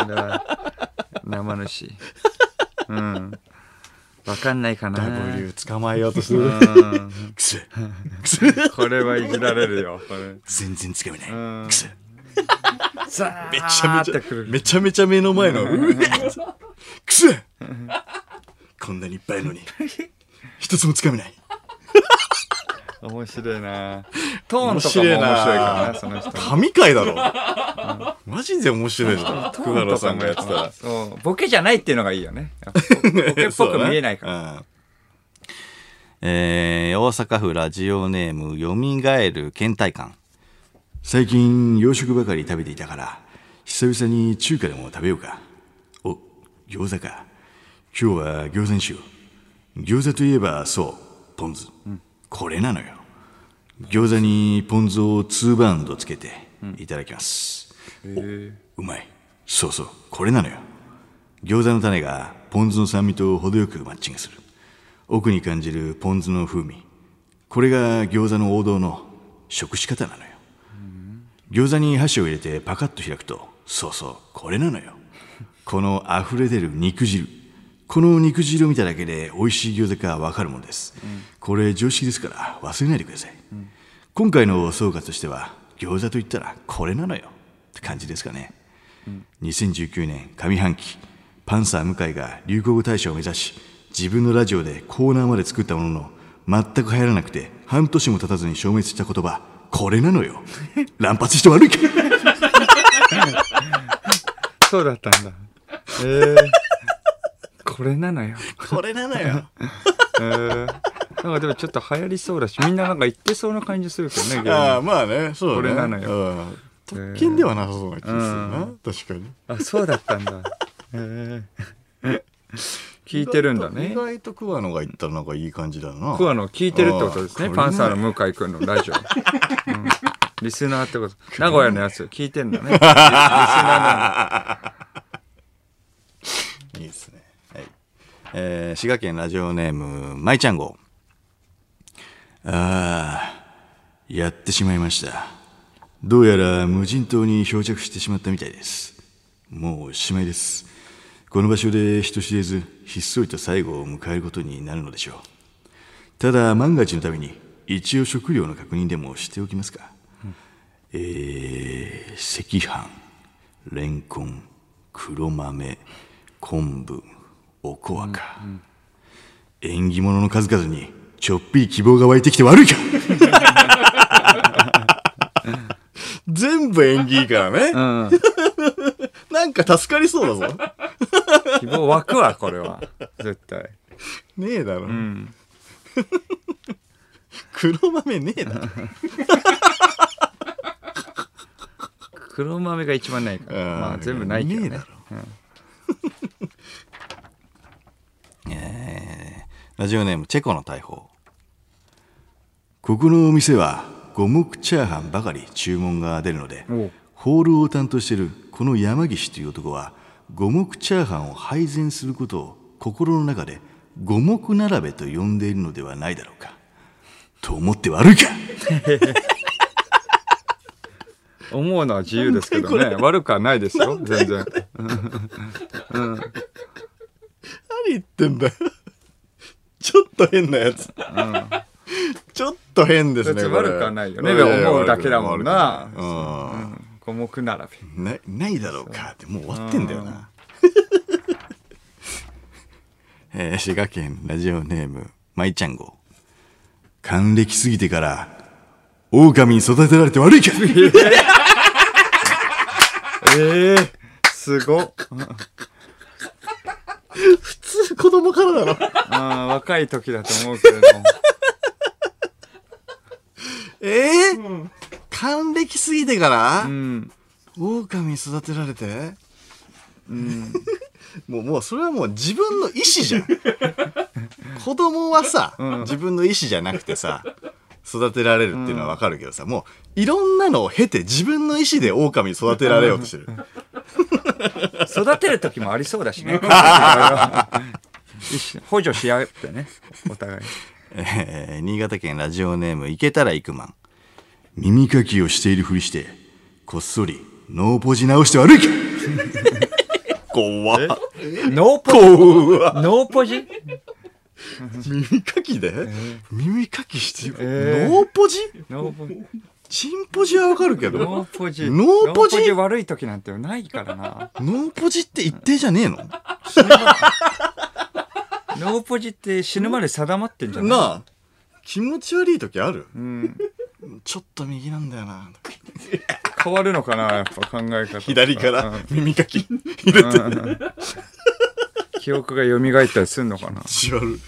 [SPEAKER 2] れは。生主。うん。わかんないかな。
[SPEAKER 1] 捕まえようとするくそ
[SPEAKER 2] これはいじられるよ。これ
[SPEAKER 1] 全然つかめない
[SPEAKER 2] ん
[SPEAKER 1] くそ
[SPEAKER 2] ザ
[SPEAKER 1] めちゃ
[SPEAKER 2] ー
[SPEAKER 1] めち
[SPEAKER 2] ってく
[SPEAKER 1] ゃ
[SPEAKER 2] る。
[SPEAKER 1] めちゃめちゃ目の前のうわくそこんなにいっぱいのに一つもつかめない
[SPEAKER 2] 面白いなトーンとかも面白いからな、その人。
[SPEAKER 1] 神回だろマジで面白いじゃん
[SPEAKER 2] トーンとかもそう。ボケじゃないっていうのがいいよね。やっぱボケっぽく見えないから。
[SPEAKER 1] ら。うんえー大阪府ラジオネームよみがえる倦怠感最近洋食ばかり食べていたから久々に中華でも食べようかお餃子か今日は餃子にしよう餃子といえばそうポン酢、これなのよ餃子にポン酢を2バウンドつけていただきます、おうまいそうそうこれなのよ餃子の種がポン酢の酸味と程よくマッチングする奥に感じるポン酢の風味これが餃子の王道の食し方なのよ餃子に箸を入れてパカッと開くとそうそうこれなのよこの溢れ出る肉汁この肉汁を見ただけで美味しい餃子か分かるものです、これ常識ですから忘れないでください、今回の総括としては餃子といったらこれなのよって感じですかね、2019年上半期パンサー向井が流行語大賞を目指し自分のラジオでコーナーまで作ったものの全く流行らなくて半年も経たずに消滅した言葉これなの
[SPEAKER 2] [LAUGHS]
[SPEAKER 1] よ。乱発して悪いけど。
[SPEAKER 2] [LAUGHS] そうだったんだ。 [LAUGHS] えこれなのよ。
[SPEAKER 1] これなのよ。
[SPEAKER 2] えー、なんかでもちょっと流行りそうだし、みんななんか言ってそうな感じするけどね、
[SPEAKER 1] [LAUGHS]
[SPEAKER 2] ゲ
[SPEAKER 1] あ
[SPEAKER 2] ー
[SPEAKER 1] あ、
[SPEAKER 2] ム。
[SPEAKER 1] まあね、そうだね。
[SPEAKER 2] これなのよ
[SPEAKER 1] うん。特権ではなさそうな気がするな。確かに。
[SPEAKER 2] あ、そうだったんだ。えー、 [LAUGHS] 聞いてるんだ
[SPEAKER 1] 意
[SPEAKER 2] ね。
[SPEAKER 1] 外と桑野が言ったらなんかいい感じだな。
[SPEAKER 2] 桑野聞いてるってことですね。
[SPEAKER 1] あー
[SPEAKER 2] パンサーの向井くんのラジ
[SPEAKER 1] [LAUGHS]
[SPEAKER 2] オ。うんリスナーってこと。名古屋のやつ聞いてんだね。リスナーなんだ
[SPEAKER 1] いいですね。はい。えー滋賀県ラジオネーム、まいちゃん号。ああ、やってしまいました。どうやら無人島に漂着してしまったみたいです。もうおしまいです。この場所で人知れず、ひっそりと最後を迎えることになるのでしょう。ただ、万が一のために、一応食料の確認でもしておきますか。えー、赤飯、レンコン、黒豆、昆布、おこわか。縁起物の数々に、ちょっぴり希望が湧いてきて悪いか全部縁起いいからね。なんか助かりそうだぞ。
[SPEAKER 2] 希望湧くわ、これは。絶対。
[SPEAKER 1] ねえだろ。黒豆ねえだろ。
[SPEAKER 2] 黒豆が一番ないから。
[SPEAKER 1] うん
[SPEAKER 2] まあ全部ないけど
[SPEAKER 1] ねえ
[SPEAKER 2] ね
[SPEAKER 1] だ。ラジオネームチェコの大砲ここのお店は五目チャーハンばかり注文が出るので
[SPEAKER 2] おう
[SPEAKER 1] ホールを担当しているこの山岸という男は五目チャーハンを配膳することを心の中で五目並べと呼んでいるのではないだろうかと思って悪いか
[SPEAKER 2] 思うのは自由ですけどね。悪くはないですよ、全然。
[SPEAKER 1] 何言ってんだよ [LAUGHS] ちょっと変なやつ、ちょっと変ですね
[SPEAKER 2] 別に
[SPEAKER 1] これ
[SPEAKER 2] 悪くはないよね。
[SPEAKER 1] いやいや
[SPEAKER 2] 思うだけだもんな
[SPEAKER 1] 悪く。ないうん
[SPEAKER 2] 五目並び。
[SPEAKER 1] なないだろうかってもう終わってんだよな、 [LAUGHS] えー滋賀県ラジオネームまいちゃん号還暦すぎてから狼に育てられて悪いけど
[SPEAKER 2] ええすごっ。
[SPEAKER 1] 普通子供からだろ
[SPEAKER 2] あー若い時だと思うけれども。
[SPEAKER 1] [LAUGHS] ええ還暦すぎてから、
[SPEAKER 2] うん。
[SPEAKER 1] 狼に育てられて [LAUGHS] もうもうそれはもう自分の意思 [LAUGHS] じゃん子供はさ、自分の意思じゃなくてさ育てられるっていうのはわかるけどさ、もういろんなのを経て自分の意思で狼に育てられようとしてる
[SPEAKER 2] 育てる時もありそうだ [LAUGHS] しね。一緒補助し合ってね。お互い。
[SPEAKER 1] [LAUGHS] えー新潟県ラジオネームいけたらいくまん耳かきをしているふりしてこっそりノーポジ直して悪い [LAUGHS] か怖っ
[SPEAKER 2] ノーポジ
[SPEAKER 1] 怖っ
[SPEAKER 2] ノーポジ
[SPEAKER 1] 耳かきで、耳かきしてる、
[SPEAKER 2] えー
[SPEAKER 1] ノーポジ
[SPEAKER 2] ノーポジ
[SPEAKER 1] チンポジはわかるけど
[SPEAKER 2] ノーポジ
[SPEAKER 1] ノーポジ
[SPEAKER 2] ノ悪い時なんてないからな。
[SPEAKER 1] ノーポジって一定じゃねえの
[SPEAKER 2] ノーポジって死ぬまで定まってんじゃない
[SPEAKER 1] なあ気持ち悪い時ある
[SPEAKER 2] うん。
[SPEAKER 1] ちょっと右なんだよな
[SPEAKER 2] 変わるのかなやっぱ考え方。
[SPEAKER 1] 左から耳かき入れて
[SPEAKER 2] うん。うん記憶が蘇ったりすんのかな
[SPEAKER 1] しわる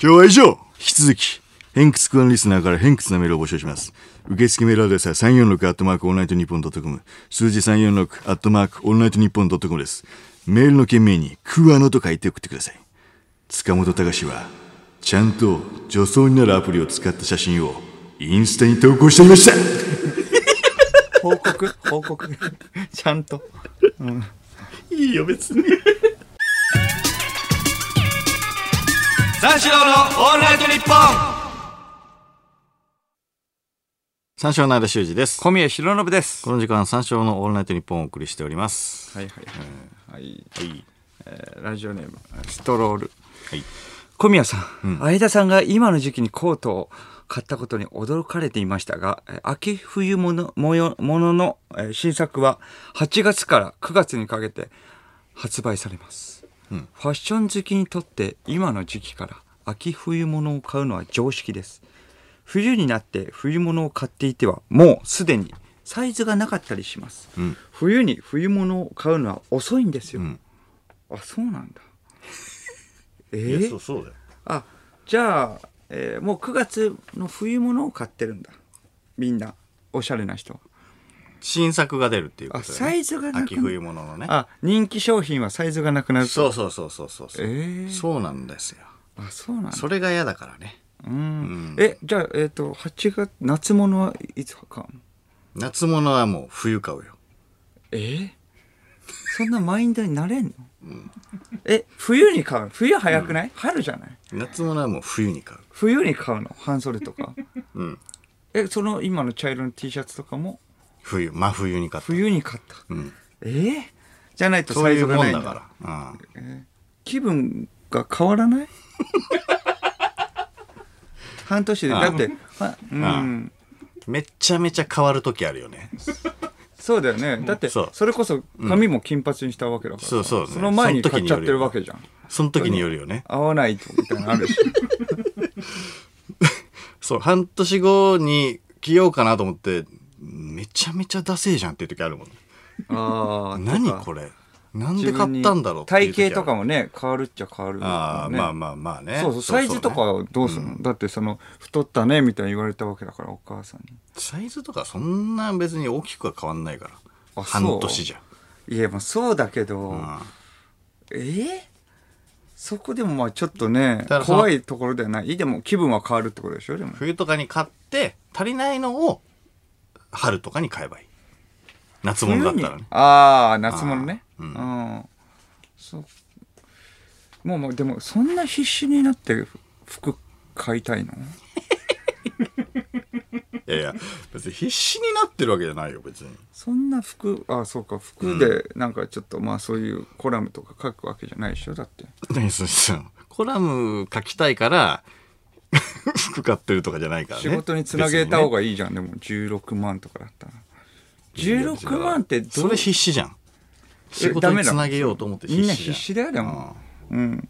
[SPEAKER 1] 今日は以上引き続き偏屈クワンリスナーから偏屈なメールを募集します。受付メールアドレスは346アットマークオールナイトニッポンドットコム。数字346アットマークオールナイトニッポンドットコムです。メールの件名にクワノと書いて送ってください。塚本隆は、ちゃんと女装になるアプリを使った写真をインスタに投稿していました
[SPEAKER 2] 報告報告 [LAUGHS] ちゃんと。
[SPEAKER 1] いいよ別に
[SPEAKER 2] 三四郎のオールナイトニッポン
[SPEAKER 1] 三章の間修二です
[SPEAKER 2] 小宮浩信です。
[SPEAKER 1] この時間三章のオールナイトニッポンをお送りしております
[SPEAKER 2] はいはいはい。はい
[SPEAKER 1] はい
[SPEAKER 2] えーラジオネーム、ストロール。
[SPEAKER 1] はい
[SPEAKER 2] 小宮さん、相田さんが今の時期にコートを買ったことに驚かれていましたが、えー秋冬ものもよもののえー新作は8月から9月にかけて発売されます、ファッション好きにとって今の時期から秋冬物を買うのは常識です。冬になって冬物を買っていてはもうすでにサイズがなかったりします、
[SPEAKER 1] うん
[SPEAKER 2] 冬に冬物を買うのは遅いんです
[SPEAKER 1] う
[SPEAKER 2] よ、
[SPEAKER 1] ん
[SPEAKER 2] あそうなんだえ
[SPEAKER 1] いやそう
[SPEAKER 2] ー、
[SPEAKER 1] そうだよ
[SPEAKER 2] あじゃあ、えーもう9月の冬物を買ってるんだみんなおしゃれな人は
[SPEAKER 1] 新作が出るっていうこ
[SPEAKER 2] あ
[SPEAKER 1] とだよ
[SPEAKER 2] サ
[SPEAKER 1] ね
[SPEAKER 2] イズがなく
[SPEAKER 1] 秋冬物のね
[SPEAKER 2] あ人気商品はサイズがなくなると
[SPEAKER 1] そうそうそうそうそうそう、
[SPEAKER 2] えー
[SPEAKER 1] そうなんですよ
[SPEAKER 2] あそうなんだ
[SPEAKER 1] それが嫌だからね
[SPEAKER 2] うん
[SPEAKER 1] うん
[SPEAKER 2] えじゃあえっ、と8月夏物はいつか
[SPEAKER 1] 夏物はもう冬買うよ
[SPEAKER 2] えーそんなマインドになれんの、え冬に買うの冬早くない、春じゃない
[SPEAKER 1] 夏物はもう冬に買う
[SPEAKER 2] 冬に買うの半袖
[SPEAKER 1] [LAUGHS]
[SPEAKER 2] とか
[SPEAKER 1] うん
[SPEAKER 2] えその今の茶色の T シャツとかも
[SPEAKER 1] 冬真冬に買った
[SPEAKER 2] 冬に買った
[SPEAKER 1] うん、
[SPEAKER 2] えーじゃないと
[SPEAKER 1] そ
[SPEAKER 2] サ
[SPEAKER 1] う
[SPEAKER 2] イ
[SPEAKER 1] い
[SPEAKER 2] ズ
[SPEAKER 1] う
[SPEAKER 2] が
[SPEAKER 1] も
[SPEAKER 2] ない
[SPEAKER 1] ん
[SPEAKER 2] んだ
[SPEAKER 1] だから、うん、
[SPEAKER 2] 気分が変わらない [LAUGHS] 半年でだってはう
[SPEAKER 1] ああ
[SPEAKER 2] ん
[SPEAKER 1] めっちゃめちゃ変わる時あるよね
[SPEAKER 2] そうだよねだって
[SPEAKER 1] そう
[SPEAKER 2] それこそ髪も金髪にしたわけだから
[SPEAKER 1] そうそうね
[SPEAKER 2] その前に
[SPEAKER 1] その時
[SPEAKER 2] 買っ
[SPEAKER 1] に
[SPEAKER 2] ちゃ
[SPEAKER 1] よ
[SPEAKER 2] っ
[SPEAKER 1] る
[SPEAKER 2] てるわけじゃん
[SPEAKER 1] その時によるよね
[SPEAKER 2] 合わないとみたいなの
[SPEAKER 1] [LAUGHS]
[SPEAKER 2] あるし
[SPEAKER 1] そう半年後に着ようかなと思ってめちゃめちゃダセえじゃんっていう時あるもん
[SPEAKER 2] ああ
[SPEAKER 1] 何これなんで買ったんだろうっていう
[SPEAKER 2] 体
[SPEAKER 1] 時ある
[SPEAKER 2] 型とかもね変わるっちゃ変わるもんね
[SPEAKER 1] ああ、まあまあまあね
[SPEAKER 2] そうそうサイズとか
[SPEAKER 1] ね
[SPEAKER 2] はどうするのだってその太ったねみたいに言われたわけだからお母さん
[SPEAKER 1] サイズとかそんな別に大きくは変わんないから
[SPEAKER 2] あそう
[SPEAKER 1] 半年じゃ
[SPEAKER 2] にいやまあそうだけど、
[SPEAKER 1] うん
[SPEAKER 2] えーそこでもまあちょっとね
[SPEAKER 1] からその
[SPEAKER 2] 怖いところではないでも気分は変わるってことでしょでも
[SPEAKER 1] 冬とかに買って足りないのを春とかに買えばいい夏物だったら
[SPEAKER 2] 冬
[SPEAKER 1] ね
[SPEAKER 2] にああ夏物ね
[SPEAKER 1] あ
[SPEAKER 2] う、
[SPEAKER 1] ーうん
[SPEAKER 2] そうもうもうでもそんな必死になって服買いたいの
[SPEAKER 1] いやいや別に必死になってるわけじゃないよ別に
[SPEAKER 2] そんな服あそうか服でなんかちょっとまあそういうコラムとか書くわけじゃないでしょだって
[SPEAKER 1] 何それさコラム書きたいから [LAUGHS] 服買ってるとかじゃないからね
[SPEAKER 2] 仕事につなげた方
[SPEAKER 1] が
[SPEAKER 2] がいいじゃん、でも16万とかだったら
[SPEAKER 1] いや違う
[SPEAKER 2] 16万ってどう
[SPEAKER 1] それ必死じゃん仕事
[SPEAKER 2] ダ
[SPEAKER 1] に
[SPEAKER 2] メな
[SPEAKER 1] つ
[SPEAKER 2] の
[SPEAKER 1] なげようと思って必
[SPEAKER 2] み
[SPEAKER 1] 死
[SPEAKER 2] ん
[SPEAKER 1] じゃ
[SPEAKER 2] なん必死だよでも
[SPEAKER 1] うん
[SPEAKER 2] うん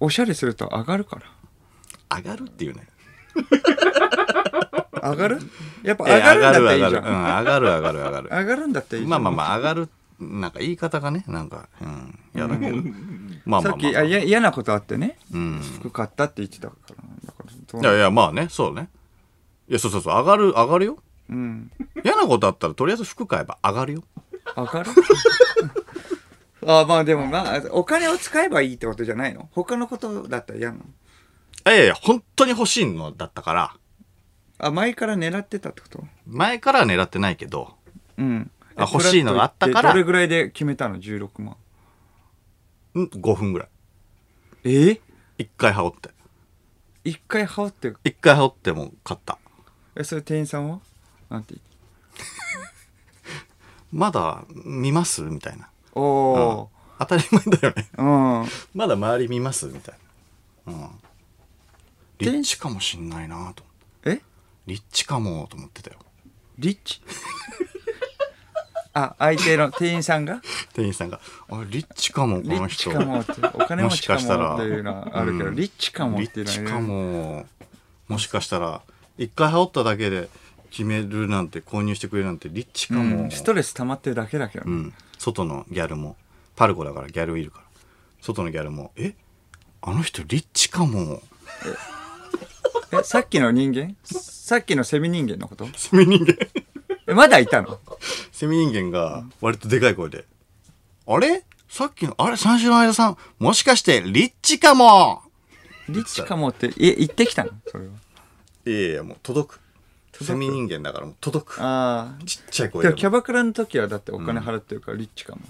[SPEAKER 2] おしゃれすると上がるから
[SPEAKER 1] 上がるっていうね
[SPEAKER 2] 上がるやっぱ
[SPEAKER 1] いや
[SPEAKER 2] 上がるんだったらい
[SPEAKER 1] 上
[SPEAKER 2] いじ
[SPEAKER 1] が
[SPEAKER 2] ゃ
[SPEAKER 1] る
[SPEAKER 2] ん
[SPEAKER 1] 上がる上がる上がる上が
[SPEAKER 2] 上がるんだったらい
[SPEAKER 1] る
[SPEAKER 2] い
[SPEAKER 1] まあまあ
[SPEAKER 2] あ
[SPEAKER 1] まあ上がるなんか言い方がねなんかうんやだけどまあまあまあ
[SPEAKER 2] さっきあいや嫌なことあってね
[SPEAKER 1] うん
[SPEAKER 2] 服買ったって言ってたからだからどう
[SPEAKER 1] いやいやまあねそうねいやそうそうそう上がる上がるよ
[SPEAKER 2] うん
[SPEAKER 1] 嫌なことあったらとりあえず服買えば上がるよ
[SPEAKER 2] 上がる
[SPEAKER 1] [LAUGHS]
[SPEAKER 2] あまあでもまあお金を使えばいいってことじゃないの他のことだったら嫌なの
[SPEAKER 1] いやいや本当に欲しいのだったから
[SPEAKER 2] あ前から狙ってたってこと
[SPEAKER 1] 前からは狙ってないけど
[SPEAKER 2] うん
[SPEAKER 1] あ欲しいのがあったから
[SPEAKER 2] でどれぐらいで決めたの16万
[SPEAKER 1] ん5分ぐらい
[SPEAKER 2] え
[SPEAKER 1] 一回羽織って
[SPEAKER 2] 一回羽織って
[SPEAKER 1] 一回羽織ってもう買った
[SPEAKER 2] えそれ店員さんはなんて言って
[SPEAKER 1] まだ見ますみたいな
[SPEAKER 2] お
[SPEAKER 1] うん
[SPEAKER 2] お
[SPEAKER 1] 当たり前だよね
[SPEAKER 2] うん、
[SPEAKER 1] まだ周り見ますみたいなうんリッチかもしんないなと
[SPEAKER 2] え
[SPEAKER 1] リッチかもと思ってたよ
[SPEAKER 2] リッチ [LAUGHS] あ相手の店員さんが
[SPEAKER 1] 店員さんが「あリッチかもこ
[SPEAKER 2] リ
[SPEAKER 1] の
[SPEAKER 2] ッチ
[SPEAKER 1] 人
[SPEAKER 2] かもってお金持ちかもっていうのはあるけど
[SPEAKER 1] うん
[SPEAKER 2] リッチかもっ
[SPEAKER 1] リ
[SPEAKER 2] てい
[SPEAKER 1] ッ
[SPEAKER 2] うのは
[SPEAKER 1] チ
[SPEAKER 2] ね
[SPEAKER 1] かももしかしたら一回羽織っただけで決めるなんて購入してくれるなんてリッチかも、
[SPEAKER 2] うんストレス溜まってるだけだけど、
[SPEAKER 1] う
[SPEAKER 2] ね
[SPEAKER 1] ん、外のギャルもパルコだからギャルいるから外のギャルも「えあの人リッチかも
[SPEAKER 2] えさっきの人間さっきのセミ人間のこと」
[SPEAKER 1] セミ人間 [LAUGHS]
[SPEAKER 2] えまだいたの
[SPEAKER 1] セミ人間が割とでかい声で「あれさっきのあれ三四郎の間さんもしかしてリッチかも!
[SPEAKER 2] リッチかもってえ言ってきたのそれは」
[SPEAKER 1] いやいやもう届くセミ人間だからもう届く
[SPEAKER 2] ああ
[SPEAKER 1] ちっちゃい声
[SPEAKER 2] で
[SPEAKER 1] で
[SPEAKER 2] も
[SPEAKER 1] も
[SPEAKER 2] キャバクラの時はだってお金払ってるからリッチかも、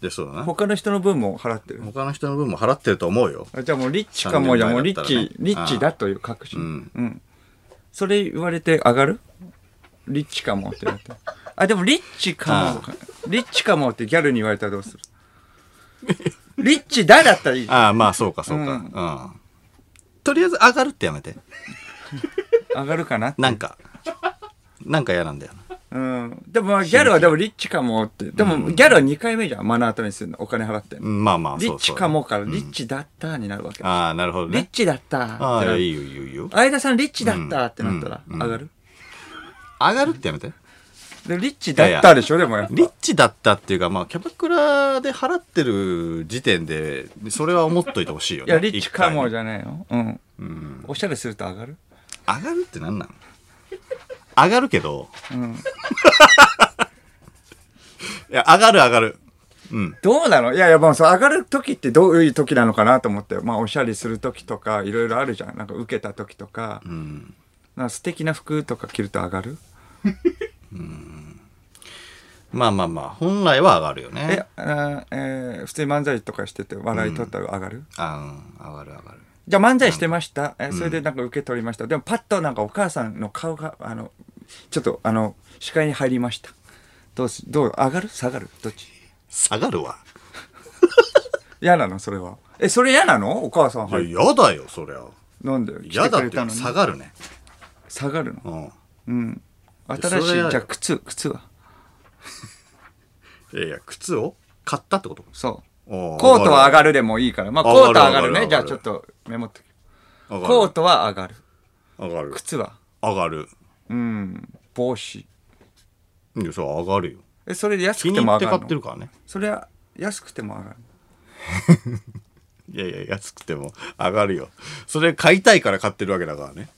[SPEAKER 1] でそうだな
[SPEAKER 2] 他の人の分も払ってる
[SPEAKER 1] 他の人の分も払ってると思うよ
[SPEAKER 2] あじゃあもうリッチかもじゃあもうリッチ、
[SPEAKER 1] 三年前だったらね
[SPEAKER 2] リッチだという確信。
[SPEAKER 1] うん
[SPEAKER 2] うん。それ言われて上がるリッチかもって言われて。あ、でもリッチかも。リッチかもってギャルに言われたらどうするリッチだだったらいい。
[SPEAKER 1] ああまあそうかそうか、
[SPEAKER 2] う
[SPEAKER 1] うんとりあえず上がるってやめて
[SPEAKER 2] 上がるかな
[SPEAKER 1] [LAUGHS] なんかなんか嫌なんだよな
[SPEAKER 2] うん。でもまあギャルはでもリッチかもって。でもギャルは2回目じゃん。目の当たりにするの。お金払って。
[SPEAKER 1] うんまあまあ、
[SPEAKER 2] リ
[SPEAKER 1] そ
[SPEAKER 2] ッ
[SPEAKER 1] うそ
[SPEAKER 2] チ
[SPEAKER 1] う。
[SPEAKER 2] かもから、リッチだったになるわけ。
[SPEAKER 1] ああ、なるほど
[SPEAKER 2] リッ
[SPEAKER 1] ね。
[SPEAKER 2] チだったって
[SPEAKER 1] あ
[SPEAKER 2] な
[SPEAKER 1] あ、
[SPEAKER 2] る。
[SPEAKER 1] いいよいいよいいよ。
[SPEAKER 2] 相田さんリッチだったってなったら
[SPEAKER 1] うんう
[SPEAKER 2] 上
[SPEAKER 1] ん
[SPEAKER 2] がる
[SPEAKER 1] 上がるってやめて。
[SPEAKER 2] でリッチだったでしょでもやっぱ
[SPEAKER 1] リッチだったっていうか、まあ、キャバクラで払ってる時点で、それは思っといてほしいよ
[SPEAKER 2] い
[SPEAKER 1] ね。
[SPEAKER 2] や、リッチかも
[SPEAKER 1] 一
[SPEAKER 2] じゃねえよ。うん。
[SPEAKER 1] 回にうん。
[SPEAKER 2] おしゃれすると上がる
[SPEAKER 1] 上がるってなんなの上がるけど、
[SPEAKER 2] うん。
[SPEAKER 1] [LAUGHS] いや、上がる上がる。うん。
[SPEAKER 2] どうなのいやいや、もうそう上がる時ってどういう時なのかなと思って。まあ、おしゃれする時とか、いろいろあるじゃん。なんか受けた時とか、
[SPEAKER 1] うん。
[SPEAKER 2] なんか素敵な服とか着ると上がる
[SPEAKER 1] まあまあまあ、本来は上がるよ
[SPEAKER 2] え
[SPEAKER 1] ね。
[SPEAKER 2] あーえー普通に漫才とかしてて笑い取ったら上がる、
[SPEAKER 1] あうん、上がる上がる。
[SPEAKER 2] じゃあ漫才してました、えそれでなんか受け取りましたでもパッとなんかお母さんの顔があのちょっとあの視界に入りましたどうすどう上がる下がるどっち
[SPEAKER 1] 下がるわ。
[SPEAKER 2] 嫌なのそれはえそれ嫌なのお母さん
[SPEAKER 1] いや、
[SPEAKER 2] はい
[SPEAKER 1] 嫌だよ、そりゃ。
[SPEAKER 2] なんで来
[SPEAKER 1] 嫌
[SPEAKER 2] て
[SPEAKER 1] だ
[SPEAKER 2] く
[SPEAKER 1] っ
[SPEAKER 2] れた
[SPEAKER 1] て
[SPEAKER 2] のに
[SPEAKER 1] 下がるね。
[SPEAKER 2] 下がるの
[SPEAKER 1] うん。
[SPEAKER 2] うん
[SPEAKER 1] それ
[SPEAKER 2] 新
[SPEAKER 1] は
[SPEAKER 2] し
[SPEAKER 1] 嫌
[SPEAKER 2] い
[SPEAKER 1] よ
[SPEAKER 2] じゃあ靴靴はい
[SPEAKER 1] やいや、靴を買ったってこと
[SPEAKER 2] そう
[SPEAKER 1] お
[SPEAKER 2] コートは上
[SPEAKER 1] る。
[SPEAKER 2] がるでもいいからまあコー
[SPEAKER 1] 上がる
[SPEAKER 2] トは上がる
[SPEAKER 1] 上がる
[SPEAKER 2] ねじゃあ
[SPEAKER 1] 上
[SPEAKER 2] ち
[SPEAKER 1] が
[SPEAKER 2] ょ
[SPEAKER 1] る
[SPEAKER 2] っとメモっとけ
[SPEAKER 1] 上
[SPEAKER 2] コー
[SPEAKER 1] がる。
[SPEAKER 2] トは上がる
[SPEAKER 1] 上がる。
[SPEAKER 2] 靴は
[SPEAKER 1] 上がる。
[SPEAKER 2] うん帽子
[SPEAKER 1] いや、そう、上がるよ。
[SPEAKER 2] えそれで
[SPEAKER 1] 気
[SPEAKER 2] 安く
[SPEAKER 1] に
[SPEAKER 2] て
[SPEAKER 1] 入
[SPEAKER 2] も
[SPEAKER 1] って
[SPEAKER 2] 上
[SPEAKER 1] 買
[SPEAKER 2] が
[SPEAKER 1] ってる
[SPEAKER 2] るの
[SPEAKER 1] からね。
[SPEAKER 2] それは安くても上がる
[SPEAKER 1] いやいや、安くても上がるよ。それ買いたいから買ってるわけだからね。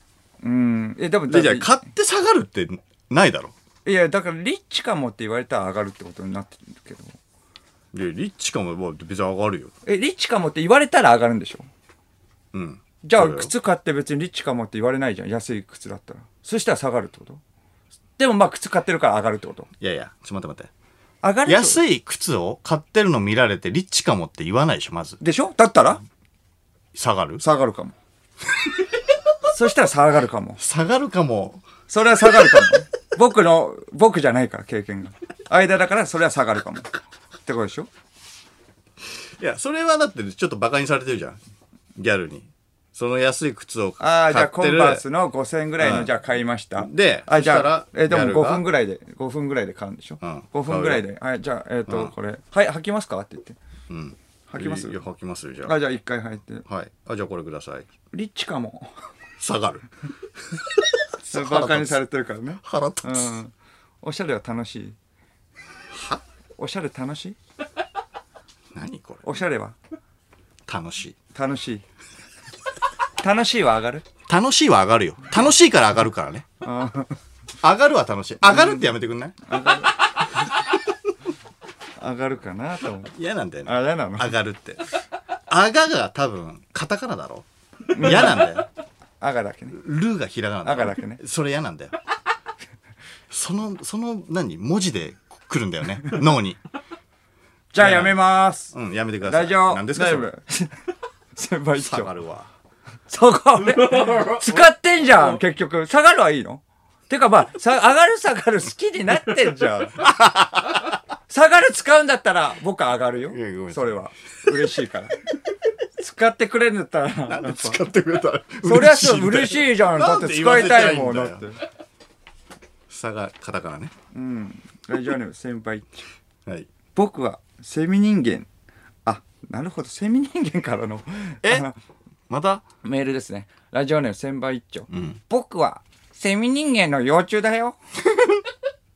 [SPEAKER 2] うんえでも
[SPEAKER 1] で、じゃあ
[SPEAKER 2] だ
[SPEAKER 1] 買って下がるってないだろ。
[SPEAKER 2] いやだからリッチかもって言われたら上がるってことになってるけど
[SPEAKER 1] いや、リッチかも、まあ別に上がるよ。
[SPEAKER 2] えリッチかもって言われたら上がるんでしょ
[SPEAKER 1] うん。
[SPEAKER 2] じゃ
[SPEAKER 1] そ
[SPEAKER 2] あ
[SPEAKER 1] うだよ
[SPEAKER 2] 靴買って別にリッチかもって言われないじゃん安い靴だったらそしたら下がるってことでもまあ靴買ってるから上がるってこと
[SPEAKER 1] いやいや、ちょっと待って待
[SPEAKER 2] 上が
[SPEAKER 1] って。
[SPEAKER 2] るい
[SPEAKER 1] 安い靴を買ってるの見られて、リッチかもって言わないでしょ、まず。
[SPEAKER 2] でしょだったら
[SPEAKER 1] 下がる
[SPEAKER 2] 下が
[SPEAKER 1] [LAUGHS]
[SPEAKER 2] るかもそしたら下がるかも
[SPEAKER 1] 下がるかも。
[SPEAKER 2] それは下がるかも僕の僕じゃないから経験が間だからそれは下がるかもってことでしょ
[SPEAKER 1] いや、それはだって、ちょっとバカにされてるじゃん。ギャルに。その安い靴を
[SPEAKER 2] あ
[SPEAKER 1] 買
[SPEAKER 2] あ、
[SPEAKER 1] っ
[SPEAKER 2] じゃあコ
[SPEAKER 1] て
[SPEAKER 2] ン
[SPEAKER 1] る。
[SPEAKER 2] バースの5000円ぐらいの、
[SPEAKER 1] うん
[SPEAKER 2] じゃあ買いました。
[SPEAKER 1] で
[SPEAKER 2] あ、じ
[SPEAKER 1] そした
[SPEAKER 2] ゃ
[SPEAKER 1] ら
[SPEAKER 2] あ、えでも
[SPEAKER 1] やるが
[SPEAKER 2] 5分ぐらいで、5分ぐらいで買うんでしょ、
[SPEAKER 1] う
[SPEAKER 2] うん ?5 分ぐらいで、はい、じゃあ、えっ、と、これ、はい、履きますかって言って。
[SPEAKER 1] うん。
[SPEAKER 2] 履きます
[SPEAKER 1] いや、履きますよ、じゃ
[SPEAKER 2] あ、じゃあ1回履いて。
[SPEAKER 1] あ。はい。あ、じゃあこれください。
[SPEAKER 2] リッチかも。
[SPEAKER 1] 下がる。
[SPEAKER 2] バカにされてるからね。
[SPEAKER 1] 腹立
[SPEAKER 2] う
[SPEAKER 1] つ。
[SPEAKER 2] ん。おしゃれは楽しい。
[SPEAKER 1] は
[SPEAKER 2] おしゃれ楽しい
[SPEAKER 1] 何これ
[SPEAKER 2] おしゃれは
[SPEAKER 1] 楽しい
[SPEAKER 2] 楽しい。楽しいは上がる
[SPEAKER 1] 楽しいは上がるよ楽しいから上がるからね
[SPEAKER 2] あー
[SPEAKER 1] 上がるは楽しい上がるってやめてくんない
[SPEAKER 2] 上がるかなと思う。
[SPEAKER 1] 嫌なんだよね
[SPEAKER 2] あ、嫌なの
[SPEAKER 1] 上がるって [LAUGHS] あがが多分カタカナだろ嫌なんだよ
[SPEAKER 2] 上がだけね。
[SPEAKER 1] ルーがひらがな
[SPEAKER 2] あがだけね
[SPEAKER 1] それ嫌なんだよそのその何文字で来るんだよね脳に
[SPEAKER 2] じゃあやめまーす。
[SPEAKER 1] うんやめてください
[SPEAKER 2] 大丈夫。
[SPEAKER 1] 何ですか
[SPEAKER 2] 大
[SPEAKER 1] そ
[SPEAKER 2] 丈
[SPEAKER 1] れ
[SPEAKER 2] 夫。 [LAUGHS] 先輩一
[SPEAKER 1] 下が
[SPEAKER 2] 丁。
[SPEAKER 1] るわ
[SPEAKER 2] そこ俺、
[SPEAKER 1] [LAUGHS]
[SPEAKER 2] 使ってんじゃん、結局。下がるはいいのてかまあ、さ上がる下がる好きになってんじゃん。 [LAUGHS] 下がる使うんだったら、僕は上がるよ
[SPEAKER 1] いやごめんな。さい
[SPEAKER 2] それは。嬉しいから。使ってくれるんだった
[SPEAKER 1] なん
[SPEAKER 2] ら、
[SPEAKER 1] で使ってくれ [LAUGHS] たら
[SPEAKER 2] そりゃそう、
[SPEAKER 1] んだよ
[SPEAKER 2] 嬉しいじゃん。だって使いたいもん、だ
[SPEAKER 1] なんで言わせりゃ。
[SPEAKER 2] って
[SPEAKER 1] んだよ下がカタカナね
[SPEAKER 2] うん。ラジオネーム先輩一丁。
[SPEAKER 1] はい
[SPEAKER 2] 僕はセミ人間。あ、なるほど、セミ人間からの。
[SPEAKER 1] え
[SPEAKER 2] あの
[SPEAKER 1] また
[SPEAKER 2] メールですね。ラジオネーム千倍一丁。
[SPEAKER 1] ん
[SPEAKER 2] 僕はセミ人間の幼虫
[SPEAKER 1] [LAUGHS]
[SPEAKER 2] だよ。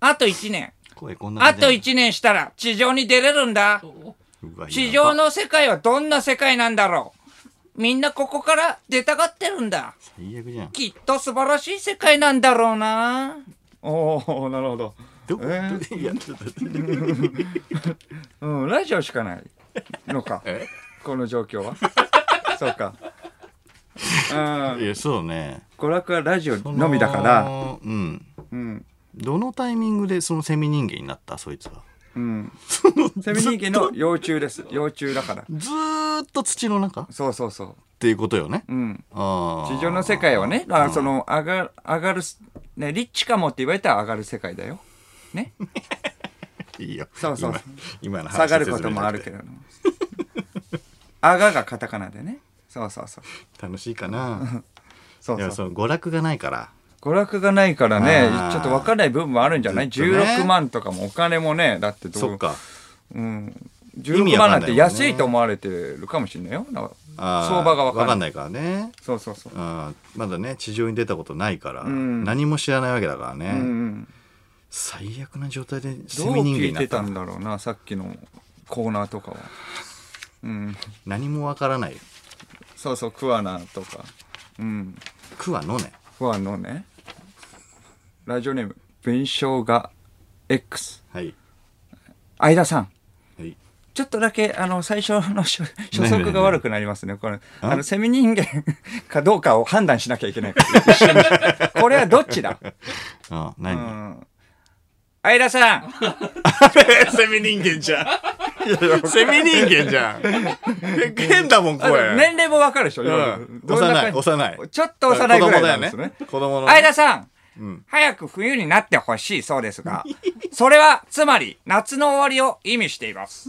[SPEAKER 2] あと1年。
[SPEAKER 1] 声こんな
[SPEAKER 2] あ
[SPEAKER 1] 感じ
[SPEAKER 2] と
[SPEAKER 1] だよ
[SPEAKER 2] 1年したら地上に出れるんだ。
[SPEAKER 1] うわ
[SPEAKER 2] 地
[SPEAKER 1] やば
[SPEAKER 2] 上の世界はどんな世界なんだろう。みんなここから出たがってるんだ。
[SPEAKER 1] 最悪じゃん。
[SPEAKER 2] きっと素晴らしい世界なんだろうな。おお、なるほど。
[SPEAKER 1] どこ、
[SPEAKER 2] えー
[SPEAKER 1] いやちょっと待って。
[SPEAKER 2] うん、ラジオしかないのか
[SPEAKER 1] [LAUGHS] え
[SPEAKER 2] この状況は。そうか。う
[SPEAKER 1] い
[SPEAKER 2] ん、
[SPEAKER 1] や、そうね。
[SPEAKER 2] 娯楽はラジオのみだから。
[SPEAKER 1] ら。うん。
[SPEAKER 2] うん。
[SPEAKER 1] どのタイミングでそのセミ人間になったそいつは。
[SPEAKER 2] うん。セミ人間の幼虫です。幼虫だから。
[SPEAKER 1] ずーっと土の中っ
[SPEAKER 2] そうそうそ
[SPEAKER 1] ていうことよね。
[SPEAKER 2] う。うん。
[SPEAKER 1] あー
[SPEAKER 2] 地上の世界はね、あその上が上がるねリッチかもって言われたら上がる世界だよ。ね。
[SPEAKER 1] いいよ。
[SPEAKER 2] そうそうそう
[SPEAKER 1] 今今の話
[SPEAKER 2] 下がることもあるけれども。あががカタカナでね。そうそうそう。
[SPEAKER 1] ど。楽しいかな。
[SPEAKER 2] そ
[SPEAKER 1] いや、
[SPEAKER 2] うそ。
[SPEAKER 1] そうの娯楽がないから。
[SPEAKER 2] 娯楽がないからね
[SPEAKER 1] あー
[SPEAKER 2] ちょっと分かんない部分もあるんじゃない、
[SPEAKER 1] ずっとね
[SPEAKER 2] 16万とかもお金もねだってどう
[SPEAKER 1] そっか
[SPEAKER 2] うん、
[SPEAKER 1] 意味
[SPEAKER 2] 16
[SPEAKER 1] わか
[SPEAKER 2] 万なん
[SPEAKER 1] ないもんね
[SPEAKER 2] んて安いと思われてるかもしれないよなんか
[SPEAKER 1] あー
[SPEAKER 2] 相場が分かんない
[SPEAKER 1] わかんないからね
[SPEAKER 2] そうそうそう、
[SPEAKER 1] うんまだね地上に出たことないから、
[SPEAKER 2] ん
[SPEAKER 1] 何も知らないわけだからね、
[SPEAKER 2] うんうん、
[SPEAKER 1] 最悪な状態でセ
[SPEAKER 2] どう
[SPEAKER 1] ミ人間
[SPEAKER 2] 聞
[SPEAKER 1] に
[SPEAKER 2] い
[SPEAKER 1] なってた
[SPEAKER 2] た
[SPEAKER 1] の
[SPEAKER 2] んだろうなさっきのコーナーとかは、うん、
[SPEAKER 1] 何もわからないよ
[SPEAKER 2] そうそう桑名とか、うん、
[SPEAKER 1] クワのね
[SPEAKER 2] ファンのねラジオネーム文章が X
[SPEAKER 1] はい
[SPEAKER 2] 相田さん
[SPEAKER 1] はい
[SPEAKER 2] ちょっとだけ、あの、最初の初初速が悪くなりますね。これ、あの、セミ人間かどうかを判断しなきゃいけないから。一緒に。これはどっちだ
[SPEAKER 1] あ
[SPEAKER 2] う
[SPEAKER 1] 何、
[SPEAKER 2] ん。相田さん、
[SPEAKER 1] [LAUGHS] セミ人間じゃんセミ人間じ
[SPEAKER 2] [LAUGHS]
[SPEAKER 1] ゃん変だもん
[SPEAKER 2] あの年齢もわかるでしょ、
[SPEAKER 1] う
[SPEAKER 2] 今
[SPEAKER 1] ん
[SPEAKER 2] どんな感じ
[SPEAKER 1] 幼い幼い
[SPEAKER 2] ちょっと幼いぐらいなんですね。
[SPEAKER 1] 子供だ
[SPEAKER 2] 相
[SPEAKER 1] よね
[SPEAKER 2] 田さん、
[SPEAKER 1] ん
[SPEAKER 2] 早く冬になってほしいそうです
[SPEAKER 1] [LAUGHS]
[SPEAKER 2] が、それはつまり夏の終わりを意味しています。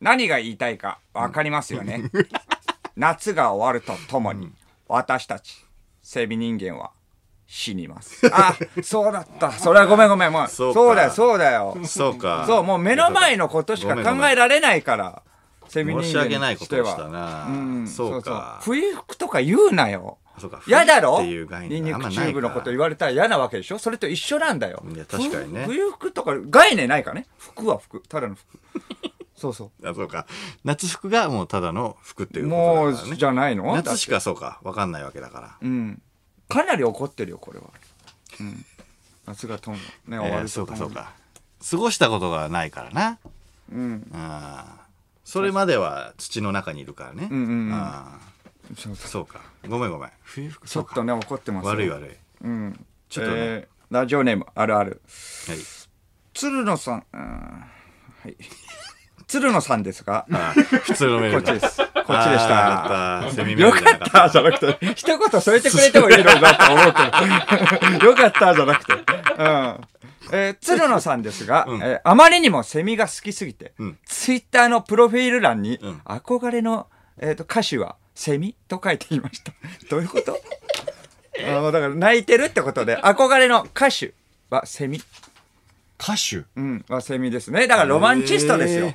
[SPEAKER 2] 何が言いたいかわかりますよね。夏が終わるとともに、私たち、セミ人間は死にます。あ、そうだった。それはごめんごめん。もう
[SPEAKER 1] そ
[SPEAKER 2] そう
[SPEAKER 1] か
[SPEAKER 2] うだよ、そうだよ。
[SPEAKER 1] 子供のそうか
[SPEAKER 2] そう、もう目の前のことしか考えられないから、セミ人
[SPEAKER 1] 申
[SPEAKER 2] 間に
[SPEAKER 1] し
[SPEAKER 2] しては。
[SPEAKER 1] 訳ないことをしたな、
[SPEAKER 2] うん、
[SPEAKER 1] そうか
[SPEAKER 2] そうそう冬服とか言うなよ。
[SPEAKER 1] そうか
[SPEAKER 2] 嫌だ
[SPEAKER 1] っ
[SPEAKER 2] ろ
[SPEAKER 1] ていう概
[SPEAKER 2] ニ
[SPEAKER 1] 念
[SPEAKER 2] ンニ
[SPEAKER 1] があ
[SPEAKER 2] ク
[SPEAKER 1] んまない
[SPEAKER 2] チ
[SPEAKER 1] か
[SPEAKER 2] ューブのこと言われたら嫌なわけでしょそれと一緒なんだよ。
[SPEAKER 1] いや確かにね
[SPEAKER 2] ふ冬服とか概念ないからね。服は服。ただ
[SPEAKER 1] [LAUGHS]
[SPEAKER 2] の服。そうそ
[SPEAKER 1] あそうか夏服がもうただの服って
[SPEAKER 2] う。
[SPEAKER 1] いうことだ
[SPEAKER 2] も
[SPEAKER 1] から、ね、
[SPEAKER 2] う、じゃないの
[SPEAKER 1] 夏しかそうか分かんないわけだから
[SPEAKER 2] うん。かなり怒ってるよ、これは。うん。夏が飛んだ。ね、終わ
[SPEAKER 1] えー
[SPEAKER 2] る
[SPEAKER 1] そう
[SPEAKER 2] と
[SPEAKER 1] か
[SPEAKER 2] ともに
[SPEAKER 1] そう。か過ごしたことがないからな
[SPEAKER 2] うん。
[SPEAKER 1] あーそれまでは土の中にいるからね
[SPEAKER 2] うんうんうん
[SPEAKER 1] あ
[SPEAKER 2] そう
[SPEAKER 1] ー
[SPEAKER 2] そう
[SPEAKER 1] そうかごめんごめん冬服
[SPEAKER 2] ちょっとね、怒ってますよ。
[SPEAKER 1] 悪い悪い
[SPEAKER 2] うん。
[SPEAKER 1] ちょっとね
[SPEAKER 2] えーラジオネーム、あるある。
[SPEAKER 1] はい
[SPEAKER 2] 鶴野さん、うん。はい。鶴野さんですが、
[SPEAKER 1] あ
[SPEAKER 2] [LAUGHS]
[SPEAKER 1] ー普通のメー
[SPEAKER 2] こっ
[SPEAKER 1] ル
[SPEAKER 2] ち
[SPEAKER 1] だ
[SPEAKER 2] です。こっちでし
[SPEAKER 1] あーよか
[SPEAKER 2] た。
[SPEAKER 1] ったセミメー
[SPEAKER 2] よ
[SPEAKER 1] ルじゃ
[SPEAKER 2] か
[SPEAKER 1] な
[SPEAKER 2] っ
[SPEAKER 1] かった
[SPEAKER 2] たじゃなくて、一言添えてくれてもいいのになと思うけど、よかったじゃなくて。うん。えー鶴野さんですが、
[SPEAKER 1] ん
[SPEAKER 2] えーあまりにもセミが好きすぎて、
[SPEAKER 1] うん
[SPEAKER 2] ツイッターのプロフィール欄に、
[SPEAKER 1] うん
[SPEAKER 2] 憧れの、えー、と歌手はセミと書いていました。 [LAUGHS] どうい
[SPEAKER 1] [LAUGHS]
[SPEAKER 2] うことあーだから泣いてるってことで、憧れの歌手はセミ。
[SPEAKER 1] 歌手
[SPEAKER 2] うん、はセミですね。だからロマンチストです
[SPEAKER 1] へ
[SPEAKER 2] よ
[SPEAKER 1] ー。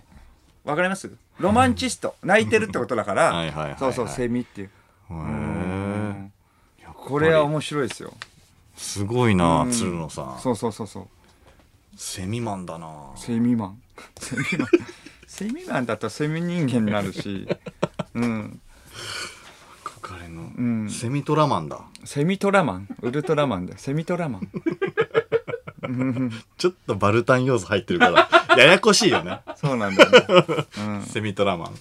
[SPEAKER 2] わかりますロマンチスト。泣いてるってことだから、
[SPEAKER 1] はいはいはいはい
[SPEAKER 2] そうそう、セミっていう。
[SPEAKER 1] へー
[SPEAKER 2] これは面白いですよ。
[SPEAKER 1] すごいな鶴野さん
[SPEAKER 2] そうそうそうそう。
[SPEAKER 1] セミマンだな
[SPEAKER 2] セミマン。 [LAUGHS] セミマン。セミマンだとセミ人間になる [LAUGHS] し、うん。
[SPEAKER 1] 憧れ
[SPEAKER 2] ん
[SPEAKER 1] のセミトラマンだ
[SPEAKER 2] セミトラマン。ウルトラマンだよ。セミトラマン。
[SPEAKER 1] ちょっとバルタン要素入ってる [LAUGHS] からややこしいよね
[SPEAKER 2] そうなんだよ、ね。
[SPEAKER 1] セミトラマン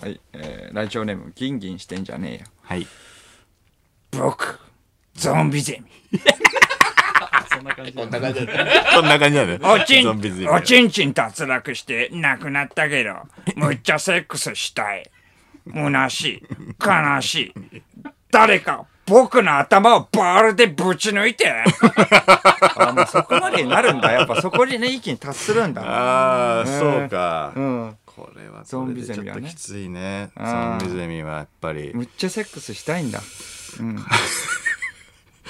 [SPEAKER 2] はい。えー、ラジオネーム、ギンギンしてんじゃねえよ。
[SPEAKER 1] はい
[SPEAKER 2] 僕、ゾンビゼミ。
[SPEAKER 3] そんな感じだね
[SPEAKER 1] こんな感じだね
[SPEAKER 2] おち
[SPEAKER 1] ゾンビズ
[SPEAKER 2] ん、おちんちん脱落して亡くなったけど、 [LAUGHS] むっちゃセックスしたい。虚しい。悲しい。誰か、僕の頭をバールでぶち抜いて。 [LAUGHS] あ、もうそこまでになるんだ。やっぱそこにね、一気に達するんだ。
[SPEAKER 1] ああ、
[SPEAKER 2] ね
[SPEAKER 1] そうか、
[SPEAKER 2] うん。
[SPEAKER 1] これは
[SPEAKER 2] ゾ
[SPEAKER 1] これ
[SPEAKER 2] ンビ
[SPEAKER 1] で
[SPEAKER 2] ゼ
[SPEAKER 1] ちょ
[SPEAKER 2] ミ
[SPEAKER 1] っ
[SPEAKER 2] は
[SPEAKER 1] と
[SPEAKER 2] ね
[SPEAKER 1] きついねゾ
[SPEAKER 2] あ
[SPEAKER 1] ン
[SPEAKER 2] ー
[SPEAKER 1] ビゼミはやっぱり
[SPEAKER 2] むっちゃセックスしたいんだ。うん。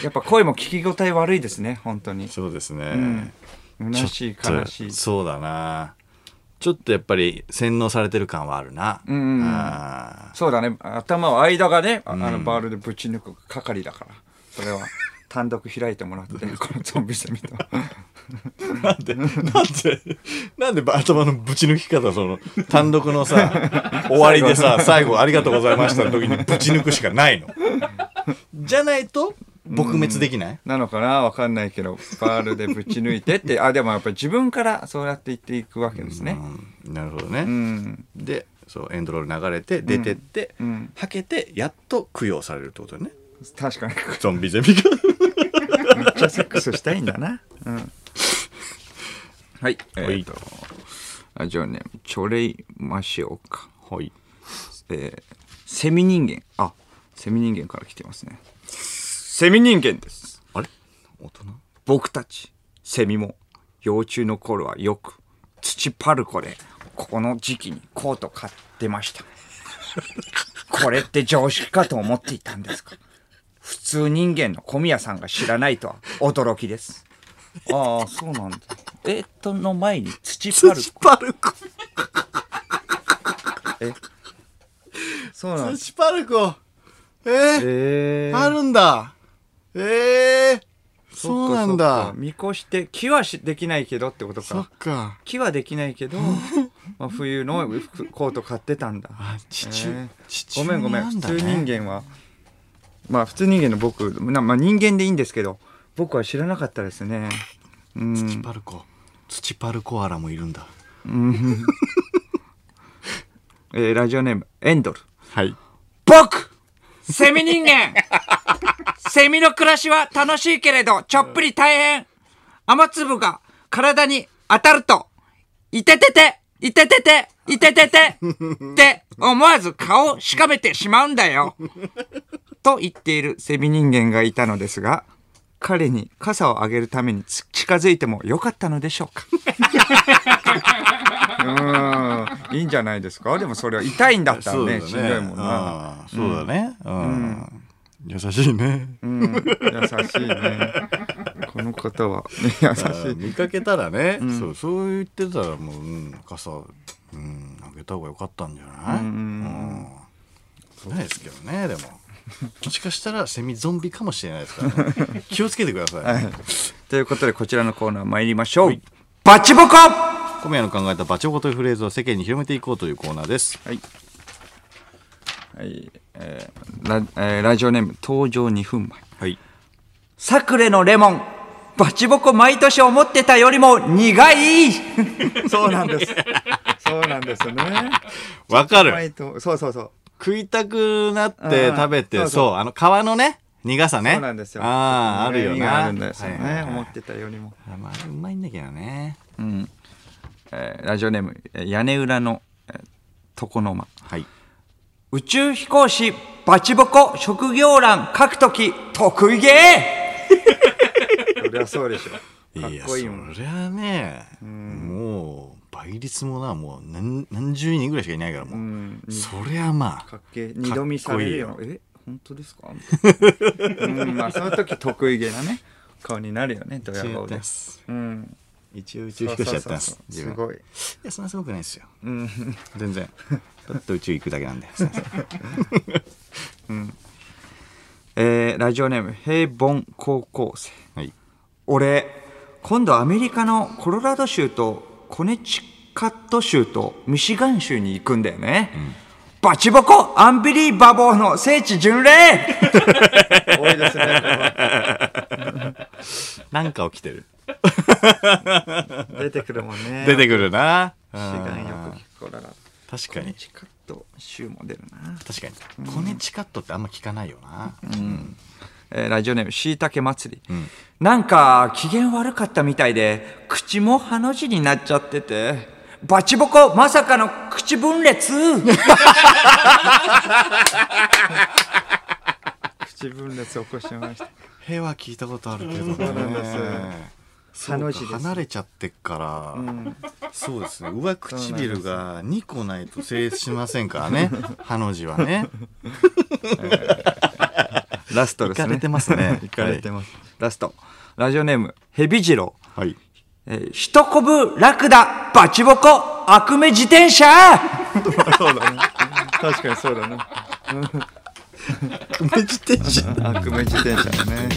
[SPEAKER 2] やっぱ声も聞き応え悪いですね、本当に。
[SPEAKER 1] そうですね、
[SPEAKER 2] 虚しい、
[SPEAKER 1] ちょっ
[SPEAKER 2] 悲
[SPEAKER 1] と
[SPEAKER 2] しい。
[SPEAKER 1] そうだなちょっとやっぱり洗脳されてる感はあるな、
[SPEAKER 2] んうんうん
[SPEAKER 1] あ
[SPEAKER 2] そうだね頭を間がねああのバールでぶち抜く係だからそれは単独開いて [LAUGHS] もらってこのゾンビゼミと
[SPEAKER 1] ーなんでなんでなんで頭のぶち抜き方その単独の [LAUGHS] さ終わりでさ最後「ありがとうございました」の時にぶち抜くしかない [LAUGHS] のじゃないと撲滅できない、
[SPEAKER 2] なのかなわかんないけどバールでぶち抜いてってあでもやっぱり自分からそうやって言っていくわけですね
[SPEAKER 1] うんなるほどね、
[SPEAKER 2] うん
[SPEAKER 1] でそうエンドロール流れて出てって、
[SPEAKER 2] うんうん
[SPEAKER 1] はけてやっと供養されるってことね
[SPEAKER 2] 確かに
[SPEAKER 1] ゾンビゼミが
[SPEAKER 2] めっちゃセックスしたいんだなうんはいえ
[SPEAKER 1] はい
[SPEAKER 2] ーとラジオネームチョレイマシオカ
[SPEAKER 1] はい
[SPEAKER 2] えーセミ人間あセミ人間から来てますねセミ人間です
[SPEAKER 1] [LAUGHS] あれ大人
[SPEAKER 2] 僕たちセミも幼虫の頃はよく土パルコでこの時期にコート買 [LAUGHS] ってましたこれって常識かと思っていたんですが普通人間の小宮さんが知らないとは驚きです。ああ、そうなんだ。えっと、の前に土パル
[SPEAKER 1] 土パルコ。
[SPEAKER 2] そうなんだ。
[SPEAKER 1] 土パルコ。え
[SPEAKER 2] え
[SPEAKER 1] え。あるんだ。ええ。そうなんだ。
[SPEAKER 2] 見越して、木はしできないけどってこと
[SPEAKER 1] そ
[SPEAKER 2] か
[SPEAKER 1] っ。か。
[SPEAKER 2] 木はできな
[SPEAKER 1] [LAUGHS]
[SPEAKER 2] いけど、まあ冬の服コート買ってたんだ。
[SPEAKER 1] 地
[SPEAKER 2] え
[SPEAKER 1] 中
[SPEAKER 2] ー。
[SPEAKER 1] 地中
[SPEAKER 2] ごめんごめん。
[SPEAKER 1] な
[SPEAKER 2] 普
[SPEAKER 1] だ
[SPEAKER 2] 通
[SPEAKER 1] ね
[SPEAKER 2] 人間は、まあ普通人間の僕、なまあ人間でいいんですけど、僕は知らなかったですね。うん。
[SPEAKER 1] 土パルコ。土パルコアラもいるんだ。
[SPEAKER 2] えーラジオネーム、エンドル。
[SPEAKER 1] はい。
[SPEAKER 2] 僕セミ人間 [LAUGHS] セミの暮らしは楽しいけれど、ちょっぴり大変雨粒が体に当たると、いててていててていてててって思わず顔をしかめてしまうんだよと言っているセミ人間がいたのですが、彼に傘をあげるためにつ近づいてもよかったのでしょ
[SPEAKER 1] [LAUGHS]
[SPEAKER 2] うかうーん、いいんじゃないですかでもそれは痛いんだったら
[SPEAKER 1] そうだ
[SPEAKER 2] ね、
[SPEAKER 1] ね。
[SPEAKER 2] しんどいもんな。
[SPEAKER 1] うんそうだね。うん。優しいね。
[SPEAKER 2] うん、優しいね。この方は、ね、優しい。
[SPEAKER 1] 見かけたらね、そうそう言ってたらもう、うん、傘、うん、あげた方が良かったんじゃない、うんないですけどねでももしかしたらセミゾンビかもしれないですからね、
[SPEAKER 2] [LAUGHS]
[SPEAKER 1] 気をつけてください、
[SPEAKER 2] ということで、こちらのコーナー参りましょう。バチボコは
[SPEAKER 1] 小宮の考えたバチョコというフレーズを世間に広めていこうというコーナーです
[SPEAKER 2] い。はい、えーラえーラジオネーム、登場2分前。
[SPEAKER 1] はい
[SPEAKER 2] サクレのレモン。バチボコ毎年思ってたよりも苦いそうなんです。 [LAUGHS] そうなんですよね。
[SPEAKER 1] わかる
[SPEAKER 2] 毎年そうそうそう。
[SPEAKER 1] 食いたくなって
[SPEAKER 2] うん
[SPEAKER 1] 食べて
[SPEAKER 2] そ
[SPEAKER 1] そうう
[SPEAKER 2] そう
[SPEAKER 1] あの皮のね苦さね
[SPEAKER 2] そうなんですよ。
[SPEAKER 1] あああるよ
[SPEAKER 2] 苦味が
[SPEAKER 1] な
[SPEAKER 2] あるんですよね。
[SPEAKER 1] はいはいはい
[SPEAKER 2] 思ってたよりも。
[SPEAKER 1] あまあうまいんだけどね
[SPEAKER 2] えーラジオネーム、えー屋根裏の、えー床の間。
[SPEAKER 1] はい
[SPEAKER 2] 宇宙飛行士バチボコ職業欄書くとき得意げー [LAUGHS] そりゃそうでしょかっこいいもん
[SPEAKER 1] やそりゃね、もう倍率もなもう何何十人ぐらいしかいないからもう、
[SPEAKER 2] ん
[SPEAKER 1] そりゃま
[SPEAKER 2] か
[SPEAKER 1] あ
[SPEAKER 2] っけえ二度見される
[SPEAKER 1] かっ
[SPEAKER 2] よえ本当です [LAUGHS] かうんまあその時得意げなね顔になるよねド
[SPEAKER 1] 一
[SPEAKER 2] ヤ
[SPEAKER 1] 応や
[SPEAKER 2] 顔
[SPEAKER 1] って
[SPEAKER 2] で
[SPEAKER 1] ます
[SPEAKER 2] うん
[SPEAKER 1] 一応宇宙飛行士やってます
[SPEAKER 2] そうそうそう
[SPEAKER 1] 自
[SPEAKER 2] す
[SPEAKER 1] 分
[SPEAKER 2] ごい
[SPEAKER 1] いやそんなすごくないですよ
[SPEAKER 2] うん
[SPEAKER 1] 全
[SPEAKER 2] [LAUGHS]
[SPEAKER 1] 然だって宇宙行くだけなんですいません
[SPEAKER 2] えーラジオネーム平凡高校生 [LAUGHS]
[SPEAKER 1] はい
[SPEAKER 2] 俺今度アメリカのコロラド州とコネチカット州とミシガン州に行くんだよね、バチボコアンビリーバボーの聖地巡礼 [LAUGHS] 多いですね
[SPEAKER 1] なんか起きてる
[SPEAKER 2] 出てくるもんね
[SPEAKER 1] 出て
[SPEAKER 2] くる
[SPEAKER 1] くるなうん
[SPEAKER 2] ミシガンよく聞くコロラド
[SPEAKER 1] 確
[SPEAKER 2] コ
[SPEAKER 1] か
[SPEAKER 2] ネ
[SPEAKER 1] に
[SPEAKER 2] チカット州も出るな、
[SPEAKER 1] 確かにコネチカットってあんま聞かないよな、
[SPEAKER 2] えーラジオネームしいたけ祭り、なんか機嫌悪かったみたいで口もハの字になっちゃっててバチボコまさかの口分 [LAUGHS] 裂口分裂起こしました
[SPEAKER 1] へは聞いたことあるけどね。
[SPEAKER 2] そうなんです
[SPEAKER 1] そうか
[SPEAKER 2] ハの字です
[SPEAKER 1] 離れちゃってっから、そうですね上唇が2個ないと成立しませんから
[SPEAKER 3] [LAUGHS]
[SPEAKER 1] ねハの字はね
[SPEAKER 2] ラストで
[SPEAKER 1] い
[SPEAKER 2] すね
[SPEAKER 1] かれてますね
[SPEAKER 2] いかれてます、ラストラジオネームヘビジロウ
[SPEAKER 1] はい、はい
[SPEAKER 2] えー、一こぶラクダバチボコ悪名自転 [LAUGHS] 車そうだね確かにそうだね
[SPEAKER 1] 梅自転車
[SPEAKER 2] 悪名自転車だね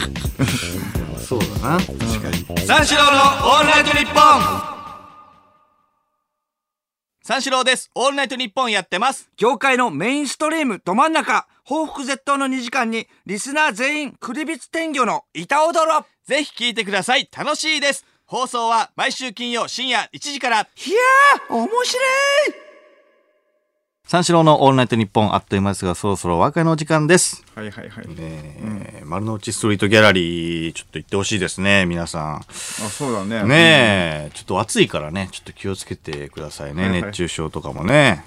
[SPEAKER 1] そうだな確かに、
[SPEAKER 3] 三四郎のオールナイトニッポン三四郎です。オールナイトニッポンやってます。
[SPEAKER 2] 業界のメインストリームど真ん中報復絶倒の2時間にリスナー全員クリビツ天魚の板踊ろ
[SPEAKER 3] ぜひ聞いてください。楽しいです。放送は毎週金曜深夜1時から。
[SPEAKER 2] いやー面白い
[SPEAKER 1] 三四郎の「オールナイトニッポン」あっという間ですがそろそろお別れの時間です、
[SPEAKER 2] はいはいはい
[SPEAKER 1] ねえ丸の内ストリートギャラリーちょっと行ってほしいですね皆さ
[SPEAKER 2] あそうだね
[SPEAKER 1] んねえ、ちょっと暑いからねちょっと気をつけてくださいね、
[SPEAKER 2] はいはい
[SPEAKER 1] 熱中症とかもね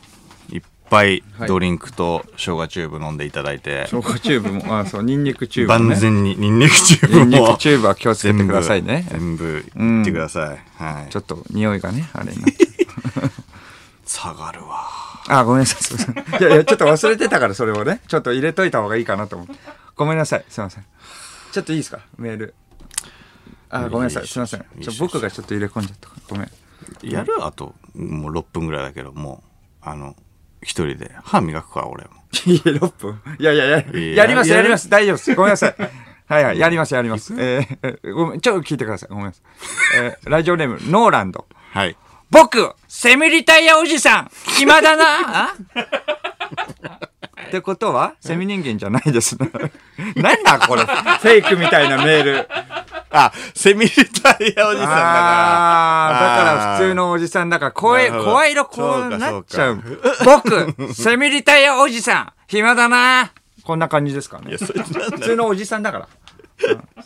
[SPEAKER 1] いっぱいドリンクと生姜チューブ飲んでいただいて、
[SPEAKER 2] 消化チューブもあそうニンニクチューブ
[SPEAKER 1] 万全にニンニクチューブも
[SPEAKER 2] ニンニクチューブは気をつけてくださいね
[SPEAKER 1] 全部全部いってください、はい
[SPEAKER 2] ちょっと匂いがねあれになって
[SPEAKER 1] 下がるわ
[SPEAKER 2] あ、ごめんなさい。すいませんいやいや、ちょっと忘れてたから、それをね。ちょっと入れといた方がいいかなと思って。ごめんなさい。すいません。ちょっといいですかメール。あ、ごめんなさい。すいません。ちょ僕がちょっと入れ込んじゃった。ごめん。
[SPEAKER 1] やるあともう6分ぐらいだけどもうあの一人で歯磨くか俺も
[SPEAKER 2] いや、6分。いやいやいや、
[SPEAKER 1] いや
[SPEAKER 2] やります、
[SPEAKER 1] や
[SPEAKER 2] や
[SPEAKER 1] る
[SPEAKER 2] ります。大丈夫です。ごめんなさい。はいはい、やります、やります。えー、ごめん、ちょっと聞いてください。ごめんなさい。えー、ラジオネーム、ノーランド。
[SPEAKER 1] はい
[SPEAKER 2] 僕、セミリタイヤおじさん、暇
[SPEAKER 1] [LAUGHS]
[SPEAKER 2] だなあってことは、セミ人間じゃないですね。 [LAUGHS] なんだこれ。フェイクみたいなメール。
[SPEAKER 1] あセミリタイヤおじさんだから
[SPEAKER 2] あーだから
[SPEAKER 1] あー
[SPEAKER 2] 普通のおじさんだから声、
[SPEAKER 1] なるほど
[SPEAKER 2] 声色こうなっちゃう。僕、セミリタイヤおじさん、暇だなこんな感じですかね。
[SPEAKER 1] そいつなんだ
[SPEAKER 2] 普通のおじさんだから。うん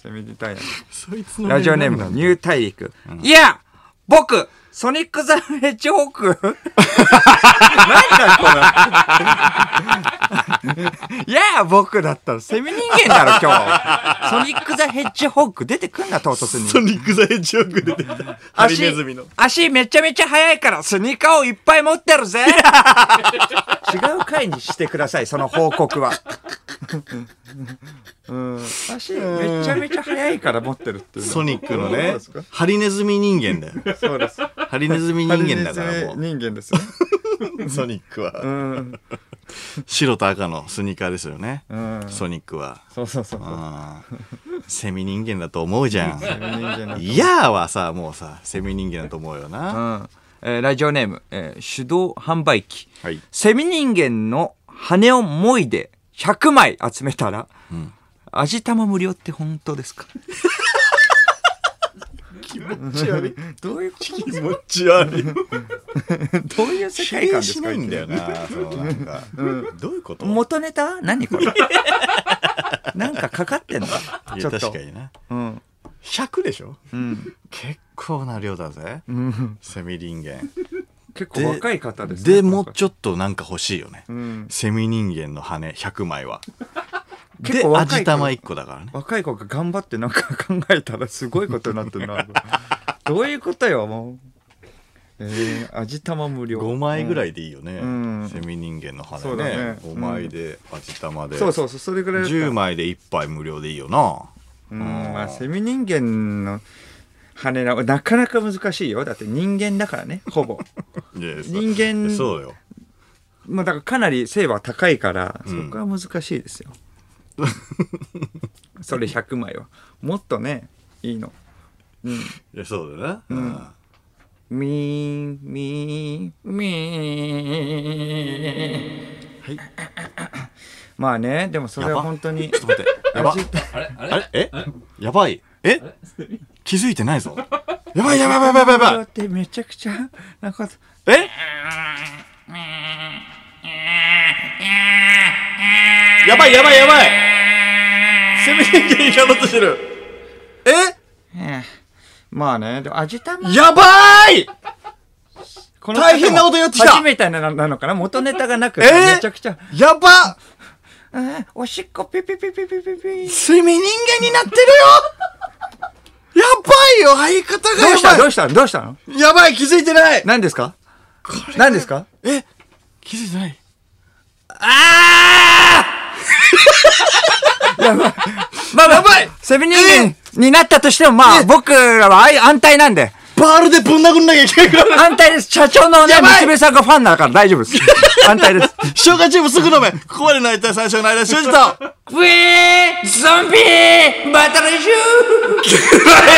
[SPEAKER 2] セミリタイヤ。
[SPEAKER 1] そいつの
[SPEAKER 2] ラジオネームのニュー大陸。いや僕、ソニックザメジョークなんだよこれ。いや僕だったらセミ人間だろ、今日。ソニック・ザ・ヘッジホーク出てくんな、唐突に。
[SPEAKER 1] ソニック・ザ・エッジホーク出てきたハリネズミの
[SPEAKER 2] 足めちゃめちゃ速いからスニーカーをいっぱい持ってるぜ違う回にしてくださいその報告は [LAUGHS] うん足めちゃめちゃ速いから持ってるっていう
[SPEAKER 1] ソニックの
[SPEAKER 2] そう
[SPEAKER 1] ね
[SPEAKER 2] ですか
[SPEAKER 1] ハリネズミ人間だよ
[SPEAKER 2] そう [LAUGHS] です
[SPEAKER 1] ハリネズミ人間だからも
[SPEAKER 2] 人間ですよ、
[SPEAKER 1] うソニックは
[SPEAKER 2] うん、
[SPEAKER 1] 白と赤のスニーカーですよね
[SPEAKER 2] ん
[SPEAKER 1] ソニックは
[SPEAKER 2] そうそうそうそう
[SPEAKER 1] うんセミ人間だと思うじゃん
[SPEAKER 2] 人間なんだ
[SPEAKER 1] いやーはさもうさセミ人間だと思うよな
[SPEAKER 2] うんえーラジオネーム、えー手動販売機、
[SPEAKER 1] はい
[SPEAKER 2] セミ人間の羽をもいで100枚集めたら、味玉無料って本当ですか
[SPEAKER 1] 気持ち悪い
[SPEAKER 2] [LAUGHS] どういうこと
[SPEAKER 1] 気持ち悪い
[SPEAKER 2] どういう世
[SPEAKER 1] 否
[SPEAKER 2] 界観
[SPEAKER 1] 定
[SPEAKER 2] です
[SPEAKER 1] し
[SPEAKER 2] か
[SPEAKER 1] ないんだよなそのなんかどういうこと
[SPEAKER 2] 元ネタ何 [LAUGHS] これなんかかかってんの
[SPEAKER 1] い
[SPEAKER 2] ち
[SPEAKER 1] や
[SPEAKER 2] ょっと
[SPEAKER 1] 確かにな
[SPEAKER 2] うん
[SPEAKER 1] 100でしょ
[SPEAKER 2] うん
[SPEAKER 1] 結構な量だぜ
[SPEAKER 2] うん、
[SPEAKER 1] セミ人間
[SPEAKER 2] 結構若い方ですね
[SPEAKER 1] でもうちょっとなんか欲しいよね
[SPEAKER 2] うん
[SPEAKER 1] セミ人間の羽100枚は
[SPEAKER 2] [LAUGHS] 結
[SPEAKER 1] で
[SPEAKER 2] 構若い
[SPEAKER 1] 味玉1個だからね
[SPEAKER 2] 若い子が頑張ってなんか考えたらすごいことになってるなどういうことよもうえー、味玉無料
[SPEAKER 1] 5枚ぐら
[SPEAKER 2] い、
[SPEAKER 1] いでいいよね
[SPEAKER 2] うん
[SPEAKER 1] セミ人間の羽
[SPEAKER 2] そうだ
[SPEAKER 1] ね
[SPEAKER 2] ね
[SPEAKER 1] 5枚で味玉
[SPEAKER 2] う
[SPEAKER 1] で
[SPEAKER 2] んそうそうそうそれぐらいだった
[SPEAKER 1] 10枚で1杯無料でいいよな
[SPEAKER 2] うんまあセミ人間の羽ななかなか難しいよだって人間だから
[SPEAKER 1] [LAUGHS]
[SPEAKER 2] ねほぼ
[SPEAKER 1] いやそ
[SPEAKER 2] 人間
[SPEAKER 1] そうよ
[SPEAKER 2] まあだからかなり精は高いから、
[SPEAKER 1] うん
[SPEAKER 2] そこは難しいで
[SPEAKER 1] [LAUGHS]
[SPEAKER 2] すよそれ100枚はもっとねいいの
[SPEAKER 1] いやそうだよなうん
[SPEAKER 2] みーみーみー
[SPEAKER 1] [LAUGHS]
[SPEAKER 2] はいまあねでもそれは本当に
[SPEAKER 1] ちょっと待ってやば
[SPEAKER 2] 味
[SPEAKER 1] あ
[SPEAKER 3] [LAUGHS]
[SPEAKER 1] れえやばいえ気づいてないぞやばいやばいやばいやばいやばい
[SPEAKER 2] ってめちゃくちゃなんか
[SPEAKER 1] えやばいやばいやばいセミ人間にやろうとしてるえ
[SPEAKER 2] まあねでも味玉
[SPEAKER 1] やばい
[SPEAKER 2] この
[SPEAKER 1] 大変なことやってきた
[SPEAKER 2] 初めてななのかな元ネタがなく、
[SPEAKER 1] えー
[SPEAKER 2] めちゃくちゃ、
[SPEAKER 1] やば
[SPEAKER 2] あーおしっこピピピピピピピ。
[SPEAKER 1] セミ人間になってるよやばいよ相方
[SPEAKER 2] どうした
[SPEAKER 1] がや
[SPEAKER 2] ど
[SPEAKER 1] ば
[SPEAKER 2] うしたどうしたの
[SPEAKER 1] いやばい気づいてない
[SPEAKER 2] 何ですか
[SPEAKER 1] これ
[SPEAKER 2] 何ですか
[SPEAKER 1] え気づいてない
[SPEAKER 2] まあ、や
[SPEAKER 1] ばい
[SPEAKER 2] セミ人間になったとしても、まあ、僕らはあ安泰なんで。
[SPEAKER 1] バールでぶん殴んなきゃいけないから
[SPEAKER 2] 安泰です。社長のね、
[SPEAKER 1] やばい
[SPEAKER 2] 娘さんがファンだから大丈夫です。安泰です。
[SPEAKER 1] 消化チームすぐ飲めここまでの間最初の間修二と
[SPEAKER 2] ウィーゾンビバトルシュー
[SPEAKER 1] え